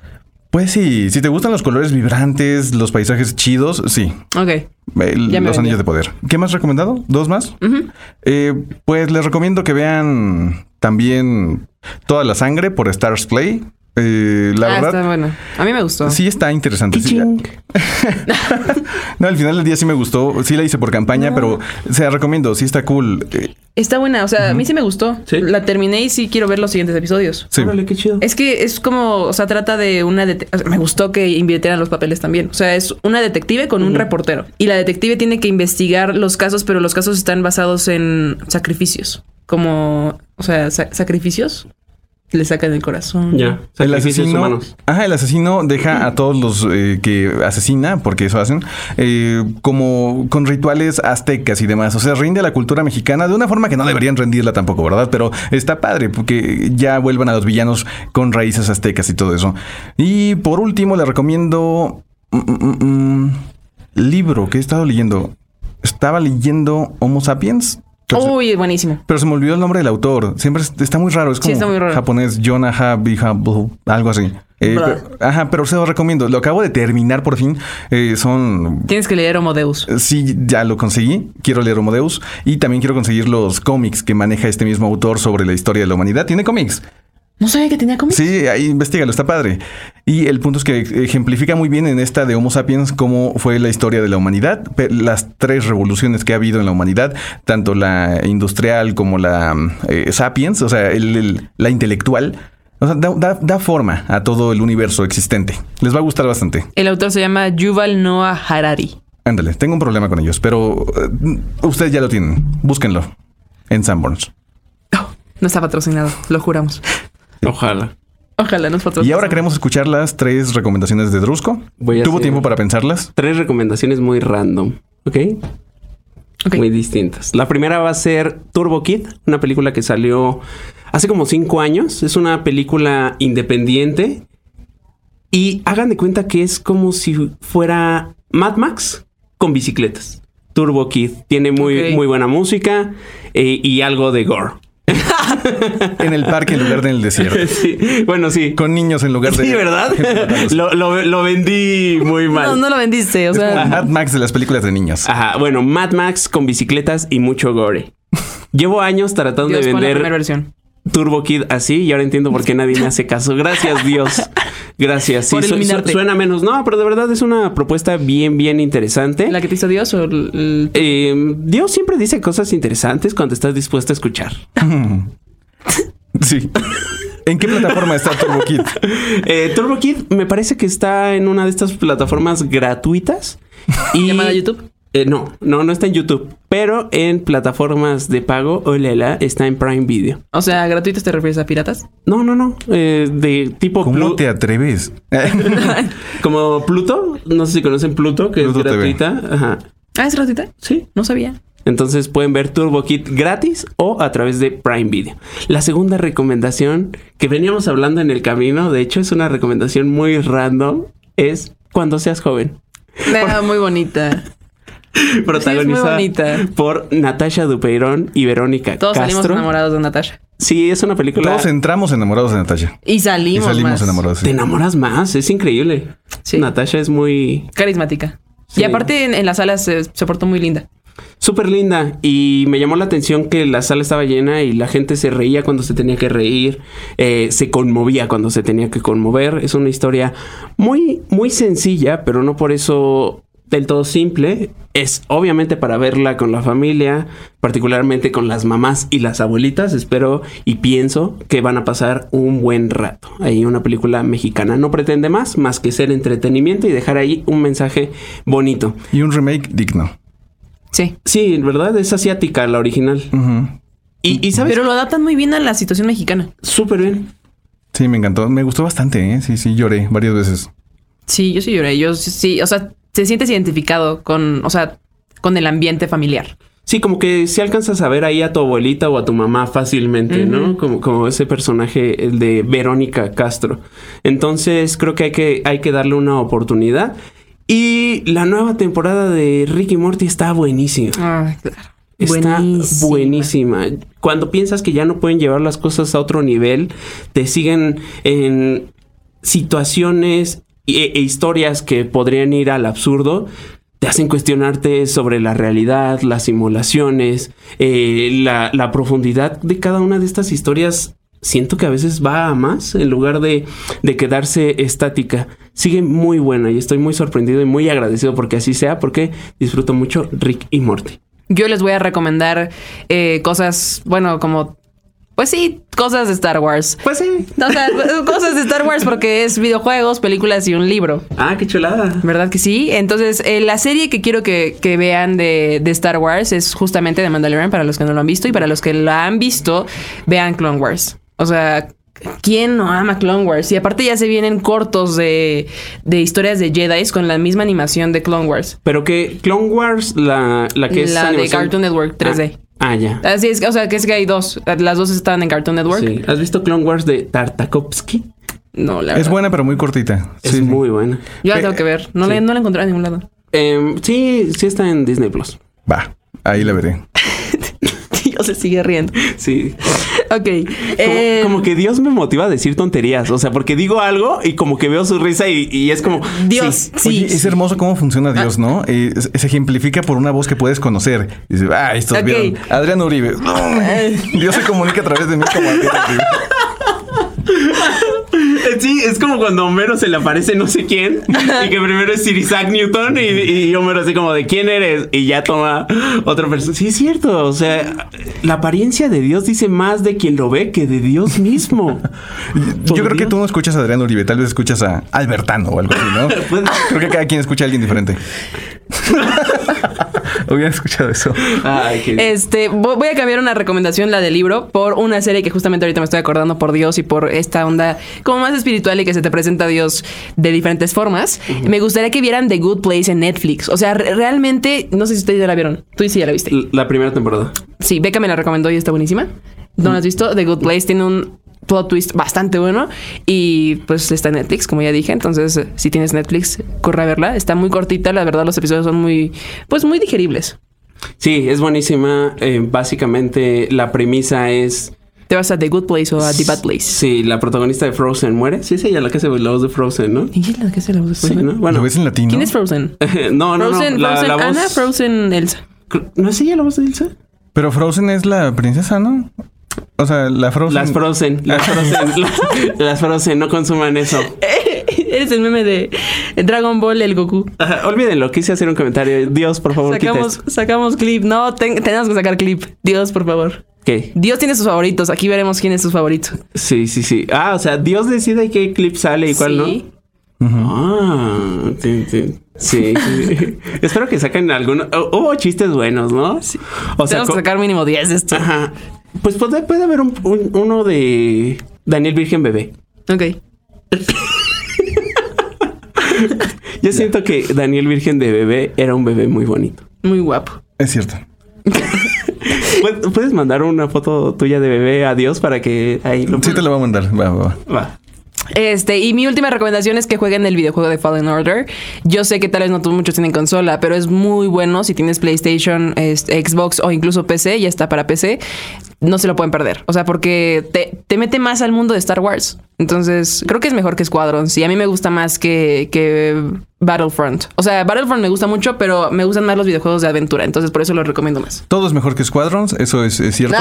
D: Pues sí, si te gustan los colores vibrantes, los paisajes chidos, sí.
B: Ok.
D: El-
B: Ya me
D: los
B: vendí.
D: anillos de poder. ¿Qué más recomendado? ¿Dos más? Eh, pues les recomiendo que vean también Toda la Sangre por Stars Play. Eh, la
B: ah,
D: verdad,
B: está bueno. A mí me gustó.
D: sí está interesante. Sí,
C: Kiching.
D: no, al final del día sí me gustó. Sí la hice por campaña, pero se la recomiendo. Sí está cool. Eh,
B: Está buena, o sea, a mí sí me gustó.
C: Sí.
B: La terminé y sí quiero ver los siguientes episodios.
D: sí.
C: Órale, qué chido.
B: Es que es como, o sea, trata de una... dete- o sea, me gustó que invirtieran los papeles también. O sea, es una detective con un reportero. Y la detective tiene que investigar los casos, pero los casos están basados en sacrificios. Como, o sea, sa- sacrificios. Le sacan el corazón.
C: Ya,
D: El
C: sacrificios
D: asesino,
C: humanos.
D: ajá, el asesino deja a todos los eh, que asesina, porque eso hacen, eh, como con rituales aztecas y demás. O sea, rinde a la cultura mexicana de una forma que no deberían rendirla tampoco, ¿verdad? Pero está padre, porque ya vuelvan a los villanos con raíces aztecas y todo eso. Y por último, le recomiendo... mm, mm, mm, mm, libro que he estado leyendo. Estaba leyendo Homo Sapiens. pero se-
B: Uy, buenísimo.
D: pero se me olvidó el nombre del autor. Siempre es- está muy raro. Es como
B: está muy raro.
D: japonés, Jonah Habija, algo así. Eh,
B: Blah.
D: pero- ajá, pero se lo recomiendo. Lo acabo de terminar por fin. Eh, son.
B: Tienes que leer Homo Deus.
D: Sí, ya lo conseguí. Quiero leer Homo Deus y también quiero conseguir los cómics que maneja este mismo autor sobre la historia de la humanidad. Tiene cómics.
B: No sabía que tenía cómics.
D: Sí, ahí investigalo, está padre. Y el punto es que ejemplifica muy bien en esta de Homo sapiens cómo fue la historia de la humanidad, pe- las tres revoluciones que ha habido en la humanidad, tanto la industrial como la mm, eh, sapiens, o sea, el- el- la intelectual. O sea, da, da- da forma a todo el universo existente. Les va a gustar bastante.
B: El autor se llama Yuval Noah Harari.
D: Ándale, tengo un problema con ellos, pero eh, ustedes ya lo tienen. Búsquenlo en Sanborns.
B: No está patrocinado, lo juramos.
C: Ojalá.
B: Ojalá nos patrocinen.
D: Y ahora queremos escuchar las tres recomendaciones de Drusco.
C: Voy a
D: ¿Tuvo
C: hacer-
D: tiempo para pensarlas?
C: Tres recomendaciones muy random, ¿ok?
B: Ok.
C: muy distintas. La primera va a ser Turbo Kid, una película que salió hace como cinco años. Es una película independiente. Y hagan de cuenta que es como si fuera Mad Max con bicicletas. Turbo Kid tiene muy,
B: Ok.
C: muy buena música eh, y algo de gore.
D: En el parque en lugar del desierto.
C: Sí, Bueno, sí.
D: Con niños en lugar de.
C: Sí, ¿verdad? lo, lo- lo vendí muy mal.
B: No, no lo vendiste, o
D: Es como
B: sea.
D: Mad Max de las películas de niños.
C: Ajá, bueno, Mad Max con bicicletas y mucho gore. Llevo años tratando
B: Dios,
C: de
B: pon la
C: vender
B: primera versión.
C: Turbo Kid así y ahora entiendo por qué nadie me hace caso. Gracias Dios. Gracias. Sí,
B: Por
C: su- su-
B: iluminarte.
C: suena menos. No, pero de verdad es una propuesta bien, bien interesante.
B: ¿La que te hizo Dios o el- el-
C: Eh, Dios siempre dice cosas interesantes cuando estás dispuesto a escuchar.
D: Sí. ¿En qué plataforma está Turbo Kid?
C: Eh, Turbo Kid me parece que está en una de estas plataformas gratuitas. Y,
B: llamada YouTube?
C: Eh, no, no, no está en YouTube, pero en plataformas de pago, olela, está en Prime Video.
B: O sea, gratuitos te refieres a piratas.
C: No, no, no, eh, de tipo
D: ¿Cómo
C: Plu-
D: te atreves? Eh,
C: como Pluto, no sé si conocen Pluto, que
D: Pluto
C: es
D: TV.
C: gratuita. Ajá.
B: Ah, es gratuita.
C: Sí.
B: No sabía.
C: Entonces pueden ver Turbo Kit gratis o a través de Prime Video. La segunda recomendación que veníamos hablando en el camino, de hecho es una recomendación muy random, es cuando seas joven.
B: Ah, muy bonita.
C: Protagonizada
B: bonita.
C: por Natasha Dupeirón y Verónica
B: Todos
C: Castro.
B: salimos enamorados de Natasha.
C: Sí, es una película.
D: Todos entramos enamorados de Natasha.
B: Y
D: Y
B: salimos.
D: salimos
B: más.
D: enamorados. sí.
C: Te enamoras más, es increíble.
B: Sí.
C: Natasha es muy
B: Carismática.
C: Sí.
B: Y aparte en, en las salas se, se portó muy linda.
C: súper linda y me llamó la atención que la sala estaba llena y la gente se reía cuando se tenía que reír, eh, se conmovía cuando se tenía que conmover. Es una historia muy, muy sencilla, pero no por eso del todo simple. es obviamente para verla con la familia, particularmente con las mamás y las abuelitas. Espero y pienso que van a pasar un buen rato. Ahí una película mexicana no pretende más más que ser entretenimiento y dejar ahí un mensaje bonito.
D: Y un remake digno.
B: Sí.
C: Sí, en verdad es asiática la original.
D: Ujú.
C: Y, y sabes,
B: Pero lo adaptan muy bien a la situación mexicana.
C: súper bien.
D: Sí, me encantó. Me gustó bastante, ¿eh? Sí, sí, lloré varias veces.
B: Sí, yo sí lloré. Yo sí- sí, o sea, te sientes identificado con, o sea, con el ambiente familiar.
C: Sí, como que si alcanzas a ver ahí a tu abuelita o a tu mamá fácilmente, ¿no? Como, como ese personaje, el de Verónica Castro. Entonces creo que hay que, hay que darle una oportunidad. Y la nueva temporada de Ricky Morty está buenísima.
B: Ah, claro.
C: Está buenísima. Cuando piensas que ya no pueden llevar las cosas a otro nivel, te siguen en situaciones e, e historias que podrían ir al absurdo. Te hacen cuestionarte sobre la realidad, las simulaciones, eh, la, la profundidad de cada una de estas historias. Siento que a veces va a más en lugar de, de quedarse estática. Sigue muy buena y estoy muy sorprendido y muy agradecido porque así sea, porque disfruto mucho Rick y Morty.
B: Yo les voy a recomendar eh, cosas, bueno, como, pues sí, cosas de Star Wars.
C: Pues sí.
B: O sea, cosas de Star Wars porque es videojuegos, películas y un libro.
C: Ah, qué chulada.
B: ¿Verdad que sí? Entonces, eh, la serie que quiero que, que vean de, de Star Wars es justamente de Mandalorian para los que no lo han visto y para los que la han visto, vean Clone Wars. O sea, ¿quién no ama Clone Wars? Y aparte ya se vienen cortos de, de historias de Jedi con la misma animación de Clone Wars.
C: Pero que Clone Wars, la, la que es
B: La de
C: animación-
B: Cartoon Network 3D.
C: Ah, ah, ya.
B: Así es, o sea, que es que hay dos. Las dos están en Cartoon Network.
C: Sí. ¿Has visto Clone Wars de Tartakovsky?
B: No, la
D: Es
B: verdad.
D: buena, pero muy cortita.
C: Es
D: Sí, sí.
C: muy buena.
B: Yo la tengo que ver. No, la, no la encontré en ningún lado.
C: Em, sí, sí está en Disney Plus.
D: Va, ahí la veré.
B: Yo se sigue riendo.
C: Sí.
B: Ok.
C: Como,
B: eh,
C: como que Dios me motiva a decir tonterías. O sea, porque digo algo y como que veo su risa y, y es como.
B: Dios, sí.
D: Oye, es hermoso cómo funciona Dios, ¿no? Eh, es- se ejemplifica por una voz que puedes conocer. Dice, ah, estos
B: Ok.
D: vieron. Adrián Uribe. Dios se comunica a través de mí como Adrián Uribe.
C: Eh, Sí, es como cuando a Homero se le aparece no sé quién y que primero es Sir Isaac Newton y, y Homero así como de quién eres y ya toma otra persona. Sí, es cierto. O sea, la apariencia de Dios dice más de quien lo ve que de Dios mismo.
D: Yo creo que tú no escuchas a Adrián Uribe, tal vez escuchas a Albertano o algo así, ¿no?
C: Pues-
D: creo que cada quien escucha a alguien diferente. Hubiera escuchado eso.
C: Ay, qué-
B: Este, vo- voy a cambiar una recomendación, la del libro, por una serie que justamente ahorita me estoy acordando por Dios y por esta onda como más espiritual y que se te presenta a Dios de diferentes formas. Me gustaría que vieran The Good Place en Netflix. O sea, re- realmente, no sé si ustedes ya la vieron. Tú sí ya la viste.
C: L- La primera temporada.
B: Sí, Beca me la recomendó y está buenísima. ¿No la has visto? The Good Place tiene un plot twist bastante bueno y pues está en Netflix, como ya dije. Entonces, eh, si tienes Netflix, corre a verla. Está muy cortita, la verdad los episodios son muy, pues muy digeribles.
C: Sí, es buenísima. Eh, básicamente la premisa es...
B: Te vas a The Good Place o a The Bad Place.
C: Sí, la protagonista de Frozen muere. Sí, es ella la que hace la voz de Frozen, ¿no?
B: ¿Y quién es la que hace la voz de
C: Sí,
B: Frozen?
C: Pues, ¿no?
D: Bueno,
C: Bueno.
D: ¿Lo ves en latino?
B: ¿Quién es Frozen?
C: No, no, no.
B: Frozen,
C: la,
B: Frozen
C: la voz-
B: Ana, Frozen Elsa.
C: Cr- ¿No es ella la voz de Elsa?
D: Pero Frozen es la princesa, ¿no? O sea, la Frozen.
C: Las Frozen, las Frozen, las, las Frozen, no consuman eso.
B: Eh. Eres el meme de Dragon Ball, el Goku.
C: Ajá, olvídenlo, quise hacer un comentario. Dios, por favor, quita
B: Sacamos,
C: esto.
B: sacamos clip. No, ten- tenemos que sacar clip. Dios, por favor.
C: ¿Qué?
B: Dios tiene sus favoritos. Aquí veremos quién es su favorito.
C: Sí, sí, sí. Ah, o sea, Dios decide qué clip sale y cuál
B: Sí.
C: no. Ah, tin, tin. sí. sí. Espero que saquen algunos. Hubo chistes buenos, ¿no? Sí. O sea,
B: tenemos que
C: co-
B: sacar mínimo 10 de esto.
C: Ajá. Pues puede, puede haber un- un- uno de Daniel Virgen Bebé.
B: Ok.
C: Yo siento que Daniel Virgen de Bebé era un bebé muy bonito.
B: Muy guapo.
D: Es cierto.
C: ¿Puedes- ¿Puedes mandar una foto tuya de bebé a Dios para que ahí lo
D: Sí, te la voy a mandar. Va, va, va.
C: Va.
B: Este, y mi última recomendación es que jueguen el videojuego de Fallen Order. Yo sé que tal vez no todos muchos tienen consola, pero es muy bueno si tienes PlayStation, este, Xbox o incluso PC, ya está para PC. No se lo pueden perder. O sea, porque te, te mete más al mundo de Star Wars. Entonces, creo que es mejor que Squadrons. Y a mí me gusta más que, que Battlefront. O sea, Battlefront me gusta mucho, pero me gustan más los videojuegos de aventura. Entonces, por eso los recomiendo más.
D: Todo es mejor que Squadrons, eso es, es cierto.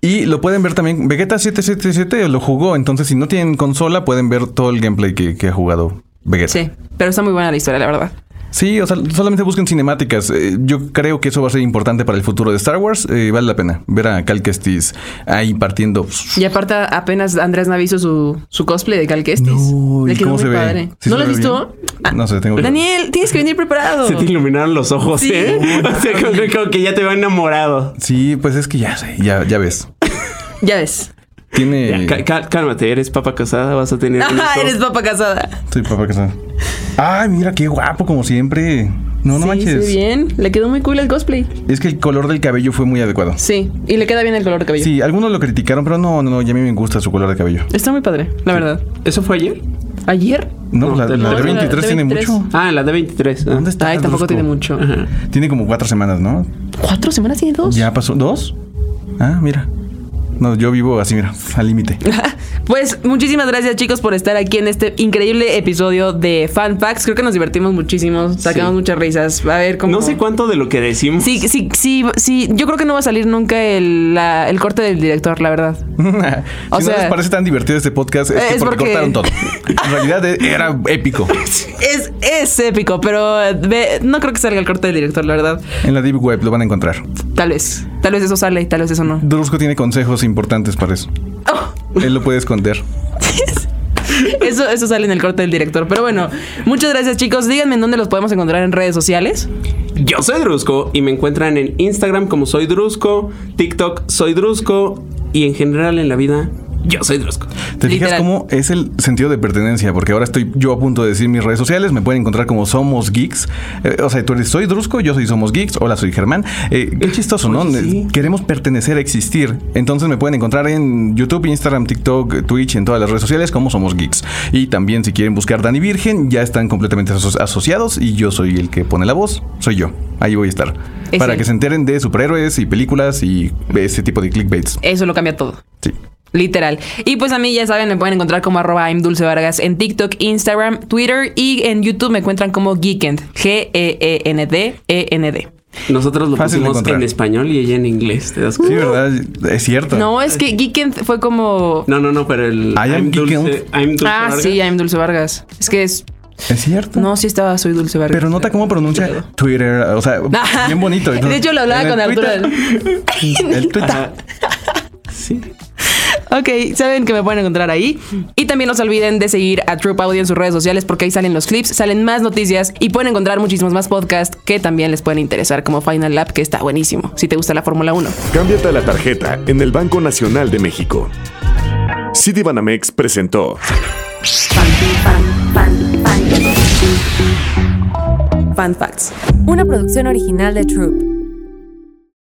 D: y lo pueden ver también. Vegeta 777 lo jugó, entonces si no tienen consola pueden ver todo el gameplay que, que ha jugado Vegeta.
B: Sí, pero está muy buena la historia, la verdad.
D: Sí, o sea, solamente busquen cinemáticas. Eh, yo creo que eso va a ser importante para el futuro de Star Wars. Eh, vale la pena ver a Cal Kestis ahí partiendo.
B: Y aparte, apenas Andrés me hizo su, su cosplay de Cal Kestis.
D: No,
B: Le
D: ¿y
B: quedó
D: cómo
B: muy
D: se ve?
B: padre.
D: ¿Sí
B: ¿No lo
D: se
B: has
D: ve
B: visto?
D: bien?
B: Ah,
D: No sé, tengo que-
B: Daniel, tienes que venir preparado.
C: Se te iluminaron los ojos,
B: Sí.
C: ¿eh? O sea, como que, como que ya te va enamorado.
D: Sí, pues es que ya sé, ya, ya ves.
B: Ya ves.
D: Tiene.
C: Cá- cá- cálmate, eres papa casada, vas a tener. un
B: Ah,
C: hijo.
B: eres papa casada.
D: Soy papá casado. Ay, mira qué guapo, como siempre. No, no
B: sí,
D: manches.
B: sí, bien. Le quedó muy cool el cosplay.
D: Es que el color del cabello fue muy adecuado.
B: Sí, y le queda bien el color de cabello.
D: Sí, algunos lo criticaron, pero no, no, no, ya a mí me gusta su color de cabello.
B: Está muy padre, la verdad.
C: ¿Eso fue ayer?
B: Ayer.
D: No,
C: No,
D: la,
C: de-
D: la
C: no,
D: de
C: la-
D: 23
B: de
D: tiene
B: 23.
D: mucho.
C: Ah, la de 23. ah.
D: ¿Dónde está?
B: Ay, tampoco
D: Drusco?
B: tiene mucho.
C: Ajá.
D: Tiene como cuatro semanas, ¿no?
B: ¿Cuatro semanas tiene dos?
D: ¿Ya pasó? ¿Dos? Ah, mira. No, yo vivo así, mira, al límite.
B: Pues muchísimas gracias chicos por estar aquí en este increíble episodio de Fan Facts. Creo que nos divertimos muchísimo, sacamos
C: Sí.
B: muchas risas. A ver cómo...
C: No sé cuánto de lo que decimos.
B: Sí, sí, sí, sí. Yo creo que no va a salir nunca el, la- el corte del director, la verdad.
D: si
B: O
D: no les
B: sea-
D: parece tan divertido este podcast, es,
B: Eh,
D: que
B: es
D: porque,
B: porque-
D: cortaron todo. En realidad eh, era épico.
B: Es, es épico, pero eh, ve- no creo que salga el corte del director, la verdad.
D: En la Deep Web lo van a encontrar.
B: Tal vez. Tal vez eso sale, tal vez eso no.
D: Drusco tiene consejos importantes para eso.
B: Oh,
D: Él lo puede esconder.
B: eso, eso sale en el corte del director. Pero bueno, muchas gracias chicos. Díganme en dónde los podemos encontrar en redes sociales.
C: Yo soy Drusco y me encuentran en Instagram como soy Drusco, TikTok soy Drusco y en general en la vida yo soy Drusco.
D: ¿Te fijas
B: Literal.
D: cómo es el sentido de pertenencia? Porque ahora estoy yo a punto de decir mis redes sociales, me pueden encontrar como Somos Geeks. Eh, o sea, tú eres Soy Drusco, yo soy Somos Geeks, hola, soy Germán. Eh, qué chistoso, ¿no? Eh,
C: Oye, sí.
D: Queremos pertenecer a existir. Entonces me pueden encontrar en YouTube, Instagram, TikTok, Twitch, en todas las redes sociales como Somos Geeks. Y también si quieren buscar Dani Virgen, ya están completamente aso- asociados y yo soy el que pone la voz, soy yo. Ahí voy a estar.
B: Es
D: Para
B: él.
D: que se enteren de superhéroes y películas y ese tipo de clickbaits.
B: Eso lo cambia todo.
D: Sí.
B: Literal. Y pues a mí ya saben, me pueden encontrar como arroba I'm Dulce Vargas en TikTok, Instagram, Twitter y en YouTube me encuentran como Geekend. E G-E-E-N-D-E-N-D.
C: Nosotros lo
D: Fácil de
C: pusimos
D: encontrar.
C: en español y ella en inglés, ¿te das
D: Sí,
C: cuenta?
D: ¿verdad? Es cierto.
B: No, es que Geekend fue como...
C: No, no, no, pero el
D: I am
C: dulce,
D: Geekend.
C: I'm dulce
B: ah,
C: Vargas.
B: sí, I'm Dulce Vargas. Es que es...
D: Es cierto.
B: No, sí estaba, soy Dulce Vargas.
D: Pero nota cómo pronuncia Twitter, o sea,
B: Ajá.
D: bien bonito.
B: De hecho, lo hablaba
D: En el
B: con Arturo.
D: Twitter, el Twitter.
C: Ajá. Sí.
B: Ok, saben que me pueden encontrar ahí. Y también no se olviden de seguir a Troop Audio en sus redes sociales porque ahí salen los clips, salen más noticias y pueden encontrar muchísimos más podcasts que también les pueden interesar, como Final Lab, que está buenísimo, si te gusta la Fórmula 1.
A: Cámbiate a la tarjeta en el Banco Nacional de México. Citibanamex presentó
E: Fan Facts.
B: Fun Facts.
E: Una producción original de Troop.